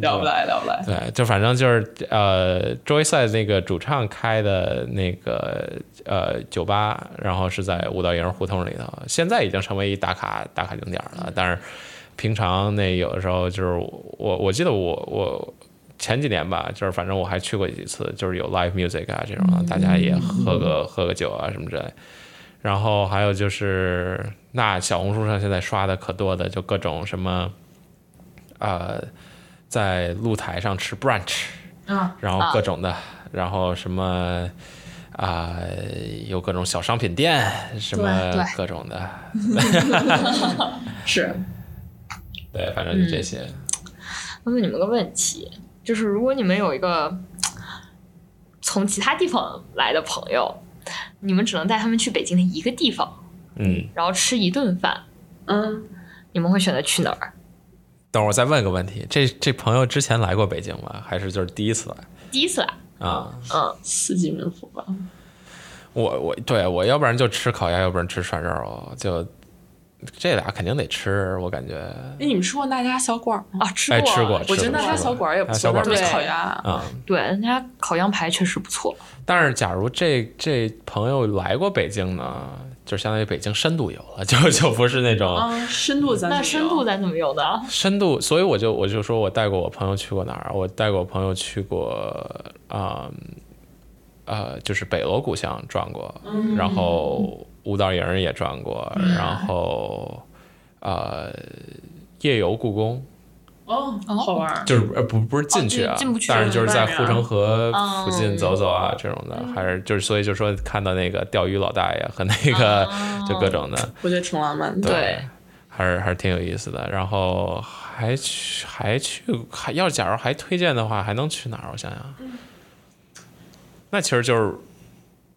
Speaker 1: 聊不来，聊不来。
Speaker 2: 对，就反正就是呃，Joyside 那个主唱开的那个呃酒吧，然后是在五道营胡同里头，现在已经成为一打卡打卡景点了。但是平常那有的时候就是我我记得我我前几年吧，就是反正我还去过几次，就是有 live music 啊这种的，大家也喝个喝个酒啊什么之类。然后还有就是，那小红书上现在刷的可多的，就各种什么，呃，在露台上吃 brunch，、然
Speaker 3: 嗯
Speaker 2: 后各种的，
Speaker 3: 啊
Speaker 2: 然后什么啊、有各种小商品店，什么
Speaker 3: 对
Speaker 2: 各种 的，
Speaker 1: 是，
Speaker 2: 对，反正就这些。
Speaker 3: 我问你们个问题，就是如果你们有一个从其他地方来的朋友，你们只能带他们去北京的一个地方，
Speaker 2: 嗯，
Speaker 3: 然后吃一顿饭，
Speaker 1: 嗯，
Speaker 3: 你们会选择去哪儿？
Speaker 2: 等会儿我再问个问题，这这朋友之前来过北京吗？还是就是第一次来
Speaker 3: 第一次来，
Speaker 2: 啊？
Speaker 3: 嗯，
Speaker 1: 四季民福吧，
Speaker 2: 我我对我要不然就吃烤鸭，要不然吃涮肉，就这俩肯定得吃，我感觉
Speaker 9: 那哎你们吃过那家小馆吗？
Speaker 3: 啊，吃
Speaker 2: 哎
Speaker 3: 过，
Speaker 2: 吃过，
Speaker 9: 我觉得那家
Speaker 2: 吃过
Speaker 9: 小馆也不
Speaker 2: 那
Speaker 9: 错，
Speaker 2: 小馆
Speaker 9: 那
Speaker 2: 不
Speaker 9: 边
Speaker 2: 错
Speaker 9: 烤鸭。
Speaker 2: 啊。
Speaker 3: 对，人家烤羊排确实不错。
Speaker 2: 但是假如这这朋友来过北京呢，就相当于北京深度游了，就就不是那
Speaker 1: 哦
Speaker 2: 种
Speaker 9: 啊，深度咱
Speaker 3: 那
Speaker 9: 怎么
Speaker 3: 深
Speaker 9: 聊
Speaker 3: 度咱怎么有哦的？
Speaker 2: 深度，所以我就我就说我带过我朋友去过哪儿，我带过我朋友去过啊、呃，就是北锣鼓巷转过，然后舞蹈营也转过，然后呃夜游故宫，
Speaker 1: 哦，好玩儿。
Speaker 2: 就是呃不不是进去啊，
Speaker 3: 哦进进不去
Speaker 2: 但是就是在
Speaker 1: 外面啊
Speaker 2: 护城河附
Speaker 3: 嗯
Speaker 2: 近走走啊、这种的，还是就是所以就说看到那个钓鱼老大爷和那个、 就各种的，
Speaker 1: 我觉得挺浪漫的。
Speaker 3: 对，
Speaker 2: 还是还是挺有意思的。然后还去还去还要假如还推荐的话，还能去哪儿？我想想，那其实就是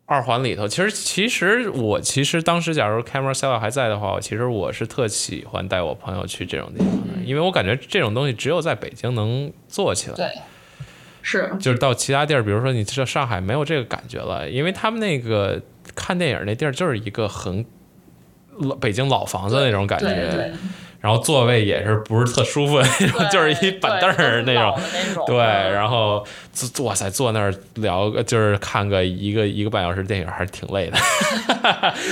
Speaker 2: 二环里头。其实其实我其实当时假如 Camera Cell 还在的话，我其实我是特喜欢带我朋友去这种地方的，因为我感觉这种东西只有在北京能做起来。
Speaker 1: 对是
Speaker 2: 就是到其他地儿，比如说你这上海没有这个感觉了，因为他们那个看电影那地儿就是一个很老北京老房子那种感
Speaker 1: 对
Speaker 2: 觉
Speaker 1: 对，
Speaker 2: 然后座位也是不是特舒服的 那种，就是一板凳儿那种。
Speaker 3: 种
Speaker 2: 对，然后坐哇塞，坐那儿聊个，就是看个一个一个半小时电影，还是挺 累的。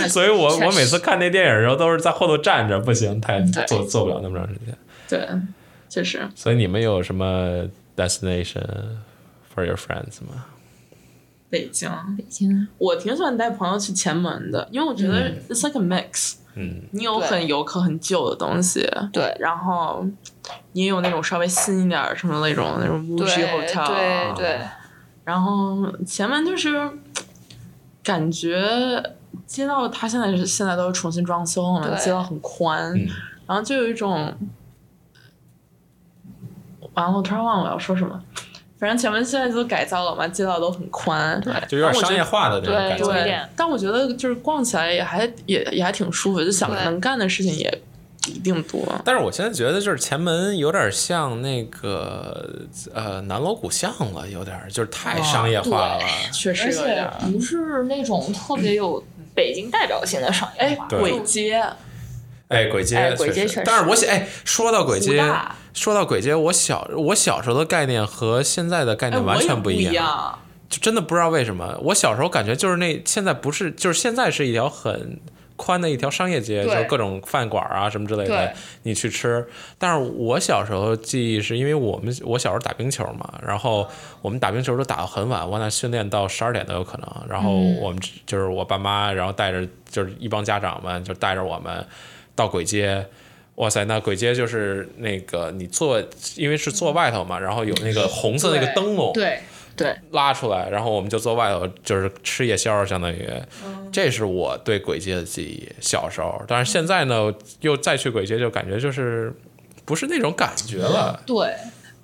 Speaker 2: 所以我我每次看那电影的时候，都是在后头站着，不行，太坐坐不了那么长时间。
Speaker 1: 对，确实
Speaker 2: 所以你们有什么 destination for your friends 吗？
Speaker 1: 北京，北京，我挺喜欢带朋友去前门的，因为我觉得 it's like a mix，
Speaker 2: 嗯，
Speaker 1: 你有很游客很旧的东西，
Speaker 3: 对
Speaker 1: 然后你也有那种稍微新一点儿什么那种那种 bougie
Speaker 3: 对
Speaker 1: hotel，
Speaker 2: 啊
Speaker 3: 对对，
Speaker 1: 然后前面就是感觉街道它现在是现在都是重新装修了嘛，
Speaker 3: 对
Speaker 1: 街道很宽，
Speaker 2: 嗯
Speaker 1: 然后就有一种，完了我突然忘了我要说什么，反正前面现在都改造了嘛，街道都很宽，对
Speaker 2: 就有点商业化的那种
Speaker 3: 对
Speaker 2: 感
Speaker 3: 有一
Speaker 2: 觉。
Speaker 3: 点
Speaker 1: 但我觉得就是逛起来也还也也还挺舒服，就想
Speaker 3: 对
Speaker 1: 能干的事情也一定多。
Speaker 2: 但是我现在觉得，就是前门有点像那个呃南锣鼓巷了，有点儿就是太商业化
Speaker 3: 哦
Speaker 2: 了。
Speaker 1: 确实
Speaker 3: 而
Speaker 1: 有点
Speaker 3: 且
Speaker 1: 儿
Speaker 3: 不是那种特别有北京代表性的商业化。
Speaker 2: 对
Speaker 1: 鬼哎街，
Speaker 2: 哎，鬼街，
Speaker 3: 哎鬼街
Speaker 2: 确
Speaker 3: 确实
Speaker 2: 但是我想，哎，说到鬼街
Speaker 1: 胡大，
Speaker 2: 说到鬼街，我小我小时候的概念和现在的概
Speaker 1: 哎，
Speaker 2: 念完
Speaker 1: 我也
Speaker 2: 全
Speaker 1: 不
Speaker 2: 一
Speaker 1: 一
Speaker 2: 样，
Speaker 1: 样。
Speaker 2: 就真的不知道为什么。我小时候感觉就是那现在不是，就是现在是一条很。宽的一条商业街，就是
Speaker 3: 对
Speaker 2: 各种饭馆啊什么之类的
Speaker 3: 对，
Speaker 2: 你去吃。但是我小时候记忆是因为我们我小时候打冰球嘛，然后我们打冰球都打到很晚，我那训练到十二点都有可能。然后我们就是我爸妈，然后带着就是一帮家长们，就带着我们到簋街。哇塞，那簋街就是那个你坐，因为是坐外头嘛，然后有那个红色那个灯笼，
Speaker 3: 对
Speaker 2: 拉出来，然后我们就坐外头，就是吃夜宵，相当于，
Speaker 3: 嗯
Speaker 2: 这是我对鬼街的记忆。小时候，但是现在呢，又再去鬼街，就感觉就是不是那种感觉了。
Speaker 3: 对。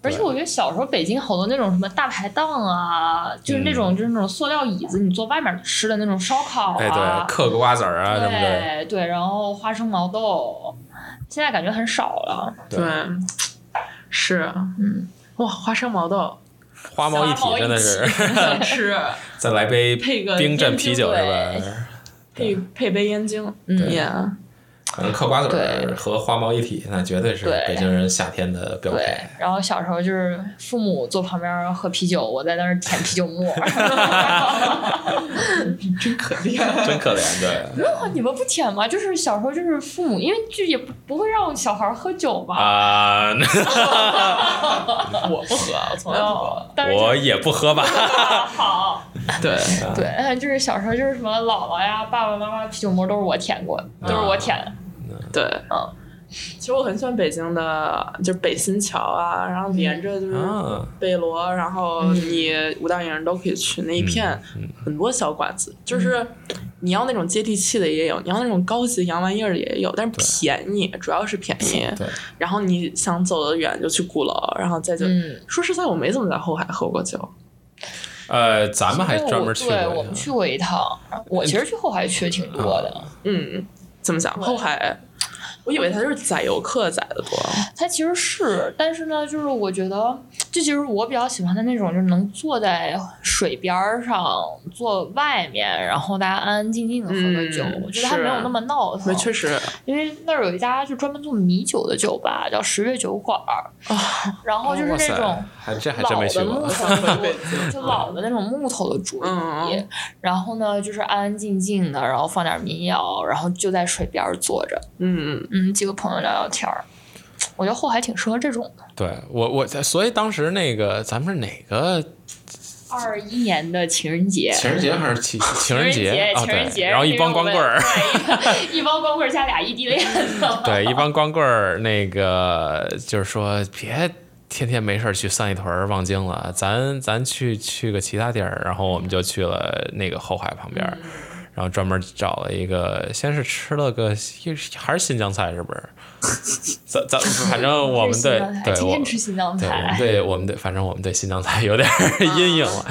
Speaker 3: 而且我觉得小时候北京好多那种什么大排档啊，就是那种、就是那种塑料椅子，你坐外面吃的那种烧烤啊，
Speaker 2: 嗯哎，对，嗑个瓜子儿啊什么的，
Speaker 3: 对对，然后花生毛豆，现在感觉很少了。
Speaker 2: 对
Speaker 1: 是，嗯，哇，花生毛豆
Speaker 2: 花毛一体真的是。
Speaker 1: 想吃，
Speaker 2: 再来杯
Speaker 1: 配个
Speaker 2: 冰镇
Speaker 1: 燕京
Speaker 2: 啤酒 是
Speaker 1: 对
Speaker 2: 吧？
Speaker 1: 配配杯燕京，嗯 呀，
Speaker 2: 可能嗯嗑瓜子儿和花毛一体，那绝对是
Speaker 3: 对
Speaker 2: 北京人夏天的标
Speaker 3: 对
Speaker 2: 配。，
Speaker 3: 然后小时候就是父母坐旁边喝啤酒，我在那儿舔啤酒沫。
Speaker 1: 真可怜。
Speaker 2: 真可怜，对
Speaker 3: 啊 你们不舔吗？就是小时候就是父母，因为就也不不会让小孩喝酒嘛。
Speaker 2: 啊，
Speaker 1: 我不喝，我从来
Speaker 3: 然
Speaker 1: 不
Speaker 3: 后
Speaker 1: 喝。
Speaker 3: 但是
Speaker 2: 我也不喝吧。
Speaker 3: 好，
Speaker 1: 对，
Speaker 3: 对，但就是小时候就是什么姥姥呀、爸爸妈妈啤酒沫都是我舔过的，都是
Speaker 2: 啊
Speaker 3: 我舔的。
Speaker 1: 对，
Speaker 3: 嗯。
Speaker 1: 其实我很喜欢北京的，就是北新桥啊，然后连着就是
Speaker 3: 嗯
Speaker 2: 啊
Speaker 1: 北锣，然后你五大营都可以去那一片，很多小馆子，就是你要那种接地气的也有，你要那种高级洋玩意儿的也有，但是便宜，主要是便宜。
Speaker 2: 对，
Speaker 1: 然后你想走得远就去鼓楼，然后再就、
Speaker 3: 嗯
Speaker 1: 说实在，我没怎么在后海喝过酒，
Speaker 2: 呃，咱们还
Speaker 3: 因为
Speaker 2: 专
Speaker 3: 我
Speaker 2: 门去过一
Speaker 3: 对
Speaker 2: 趟，
Speaker 3: 我们去过一趟，我其实去后海去的挺多的。
Speaker 1: 嗯，怎么讲？后海，我以为它就是载游客载的多，
Speaker 3: 它其实是，但是呢，就是我觉得这就是我比较喜欢的那种，就是能坐在水边儿上，坐外面，然后大家安安静静的喝个酒，
Speaker 1: 嗯
Speaker 3: 我觉得它
Speaker 1: 是
Speaker 3: 没有那么闹腾。
Speaker 1: 确实，
Speaker 3: 因为那儿有一家就专门做米酒的酒吧，叫十月酒馆儿，
Speaker 1: 哦
Speaker 3: 然后哦就是
Speaker 2: 哇塞
Speaker 3: 那种。
Speaker 2: 还这还
Speaker 3: 老
Speaker 2: 真
Speaker 3: 的
Speaker 2: 没
Speaker 3: 木
Speaker 2: 去
Speaker 3: 头
Speaker 2: 过。
Speaker 3: 的桌子，就老的那种木头的桌椅，
Speaker 1: 啊嗯
Speaker 3: 然后呢就是安安静静的，然后放点民谣，然后就在水边儿坐着，
Speaker 1: 嗯，
Speaker 3: 嗯，几个朋友聊聊天儿。我觉得后海挺适合这种的。
Speaker 2: 对我我所以当时那个咱们是哪个
Speaker 3: 二一年的情人节，
Speaker 2: 情人节还是情 情
Speaker 3: 情
Speaker 2: 人
Speaker 3: 人
Speaker 2: 节啊？
Speaker 3: 情人
Speaker 2: 对，
Speaker 3: 节，
Speaker 2: 然后一帮光棍儿，
Speaker 3: 对，一一帮光棍儿加俩异地恋的，
Speaker 2: 对，一帮光棍儿，那个就是说别天天没事儿去三里屯儿望京了，咱咱去去个其他地儿，然后我们就去了那个后海旁边
Speaker 3: 嗯
Speaker 2: 儿，然后专门找了一个，先是吃了个还是新疆菜是不是？ 咱咱反正我 们对对
Speaker 3: 今
Speaker 2: 我
Speaker 3: 天。吃新疆
Speaker 2: 对，我
Speaker 1: 哎
Speaker 2: 们
Speaker 3: 菜，
Speaker 2: 对我们对，反正我们对新疆菜有点儿 阴 影了，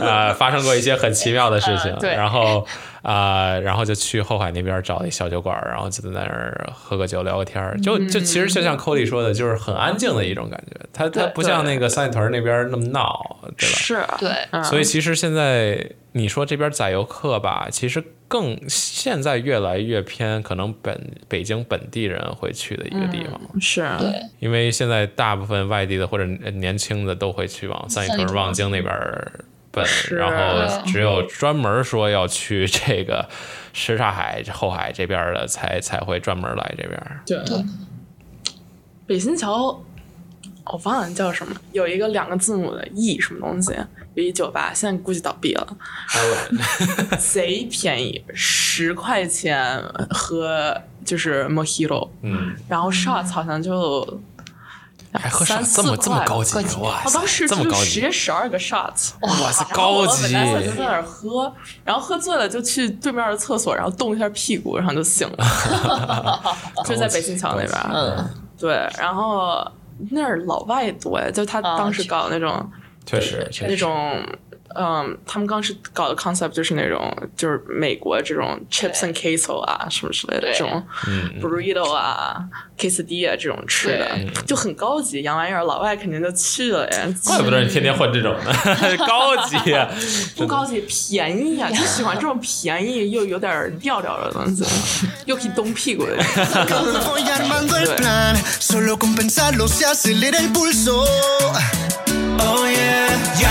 Speaker 2: 呃，发生过一些很奇妙的事情，
Speaker 3: 呃对
Speaker 2: 然后啊、呃然后就去后海那边找一小酒馆，然后就在那儿喝个酒聊个天儿，就
Speaker 1: 嗯
Speaker 2: 就其实就像 Cody 说的，就是很安静的一种感觉，它它
Speaker 1: 对
Speaker 2: 不像那个三里屯那边那么闹，对吧？
Speaker 1: 是，
Speaker 3: 对，
Speaker 1: 嗯
Speaker 2: 所以其实现在你说这边载游客吧，其实更现在越来越偏可能本北京本地人会去的一个地方，
Speaker 1: 是，啊
Speaker 3: 对，
Speaker 2: 因为现在大部分外地的或者呃年轻的都会去往三里
Speaker 3: 三里
Speaker 2: 屯、
Speaker 3: 屯
Speaker 2: 望京那边儿奔，
Speaker 1: 是
Speaker 2: 然后
Speaker 3: 对
Speaker 2: 只有专门说要去这个什刹海、后海这边儿的才才会专门来这边儿。
Speaker 1: 对，北新桥，我忘了叫什么，有一个两个字母的 E 什么东西，有一酒吧，现在估计倒闭了，贼便宜，十块钱喝就是 Mojito，
Speaker 2: 嗯，
Speaker 1: 然后 shots 好像就
Speaker 2: 还喝啥
Speaker 1: 三四
Speaker 2: 这么这么
Speaker 1: 块
Speaker 2: 高级
Speaker 3: 高级
Speaker 2: 哇
Speaker 1: 我当
Speaker 2: 塞，
Speaker 1: 时
Speaker 2: 这么
Speaker 1: 就
Speaker 2: 高
Speaker 1: 十
Speaker 2: 级，
Speaker 1: 十二个 shots，
Speaker 2: 哇塞，
Speaker 1: 然后我
Speaker 2: 高
Speaker 1: 们本
Speaker 2: 级
Speaker 1: 来想就在那儿喝，然后喝醉了就去对面的厕所，然后动一下屁股，然后就醒了，就在北新桥那边儿。
Speaker 3: 嗯，
Speaker 1: 对，然后那儿老外多呀，就他
Speaker 3: 啊
Speaker 1: 当时
Speaker 3: 确
Speaker 1: 搞那种
Speaker 2: 确实确
Speaker 1: 那
Speaker 2: 实。
Speaker 1: 种。嗯，他们当时搞的 concept 就是那种，就是美国这种 chips and queso 啊，什么之类的
Speaker 3: 对
Speaker 1: 这种
Speaker 2: 嗯
Speaker 1: burrito 啊、quesadilla 这种吃的，就很高级，洋玩意儿，老外肯定就去了 呀。
Speaker 2: 怪不得你天天混这种呢，高级啊！
Speaker 1: 不高级，便宜呀、就喜欢这种便宜又有点调调的东西，又可以动屁股的。
Speaker 4: Me voy armando el plan. Solo con pensarlo se acelera el pulso. Oh yeah.
Speaker 10: Ya,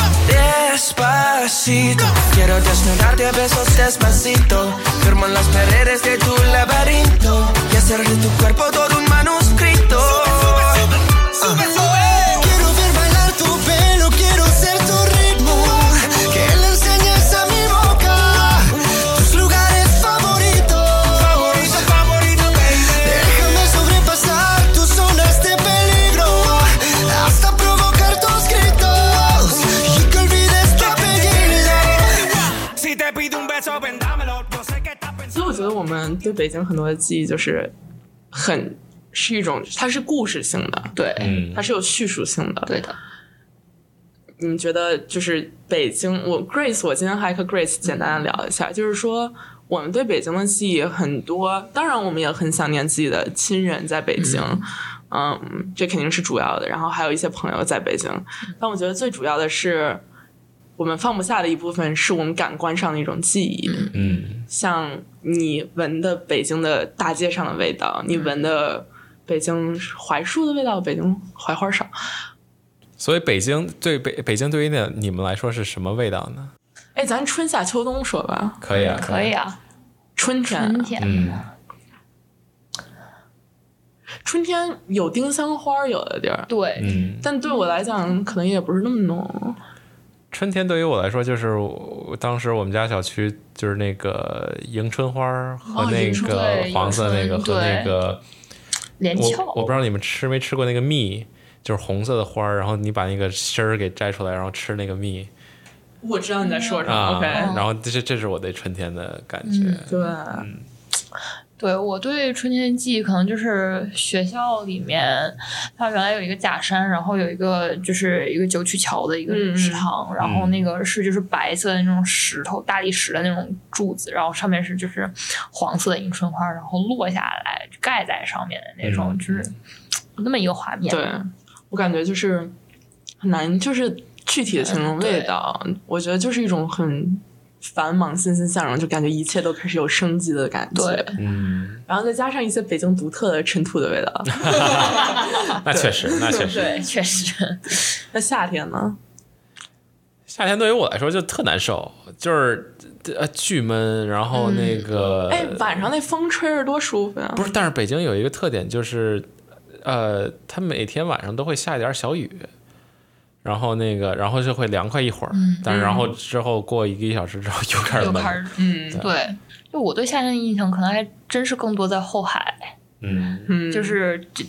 Speaker 4: Despacito. Quiero desnudarte a besos despacito. Firmo en las paredes de tu laberinto. Y hacer de tu cuerpo todo un manuscrito. Sube, sube. Quiero ver bailar tu pelo, quiero ser tu ritmo. Que le enseñes a mi boca tus lugares favoritos. Favorito, favorito, Déjame sobrepasar tus zonas de peligro. Hasta provocar tus gritos y que olvides tu apellido.
Speaker 10: Si te pido un beso, vendámelo. Yo sé que estás pensando.
Speaker 1: 所以我觉得我们对北京很多的记忆就是很是一种，它是故事性的，
Speaker 3: 对，
Speaker 2: 嗯
Speaker 1: 它，是有叙述性的。
Speaker 3: 对的，
Speaker 1: 你觉得就是北京，我 Grace，我今天还和 Grace 简单的聊一下，就是说我们对北京的记忆很多，当然我们也很想念自己的亲人在北京，嗯这肯定是主要的，然后还有一些朋友在北京，
Speaker 2: 嗯
Speaker 1: 但我觉得最主要的是。我们放不下的一部分是我们感官上的一种记忆，
Speaker 2: 嗯，
Speaker 1: 像你闻的北京的大街上的味道，你闻的北京槐树的味道，北京槐花少，
Speaker 2: 所以北京对北北京对于那你们来说是什么味道呢？
Speaker 1: 哎，咱春夏秋冬说吧，
Speaker 2: 可以啊，
Speaker 3: 可以，啊，
Speaker 1: 春天，
Speaker 3: 春天，
Speaker 2: 嗯，
Speaker 1: 春天有丁香花儿有的地儿，
Speaker 3: 对，
Speaker 2: 嗯，
Speaker 1: 但对我来讲可能也不是那么浓。
Speaker 2: 春天对于我来说，就是我当时我们家小区就是那个迎春花儿和
Speaker 1: 哦
Speaker 2: 那
Speaker 1: 迎春
Speaker 2: 个
Speaker 3: 对
Speaker 2: 黄色那个
Speaker 3: 迎
Speaker 2: 和
Speaker 3: 春
Speaker 2: 那个，
Speaker 3: 连
Speaker 2: 我我
Speaker 3: 翘
Speaker 2: 不知道你们吃没吃过那个蜜，就是红色的花儿，然后你把那个芯儿给摘出来，然后吃那个蜜，
Speaker 1: 我知道你在说什么。
Speaker 3: 哦
Speaker 2: 啊
Speaker 1: OK，
Speaker 2: 然后这是这是我对春天的感觉，
Speaker 3: 嗯
Speaker 1: 对，
Speaker 3: 对我对春天的记忆，可能就是学校里面，它原来有一个假山，然后有一个就是一个九曲桥的一个
Speaker 1: 嗯嗯
Speaker 3: 食堂，然后那个是就是白色的那种石头大理石的那种柱子，然后上面是就是黄色的迎春花，然后落下来盖在上面的那种，
Speaker 2: 嗯
Speaker 3: 就是有那么一个画面。
Speaker 1: 对我感觉就是很难，就是具体的形容
Speaker 3: 嗯对
Speaker 1: 味道。我觉得就是一种很繁忙、欣欣向荣，就感觉一切都开始有生机的感觉。
Speaker 3: 对，
Speaker 2: 嗯，
Speaker 1: 然后再加上一些北京独特的尘土的味道。
Speaker 2: 那啊确实，那确实，呃
Speaker 3: 对，确 实，
Speaker 1: 那夏天呢？
Speaker 2: 夏天对于我来说就特难受，就是呃巨闷，然
Speaker 3: 嗯
Speaker 2: 后那个
Speaker 1: 哎，晚上那风吹着多舒服呀！
Speaker 2: 不是，但是北京有一个特点就是，呃，它每天晚上都会下一点儿小雨，然后那个，然后就会凉快一会儿，但是然后之后过一个小时之后又开始
Speaker 3: 嗯又
Speaker 2: 闷，
Speaker 3: 开始
Speaker 1: 嗯
Speaker 3: 对。就我对夏天的印象，可能还真是更多在后海，
Speaker 2: 嗯
Speaker 1: 嗯，
Speaker 3: 就是这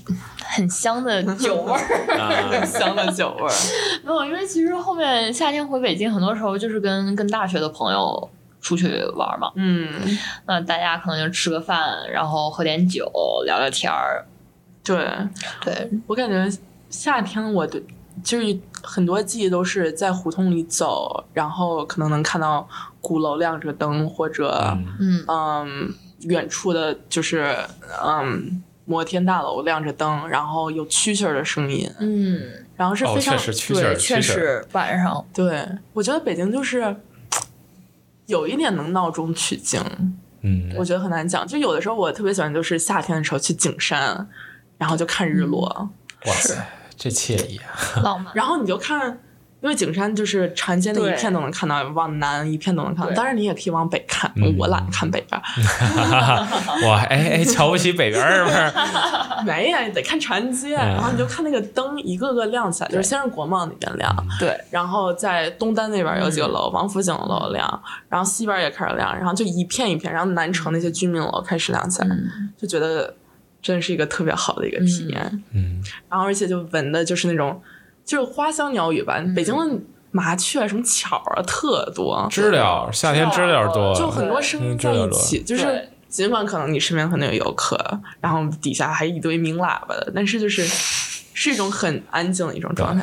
Speaker 3: 很香 的酒味儿。
Speaker 2: 啊，
Speaker 1: 香的酒味儿。
Speaker 3: 没有，因为其实后面夏天回北京，很多时候就是跟跟大学的朋友出去玩嘛，
Speaker 1: 嗯，
Speaker 3: 那大家可能就吃个饭，然后喝点酒，聊聊天儿。
Speaker 1: 对
Speaker 3: 对，
Speaker 1: 我感觉夏天我对就是很多记忆都是在胡同里走，然后可能能看到鼓楼亮着灯，或者
Speaker 2: 嗯
Speaker 3: 嗯
Speaker 1: 嗯远处的就是嗯摩天大楼亮着灯，然后有蛐蛐儿的声音，
Speaker 3: 嗯，
Speaker 1: 然后是
Speaker 2: 哦，
Speaker 1: 非常、
Speaker 2: 确实蛐蛐
Speaker 3: 对，
Speaker 2: 儿，
Speaker 3: 确
Speaker 2: 蛐蛐儿，
Speaker 3: 实晚 上，
Speaker 1: 对，我觉得北京就是。有一点能闹中取静，
Speaker 2: 嗯，
Speaker 1: 我觉得很难讲。就有的时候我特别喜欢，就是夏天的时候去景山，然后就看日落，
Speaker 2: 哇塞，这惬意啊，
Speaker 3: 浪漫。
Speaker 1: 然后你就看，因为景山就是长街那
Speaker 3: 对
Speaker 1: 一片都能看到，往南一片都能看到。
Speaker 3: 对
Speaker 1: 当然你也可以往北看，
Speaker 2: 嗯
Speaker 1: 我懒看北边 儿，
Speaker 2: 哇，哎哎，瞧不起北边儿是不是？
Speaker 1: 没呀，得看长街。
Speaker 2: 嗯
Speaker 1: 然后你就看那个灯一个个亮起来，就是先是国贸那边亮，
Speaker 2: 嗯
Speaker 3: 对，
Speaker 1: 然后在东单那边有几
Speaker 3: 嗯
Speaker 1: 个楼，王府井楼亮，然后西边也开始亮，然后就一片一片，然后南城那些居民楼开始亮起来，
Speaker 3: 嗯
Speaker 1: 就觉得真是一个特别好的一个体验。
Speaker 2: 嗯，
Speaker 1: 然后而且就闻的就是那种就是花香鸟语吧，北京的麻雀啊什么巧儿啊特多，
Speaker 2: 知了，嗯夏天知了多，
Speaker 1: 就很多声音在一起，就是
Speaker 3: 对
Speaker 1: 尽管可能你身边可能有游客，然后底下还一堆鸣喇叭的，但是就是是一种很安静的一种状态。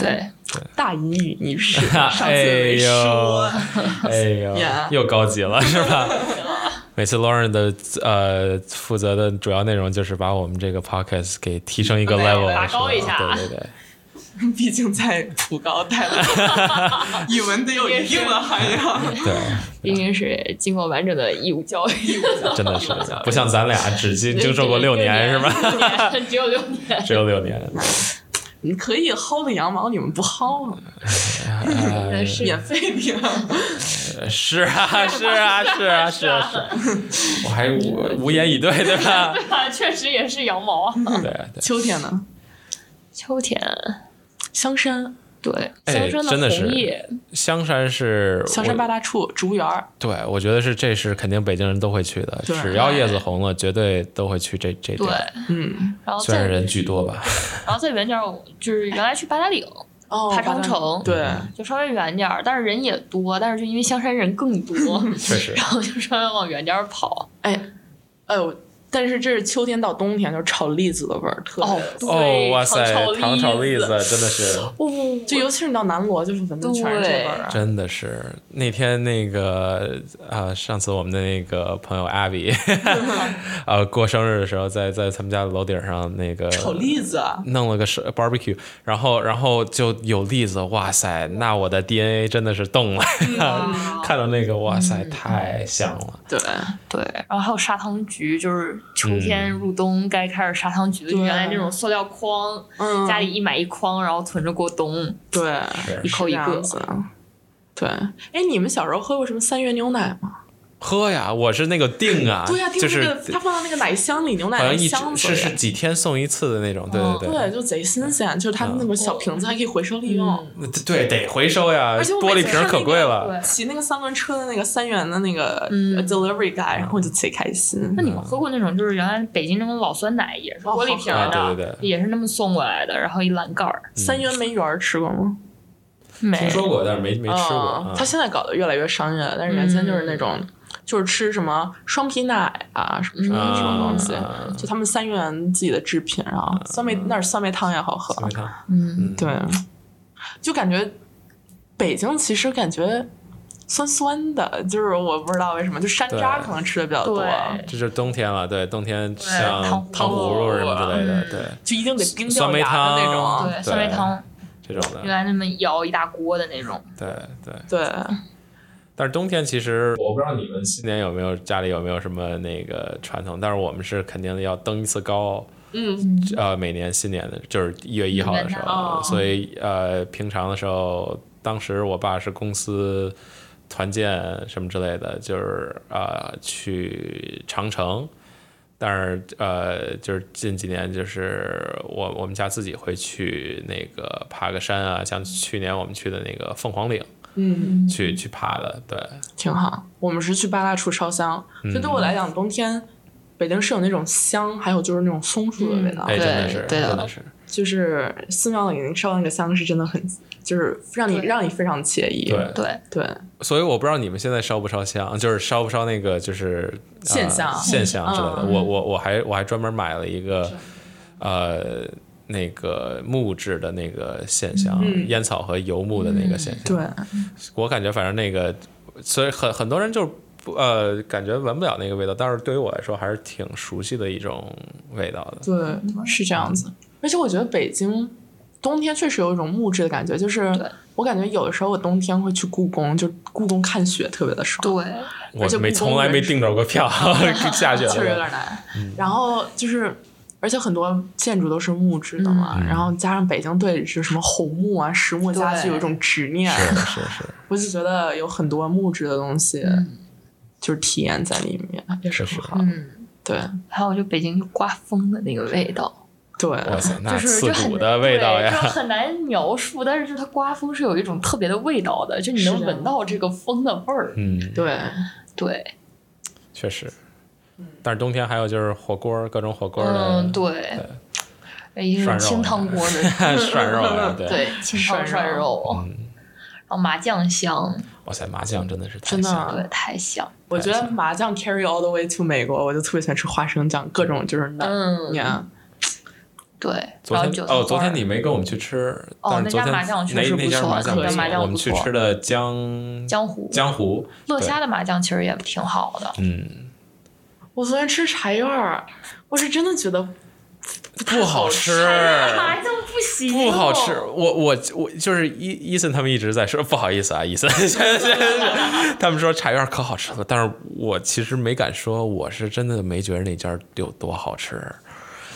Speaker 3: 对，
Speaker 1: 大隐隐于 市，上次
Speaker 2: 哎
Speaker 1: 没
Speaker 2: 呦
Speaker 1: 说。，
Speaker 2: 哎呦
Speaker 1: Yeah，
Speaker 2: 又高级了是吧？每次 Lauren 的呃负责的主要内容就是把我们这个 podcast 给提升一个
Speaker 3: 对
Speaker 2: level，
Speaker 3: 拔
Speaker 2: 是吧
Speaker 3: 高一下
Speaker 2: 对对对，
Speaker 1: 毕竟在普高待 了，语文得有一 定的涵养。
Speaker 2: 对，
Speaker 3: 毕竟是经过完整的义务教育，
Speaker 2: 真的是不像咱俩只经经受过六年是吧？
Speaker 3: 吧？只有六年，
Speaker 2: 只有六年，
Speaker 1: 你可以薅的羊毛，你们不薅吗？
Speaker 2: 哎
Speaker 1: 是免费 的。
Speaker 2: 是啊是啊是啊是啊，是我还无无言以对，对吧？
Speaker 3: 确实也是羊毛啊。
Speaker 2: 对对，
Speaker 1: 秋天呢？
Speaker 3: 秋天，
Speaker 1: 香山，
Speaker 3: 对，
Speaker 2: 哎
Speaker 3: 香山
Speaker 2: 真的是
Speaker 3: 红叶，
Speaker 2: 香山是
Speaker 1: 香山
Speaker 2: 我
Speaker 1: 八大处，竹园儿。
Speaker 2: 对，我觉得是这是肯定北京人都会去的，
Speaker 1: 对
Speaker 2: 只要叶子红了，绝对都会去这这
Speaker 3: 对
Speaker 2: 点。，
Speaker 1: 嗯，
Speaker 3: 然后
Speaker 2: 虽然
Speaker 3: 再
Speaker 2: 人巨多 吧，
Speaker 3: 然后再远点儿，我就是原来去八达岭，
Speaker 1: 哦
Speaker 3: 爬长城
Speaker 1: 对，
Speaker 2: 嗯
Speaker 3: 就稍微远点儿，但是人也多，但是就因为香山人更 多，
Speaker 2: 确实
Speaker 3: 然后就稍微往远点儿跑。
Speaker 1: 哎，哎呦，但是这是秋天到冬天，就是炒栗子的味儿特别。
Speaker 3: 哦，
Speaker 2: 哦，
Speaker 3: 对，
Speaker 2: 哇塞，
Speaker 3: 糖
Speaker 2: 糖
Speaker 3: 炒
Speaker 2: 炒栗子，真的是，
Speaker 3: 哦，
Speaker 1: 就尤其是你到南锣，就是闻的全是这味儿啊。
Speaker 2: 真的是。那天那个啊，上次我们的那个朋友 Abby，呃，过生日的时候，在在他们家的楼顶上那个
Speaker 1: 炒栗子啊，
Speaker 2: 弄了个是 barbecue，然后然后就有栗子，哇塞，那我的 DNA 真的是动了， 看到那个，哇塞，
Speaker 1: 嗯
Speaker 2: 太香了，
Speaker 1: 对，
Speaker 3: 对，然后还有砂糖橘，就是秋
Speaker 2: 嗯
Speaker 3: 天入冬该开始砂糖橘的，
Speaker 1: 对
Speaker 3: 原来那种塑料筐，
Speaker 1: 嗯
Speaker 3: 家里一买一筐，然后囤着过冬，
Speaker 1: 对，
Speaker 2: 是
Speaker 3: 一口一
Speaker 1: 是这样
Speaker 3: 个。
Speaker 1: 子啊。对，哎，你们小时候喝过什么三元牛奶吗？
Speaker 2: 喝呀，我是那个定啊，
Speaker 1: 对呀、听
Speaker 2: 就
Speaker 1: 说
Speaker 2: 是
Speaker 1: 那个他放到那个奶箱里，牛
Speaker 2: 好
Speaker 1: 奶
Speaker 2: 像
Speaker 1: 的
Speaker 2: 一
Speaker 1: 箱
Speaker 2: 直
Speaker 1: 子
Speaker 2: 是
Speaker 1: 里。
Speaker 2: 是几天送一次的那种，对对
Speaker 1: 哦对，就贼新鲜，就是
Speaker 2: 嗯
Speaker 1: 它那个小瓶子还可以回收利用。
Speaker 2: 对对，得回收呀，
Speaker 1: 而且我
Speaker 2: 玻璃
Speaker 1: 每次
Speaker 2: 瓶儿
Speaker 1: 看
Speaker 2: 可
Speaker 1: 那
Speaker 2: 贵
Speaker 1: 个
Speaker 2: 了。
Speaker 1: 骑那个三轮车的那个三元的那个
Speaker 3: 嗯
Speaker 1: 呃 delivery guy，、然后我就贼开心。
Speaker 3: 那
Speaker 2: 嗯
Speaker 3: 你们喝过那种，就是原来北京那种老酸奶，也是玻璃瓶儿的，
Speaker 2: 哦啊对对
Speaker 3: 也是那么送过来的，然后一栏杆儿。
Speaker 1: 三元梅园儿吃过吗？
Speaker 2: 听
Speaker 3: 没
Speaker 2: 说过，但是没没吃过。嗯
Speaker 1: 嗯
Speaker 2: 啊，
Speaker 1: 他现在搞得越来越商业了，但是原先就是那种，就是吃什么双皮奶啊，什么什
Speaker 2: 嗯
Speaker 1: 么什么东西，
Speaker 2: 啊
Speaker 1: 就他们三元自己的制品，然后酸梅那儿酸梅汤也好喝，
Speaker 2: 嗯酸梅汤，
Speaker 3: 嗯，
Speaker 1: 对，就感觉北京其实感觉酸酸的，就是我不知道为什么，就山楂
Speaker 2: 对
Speaker 1: 可能吃的比较多，
Speaker 3: 对，
Speaker 2: 这就是冬天了，对，冬天像
Speaker 3: 糖
Speaker 2: 糖葫芦什么之类的，
Speaker 3: 嗯
Speaker 2: 对，
Speaker 1: 就一定得冰
Speaker 2: 酸
Speaker 1: 掉
Speaker 2: 梅
Speaker 1: 牙的那
Speaker 2: 汤
Speaker 1: 种，
Speaker 3: 对，酸梅汤
Speaker 2: 这种的
Speaker 3: 原，来那么舀一大锅的那种，
Speaker 2: 对对。
Speaker 1: 对，
Speaker 2: 但是冬天其实我不知道你们新年有没有家里有没有什么那个传统，但是我们是肯定要登一次高，
Speaker 1: 嗯，
Speaker 2: 呃，每年新年的就是一月一号的时
Speaker 3: 元旦
Speaker 2: 候，所以呃，平常的时候，当时我爸是公司团建什么之类的，就是呃去长城。但是呃，就是近几年，就是我我们家自己会去那个爬个山啊，像去年我们去的那个凤凰岭，嗯，去去爬的，对，
Speaker 1: 挺好。我们是去八大处烧香，所以对
Speaker 2: 嗯
Speaker 1: 我来讲，冬天北京是有那种香，还有就是那种松树的味道，
Speaker 2: 哎，真的是，
Speaker 3: 对的
Speaker 2: 真的是，
Speaker 1: 就是寺庙里烧那个香是真的很，就是让你
Speaker 3: 对
Speaker 1: 让你非常惬意。
Speaker 2: 对
Speaker 3: 对，
Speaker 1: 对
Speaker 2: 所以我不知道你们现在烧不烧香，就是烧不烧那个就是呃
Speaker 1: 线香
Speaker 2: 线香之类的。
Speaker 1: 嗯
Speaker 2: 我我我还我还专门买了一个，呃，那个木质的那个线香，
Speaker 1: 嗯
Speaker 2: 烟草和油木的那个线香。
Speaker 1: 对，
Speaker 2: 我感觉反正那个，所以很很多人就是不呃感觉闻不了那个味道，但是对于我来说还是挺熟悉的一种味道的。
Speaker 1: 对，是这样子。而且我觉得北京冬天确实有一种木质的感觉，就是
Speaker 3: 对
Speaker 1: 我感觉有的时候我冬天会去故宫，就故宫看雪特别的爽。
Speaker 3: 对，
Speaker 2: 我
Speaker 1: 而且
Speaker 2: 没
Speaker 1: 故宫
Speaker 2: 从来没
Speaker 1: 人
Speaker 2: 订着过票， 下雪
Speaker 1: 确实有
Speaker 2: 了。
Speaker 1: 点难。
Speaker 2: 嗯
Speaker 1: 然后就是，而且很多建筑都是木质的
Speaker 2: 嗯
Speaker 1: 嘛，然后加上北京对是什么红木啊、实木家具
Speaker 3: 对
Speaker 1: 有一种执念，
Speaker 2: 是是是，
Speaker 1: 我就觉得有很多木质的东西，就是体验在里面，也是很好。
Speaker 3: 嗯，
Speaker 1: 对
Speaker 3: 还有就北京就刮风的那个味道，
Speaker 1: 对
Speaker 2: 哇塞，那
Speaker 3: 就是
Speaker 2: 刺
Speaker 3: 就很
Speaker 2: 骨的味道
Speaker 3: 对就
Speaker 2: 呀！
Speaker 3: 很难描述，但是就是它刮风是有一种特别的味道的，就你能闻到这个风的味 儿，
Speaker 2: 嗯，
Speaker 1: 对，
Speaker 3: 对，
Speaker 2: 确实。嗯但是冬天还有就是火锅，各种火锅的
Speaker 3: 嗯，对，哎，一
Speaker 2: 涮
Speaker 3: 种
Speaker 2: 肉
Speaker 3: 清汤锅
Speaker 2: 涮
Speaker 3: 的，
Speaker 2: 肉呀，对。
Speaker 3: 嗯对，清汤
Speaker 1: 涮
Speaker 3: 涮肉，
Speaker 2: 嗯
Speaker 3: 然后麻酱香，
Speaker 2: 哇塞，麻酱真的是太
Speaker 1: 真的
Speaker 2: 香了
Speaker 3: 对，太香，
Speaker 1: 我觉得麻酱 carry all the way to 美国，我就特别喜欢吃花生酱，各种就是嫩
Speaker 3: 嗯，
Speaker 1: 面。
Speaker 3: 对，
Speaker 2: 昨
Speaker 3: 然后
Speaker 2: 天
Speaker 3: 韭菜
Speaker 2: 哦，昨
Speaker 3: 花儿
Speaker 2: 天你没跟我们去吃，
Speaker 3: 哦
Speaker 2: 但是
Speaker 3: 那
Speaker 2: 昨
Speaker 3: 家
Speaker 2: 天
Speaker 3: 麻酱确
Speaker 2: 那
Speaker 3: 实
Speaker 2: 那
Speaker 3: 不
Speaker 2: 家
Speaker 3: 错
Speaker 2: 麻酱
Speaker 1: 那家
Speaker 2: 不
Speaker 1: 麻
Speaker 2: 错，
Speaker 3: 酱
Speaker 2: 我
Speaker 3: 不
Speaker 2: 们去
Speaker 3: 错
Speaker 2: 吃的江
Speaker 3: 江湖
Speaker 2: 江湖
Speaker 3: 乐
Speaker 2: 对
Speaker 3: 虾的麻酱其实也挺好的，
Speaker 2: 嗯，
Speaker 1: 我昨天吃柴院儿，我是真的觉得
Speaker 2: 不好吃。
Speaker 3: 麻酱不行，
Speaker 2: 不好吃，
Speaker 3: 哦
Speaker 2: 我我我就是伊伊森他们一直在说，不好意思啊，伊森， 他们说茶院可好吃了，但是我其实没敢说，我是真的没觉得那家有多好吃。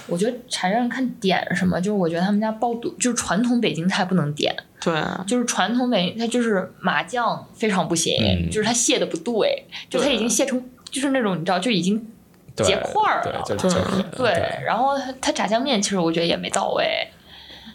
Speaker 3: 我觉得柴人看点什么，就是我觉得他们家爆肚，就是传统北京菜不能点，
Speaker 1: 对
Speaker 3: 就是传统北京它就是麻酱非常不行，
Speaker 2: 嗯啊
Speaker 3: 就是它卸的不对，就它已经卸成就是那种你知道就已经
Speaker 2: 对
Speaker 3: 结块儿了
Speaker 2: 对，就就是
Speaker 1: 嗯
Speaker 3: 对，然后它它炸酱面其实我觉得也没到位，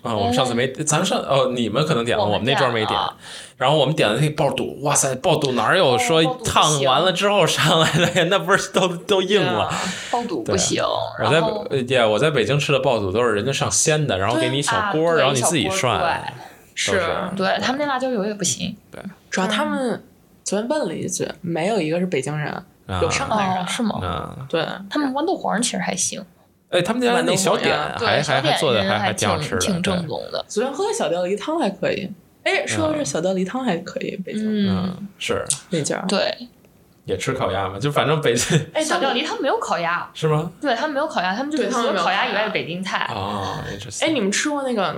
Speaker 2: 啊，我们上次没，咱上哦，你们可能点了，
Speaker 3: 嗯我们
Speaker 2: 我们那桌没
Speaker 3: 点
Speaker 2: 点
Speaker 3: 了。哦
Speaker 2: 然后我们点的那爆肚，哇塞，爆肚哪有说
Speaker 3: 爆肚不
Speaker 2: 烫
Speaker 3: 行
Speaker 2: 完了之后上来的呀？ 那不是都都硬了？
Speaker 3: 爆肚不
Speaker 2: 对
Speaker 3: 行，
Speaker 2: 我在
Speaker 3: 啊然后
Speaker 2: 也我在北京吃的爆肚都是人家上鲜的，然后给你一小
Speaker 3: 啊
Speaker 2: 锅儿，
Speaker 3: 对
Speaker 2: 然后你
Speaker 3: 小
Speaker 2: 自己
Speaker 3: 锅儿
Speaker 2: 涮。嗯
Speaker 1: 是
Speaker 2: 是
Speaker 3: 对他们那辣椒油也不行，
Speaker 1: 主要他们昨天问了一句，没有一个是北京人，
Speaker 2: 啊
Speaker 1: 有上海人
Speaker 3: 哦，，是吗？
Speaker 2: 嗯，
Speaker 1: 对，
Speaker 3: 他们豌豆黄其实还行，
Speaker 2: 哎，他们家
Speaker 1: 豌豆
Speaker 2: 那小
Speaker 1: 黄
Speaker 2: 点
Speaker 1: 呀
Speaker 2: 啊还
Speaker 3: 啊对，
Speaker 2: 还
Speaker 3: 小
Speaker 2: 还
Speaker 3: 点
Speaker 2: 做的
Speaker 3: 心
Speaker 2: 还
Speaker 3: 还
Speaker 2: 挺好吃的，对
Speaker 3: 挺正宗的，
Speaker 1: 昨天喝的小吊梨汤还可以。哎，说到这小吊梨汤还可以，北京
Speaker 3: 嗯，
Speaker 2: 嗯，是
Speaker 1: 那家。
Speaker 3: 对，
Speaker 2: 也吃烤鸭嘛，就反正北京
Speaker 1: 哎，
Speaker 3: 小吊梨他们没有烤鸭，
Speaker 2: 是吗？
Speaker 3: 对他们没有烤鸭，他们就是
Speaker 1: 对
Speaker 3: 除
Speaker 1: 他们
Speaker 3: 了
Speaker 1: 没有
Speaker 3: 烤鸭以
Speaker 1: 烤
Speaker 3: 外
Speaker 1: 鸭
Speaker 3: 的北京菜。
Speaker 2: 哦，
Speaker 1: 哎，
Speaker 2: 哎，
Speaker 1: 你们吃过那个？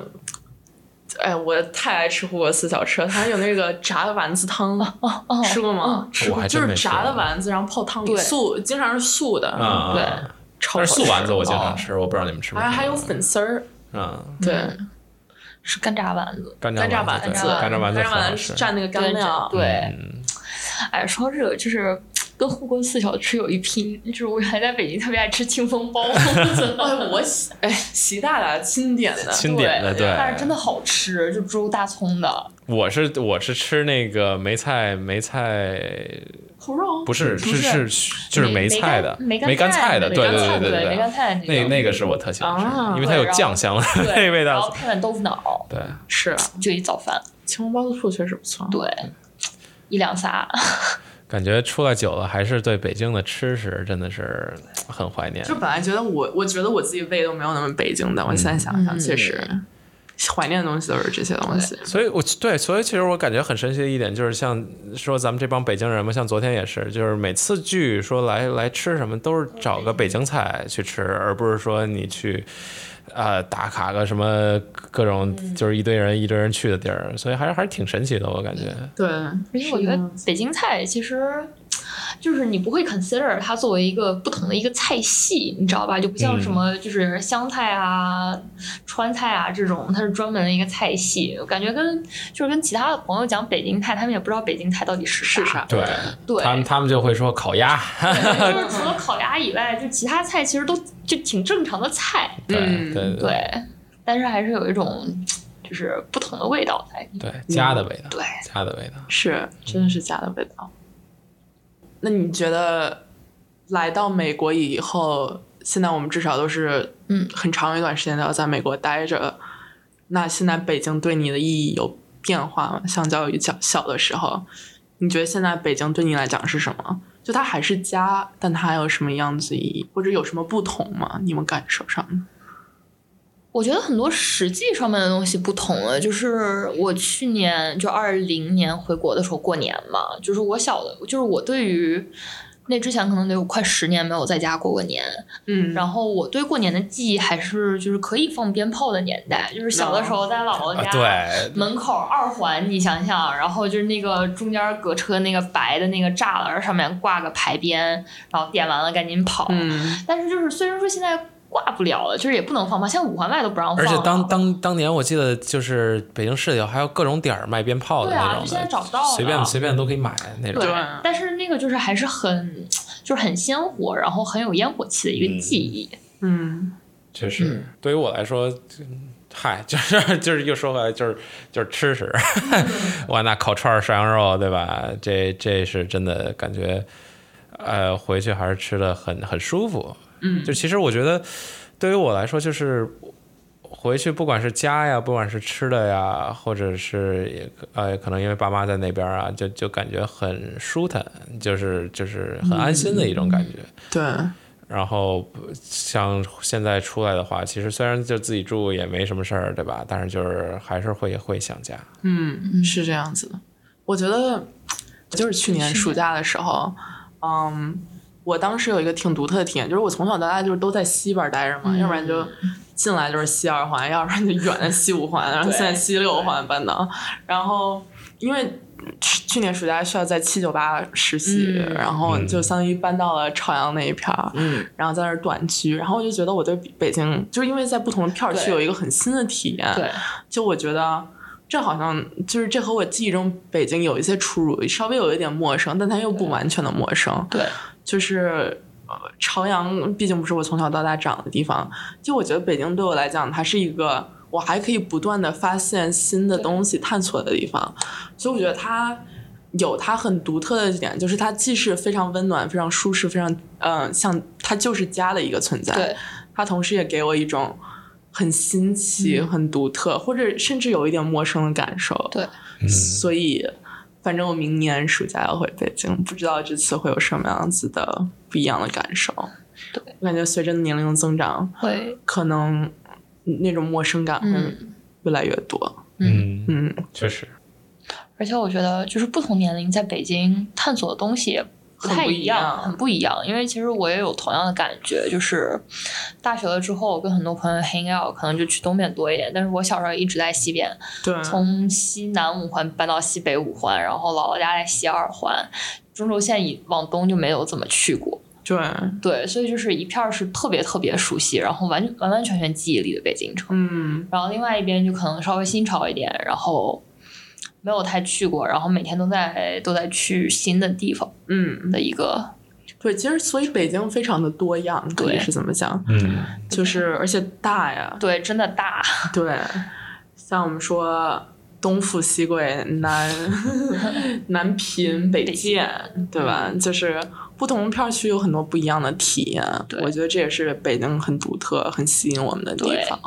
Speaker 1: 哎，我太爱吃护国寺小吃了，它有那个炸的丸子汤，
Speaker 3: 哦哦，
Speaker 1: 吃过吗？吃
Speaker 2: 我还
Speaker 1: 过，就
Speaker 2: 真
Speaker 1: 是
Speaker 2: 没吃
Speaker 1: 炸的
Speaker 2: 过
Speaker 1: 丸子，然后泡汤里，
Speaker 3: 对
Speaker 1: 素经常是素的，
Speaker 2: 啊，
Speaker 3: 对
Speaker 2: 啊
Speaker 1: 超好
Speaker 2: 但是
Speaker 1: 吃
Speaker 2: 素丸子我经常吃，我不知道你们吃没
Speaker 1: 好
Speaker 2: 吃
Speaker 1: 像还
Speaker 2: 过。
Speaker 1: 有粉丝儿，
Speaker 2: 啊，
Speaker 3: 嗯
Speaker 1: 对，
Speaker 3: 是干炸丸子。
Speaker 2: 干
Speaker 1: 干炸
Speaker 2: 炸丸
Speaker 1: 丸
Speaker 2: 子
Speaker 1: 子，
Speaker 2: 对，干炸丸子
Speaker 1: 干炸
Speaker 2: 很好
Speaker 1: 丸
Speaker 2: 吃
Speaker 1: 子。蘸那个干料，，
Speaker 2: 嗯
Speaker 3: 对，哎，说到这个就是。跟护国寺小吃有一拼，就是我原来在北京特别爱吃清风包 子
Speaker 1: 哎，我喜哎习大大钦点的，
Speaker 2: 经典的，
Speaker 3: 但是真
Speaker 2: 对，
Speaker 3: 的好吃，就猪肉大葱的，
Speaker 2: 我是我是吃那个梅菜梅菜
Speaker 1: 扣肉
Speaker 2: 不是
Speaker 3: 不
Speaker 2: 是
Speaker 3: 是
Speaker 2: 是就是梅
Speaker 3: 梅
Speaker 2: 菜的
Speaker 3: 梅
Speaker 2: 梅干菜
Speaker 3: 的，
Speaker 2: 对
Speaker 3: 梅干
Speaker 2: 对
Speaker 3: 菜
Speaker 2: 对
Speaker 3: 梅干菜
Speaker 2: 那那
Speaker 3: 个
Speaker 2: 个是我特喜欢吃的，
Speaker 1: 啊
Speaker 2: 因为它有
Speaker 3: 对然后
Speaker 2: 酱香， 那
Speaker 3: 对
Speaker 2: 味
Speaker 3: 然后
Speaker 2: 道。
Speaker 3: 配碗豆腐脑
Speaker 2: 对，
Speaker 1: 是
Speaker 3: 就一早饭，
Speaker 1: 青红包子铺确实不错。
Speaker 3: 对，一两仨，
Speaker 2: 感觉出来久了，还是对北京的吃食真的是很怀念
Speaker 1: 就。本来觉得我，我觉得我自己胃都没有那么北京的，我现在
Speaker 2: 嗯
Speaker 1: 想想，
Speaker 3: 嗯
Speaker 1: 确实怀念的东西都是这些东西。
Speaker 2: 所以我，对，所以其实我感觉很神奇的一点就是，像说咱们这帮北京人嘛，像昨天也是，就是每次聚说来来吃什么，都是找个北京菜去吃，而不是说你去，呃，打卡个什么各种，就是一堆人一堆人去的地儿，所以还是还是挺神奇的，我感觉。
Speaker 1: 对，
Speaker 3: 而且我觉得北京菜其实。就是你不会 consider 它作为一个不同的一个菜系，你知道吧？就不像
Speaker 2: 嗯
Speaker 3: 什么就是湘菜啊、川菜啊这种，它是专门的一个菜系。我感觉跟就是跟其他的朋友讲北京菜，他们也不知道北京菜到底是啥。
Speaker 1: 啥
Speaker 2: 对，
Speaker 3: 对，
Speaker 2: 他们他们就会说烤鸭，
Speaker 3: 就是除了烤鸭以外，就其他菜其实都就挺正常的菜，
Speaker 2: 对
Speaker 1: 嗯
Speaker 2: 对对
Speaker 3: 对，但是还是有一种就是不同的味道在。
Speaker 2: 对，家的味道，
Speaker 3: 对，
Speaker 2: 家的味道。
Speaker 1: 是真的是家的味道。那你觉得来到美国以后，现在我们至少都是
Speaker 3: 嗯
Speaker 1: 很长一段时间都要在美国待着，那现在北京对你的意义有变化吗？相较于小小的时候，你觉得现在北京对你来讲是什么？就它还是家，但它有什么样子的意义，或者有什么不同吗？你们感受上呢？
Speaker 3: 我觉得很多实际上面的东西不同了，就是我去年就二零年回国的时候过年嘛，就是我小的，就是我对于那之前可能得有快十年没有在家过过年，
Speaker 1: 嗯
Speaker 3: 然后我对过年的记忆还是就是可以放鞭炮的年代，就是小的
Speaker 1: 嗯
Speaker 3: 时候在姥姥
Speaker 2: 啊
Speaker 3: 家，，
Speaker 2: 对，
Speaker 3: 门口二环，你想想，然后就是那个中间隔车那个白的那个栅栏上面挂个牌匾，然后点完了赶紧跑。
Speaker 1: 嗯，
Speaker 3: 但是就是虽然说现在挂不了了，就是也不能放吧，现在五环外都不让
Speaker 2: 而
Speaker 3: 放了。
Speaker 2: 且当当当年我记得就是北京市里还有各种点儿卖鞭炮的
Speaker 3: 对啊
Speaker 2: 那种的，
Speaker 3: 就现在找不到了
Speaker 2: 随便随便都可以买那种
Speaker 3: 对。
Speaker 1: 对，
Speaker 3: 但是那个就是还是很就是很鲜活，然后很有烟火气的一个记忆。
Speaker 1: 嗯，
Speaker 2: 确实，对于我来说，嗯嗨， 就是就是又说回来，就是就是吃食， 哇，那烤串儿、涮羊肉，对吧？这这是真的感觉，呃，回去还是吃的很很舒服。嗯，就其实我觉得，对于我来说，就是回去不管是家呀，不管是吃的呀，或者是也呃，可能因为爸妈在那边啊，就就感觉很舒坦，就是就是很安心的一种感觉。
Speaker 1: 对，
Speaker 2: 然后呃像现在出来的话，其实虽然就自己住也没什么事儿，对吧？但是就是还是会会想家。
Speaker 1: 嗯，是这样子的。我觉得就是去年暑假的时候，嗯，我当时有一个挺独特的体验，就是我从小到大就是都在西边待着嘛，要不然就进来就是西二环，要不然就远的西五环，然后现在西六环搬到，然后因为。去去年暑假需要在七九八实习，
Speaker 3: 嗯
Speaker 1: 然后就相当于搬到了朝阳那一片儿，
Speaker 3: 嗯，
Speaker 1: 然后在那儿短居，然后我就觉得我对北京，就是因为在不同的片儿区
Speaker 3: 对
Speaker 1: 有一个很新的体验，
Speaker 3: 对，
Speaker 1: 就我觉得这好像就是这和我记忆中北京有一些出入，稍微有一点陌生，但它又不完全的陌生。
Speaker 3: 对，
Speaker 1: 就是呃朝阳毕竟不是我从小到大长的地方，就我觉得北京对我来讲，它是一个我还可以不断的发现新的东西、探索的地方，所以我觉得它。有它很独特的一点，就是它既是非常温暖、非常舒适、非常嗯、呃像它就是家的一个存在。
Speaker 3: 对，
Speaker 1: 它同时也给我一种很新奇、很独特，或者甚至有一点陌生的感受。
Speaker 3: 嗯对，
Speaker 1: 所以反正我明年暑假要回北京，不知道这次会有什么样子的不一样的感受。
Speaker 3: 对
Speaker 1: 我感觉随着年龄的增长，
Speaker 3: 会，
Speaker 1: 可能那种陌生感会
Speaker 3: 嗯，
Speaker 1: 越来越多。
Speaker 2: 嗯，
Speaker 1: 嗯，
Speaker 2: 确实，
Speaker 3: 而且我觉得就是不同年龄在北京探索的东西也不太一样，
Speaker 1: 很
Speaker 3: 很不一样。因为其实我也有同样的感觉，就是大学了之后，我跟很多朋友 hang out，可能就去东边多一点。但是我小时候一直在西边，
Speaker 1: 对，
Speaker 3: 从西南五环搬到西北五环，然后姥姥家在西二环，中轴线以往东就没有怎么去过。
Speaker 1: 对，
Speaker 3: 对，所以就是一片儿是特别特别熟悉，然后完完完全全记忆里的北京城。
Speaker 1: 嗯，
Speaker 3: 然后另外一边就可能稍微新潮一点，然后没有太去过，然后每天都在都在去新的地方
Speaker 1: 嗯，
Speaker 3: 的一个，
Speaker 1: 对，其实所以北京非常的多样，可以
Speaker 3: 对
Speaker 1: 是怎么讲？
Speaker 2: 嗯，
Speaker 1: 就是而且大呀，
Speaker 3: 对，真的大，
Speaker 1: 对，像我们说
Speaker 11: 东富西贵， 南南
Speaker 3: 嗯
Speaker 11: 贫北贱，对吧？就是不同片区有很多不一样的体验，我觉得这也是北京很独特、很吸引我们的地
Speaker 3: 对
Speaker 11: 方。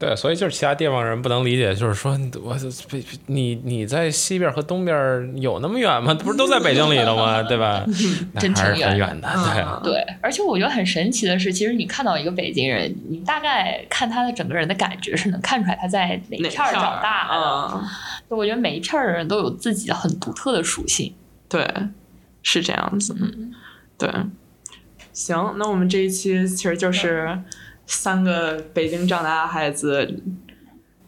Speaker 2: 对，所以就是其他地方人不能理解，就是说，我你你在西边和东边有那么远吗？不是都在北京里头吗？对吧？那
Speaker 3: 嗯真挺
Speaker 2: 还是很
Speaker 3: 远啊
Speaker 2: 远的，对。
Speaker 11: 嗯
Speaker 3: 对，而且我觉得很神奇的是，其实你看到一个北京人，你大概看他的整个人的感觉是能看出来他在哪
Speaker 11: 哪
Speaker 3: 片
Speaker 11: 片
Speaker 3: 儿嗯
Speaker 11: 儿
Speaker 3: 长大的。
Speaker 11: 啊，
Speaker 3: 就我觉得每一片儿的人都有自己的很独特的属性。
Speaker 11: 对，是这样子。对，行，那我们这一期其实就是三个北京长大的孩子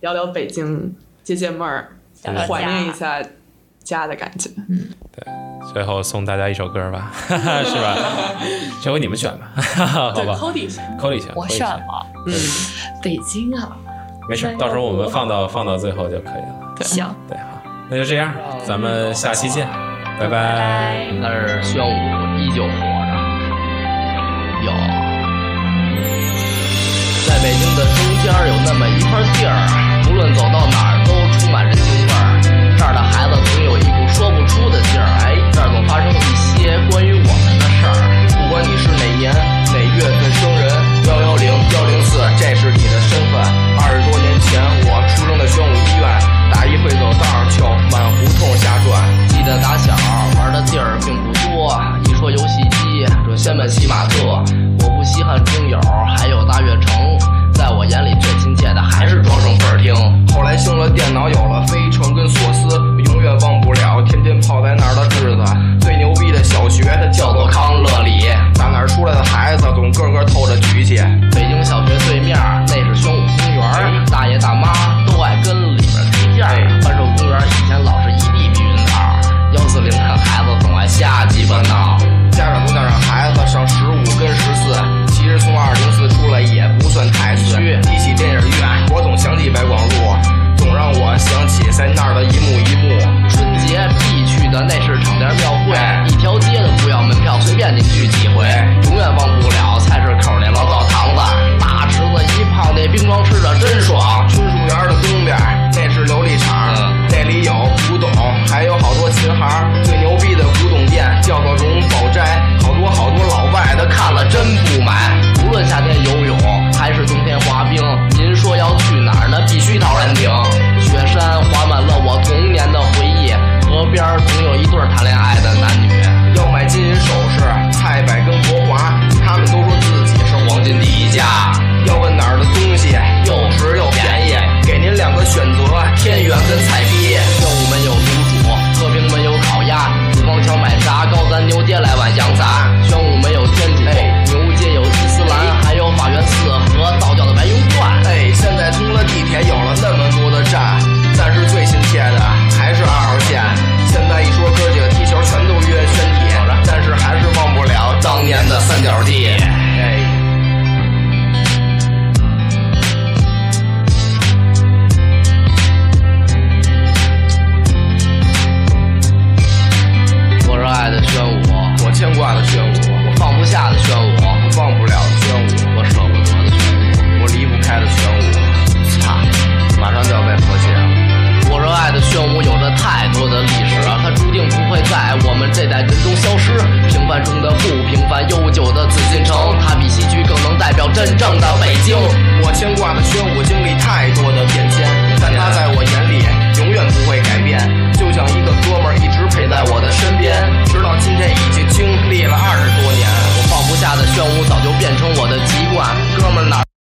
Speaker 11: 聊聊北京，解解闷儿，
Speaker 3: 聊聊
Speaker 11: 怀念
Speaker 3: 家
Speaker 11: 一下家的感觉。
Speaker 2: 最后送大家一首歌吧， 是吧？这回你们选吧，好吧？
Speaker 11: ，Cody
Speaker 2: 扣一下，
Speaker 3: 我
Speaker 2: Cody 一
Speaker 3: 选
Speaker 2: 下
Speaker 3: 了，嗯，北京啊，
Speaker 2: 没事，到时候我们放到放到最后就可以了。
Speaker 3: 行，
Speaker 2: 对，好，那就这样，咱们下期见，拜
Speaker 3: 拜
Speaker 2: 拜。
Speaker 3: 拜。
Speaker 7: 但是宣武依旧活着。有，在北京的中间儿有那么一块地儿，无论走到哪儿都充满着京味儿。这儿的孩子总有一股说不出的劲儿，哎，这儿总发生一些关于我们的事儿。不管你是哪年哪月份生人，幺幺零幺零四，这是你的身份。二十多年前我出生在宣武医院，打一会走道儿就满胡同瞎转。记得打小玩的地儿并不多，一说游戏机，准先奔西马特。我不稀罕听友，还有大悦城，在我眼里最亲切的还是庄胜倍儿听。后来兴了电脑，有了飞城跟索斯，我永远忘不了天天泡在那儿的日子。最牛逼的小学，它叫做康乐里，打哪儿出来的孩子总个个透着局气。北京小学对面那是宣武公园，大爷大妈都爱跟里边推荐。万寿公园以前老是一地避孕套，幺四零看孩子总爱瞎鸡巴闹。家长都想让孩子上十五跟十四，其实从二零四出来也不算太次。提起电影院，我总想起白广路，总让我想起在那儿的一幕一幕。哎春节必去的那是场店庙会，一条街的不要门票，随便你去几回，永远忘不了菜市口那老澡堂子，大池子一泡，那冰霜吃着真爽。春树园的东边那是琉璃厂，那里有古董，还有好多琴行儿。最牛逼的古董店叫做荣宝斋，好多好多老外的看了真不买。无论夏天游泳还是冬天滑冰，您说要去哪儿呢？必须陶然亭。雪山划满了我童年的回忆，河边儿总有一对儿谈恋爱的男女。要买金银首饰，蔡柏跟国华，他们都说自己是黄金第一家。要问哪儿的东西又值又便宜，给您两个选择，天元跟菜逼。宣武门有卤煮，和平门有烤鸭，紫光桥买炸糕，咱牛街来碗羊杂。宣武门有天主，牛街有伊斯兰，还有法源寺和道教的白云观。哎，现在通了地铁，有了那么多的站，但是最亲切的还是二号线。现在一说哥几个踢球，全都约全体，但是还是忘不了当年的三角地。哎。我热爱的宣武，我牵挂的宣武，我放不下的宣武，我忘不了的宣武，我舍不得的宣武，我离不开的宣武。操，马上就要被和谐了。我热爱的宣武有着太多的历史，它注定不会在我们这代人中消失。平凡中的不平凡，悠久的紫禁城，它比戏剧更能代表真正的北京。我牵挂的宣武经历太多的变迁，但它在我眼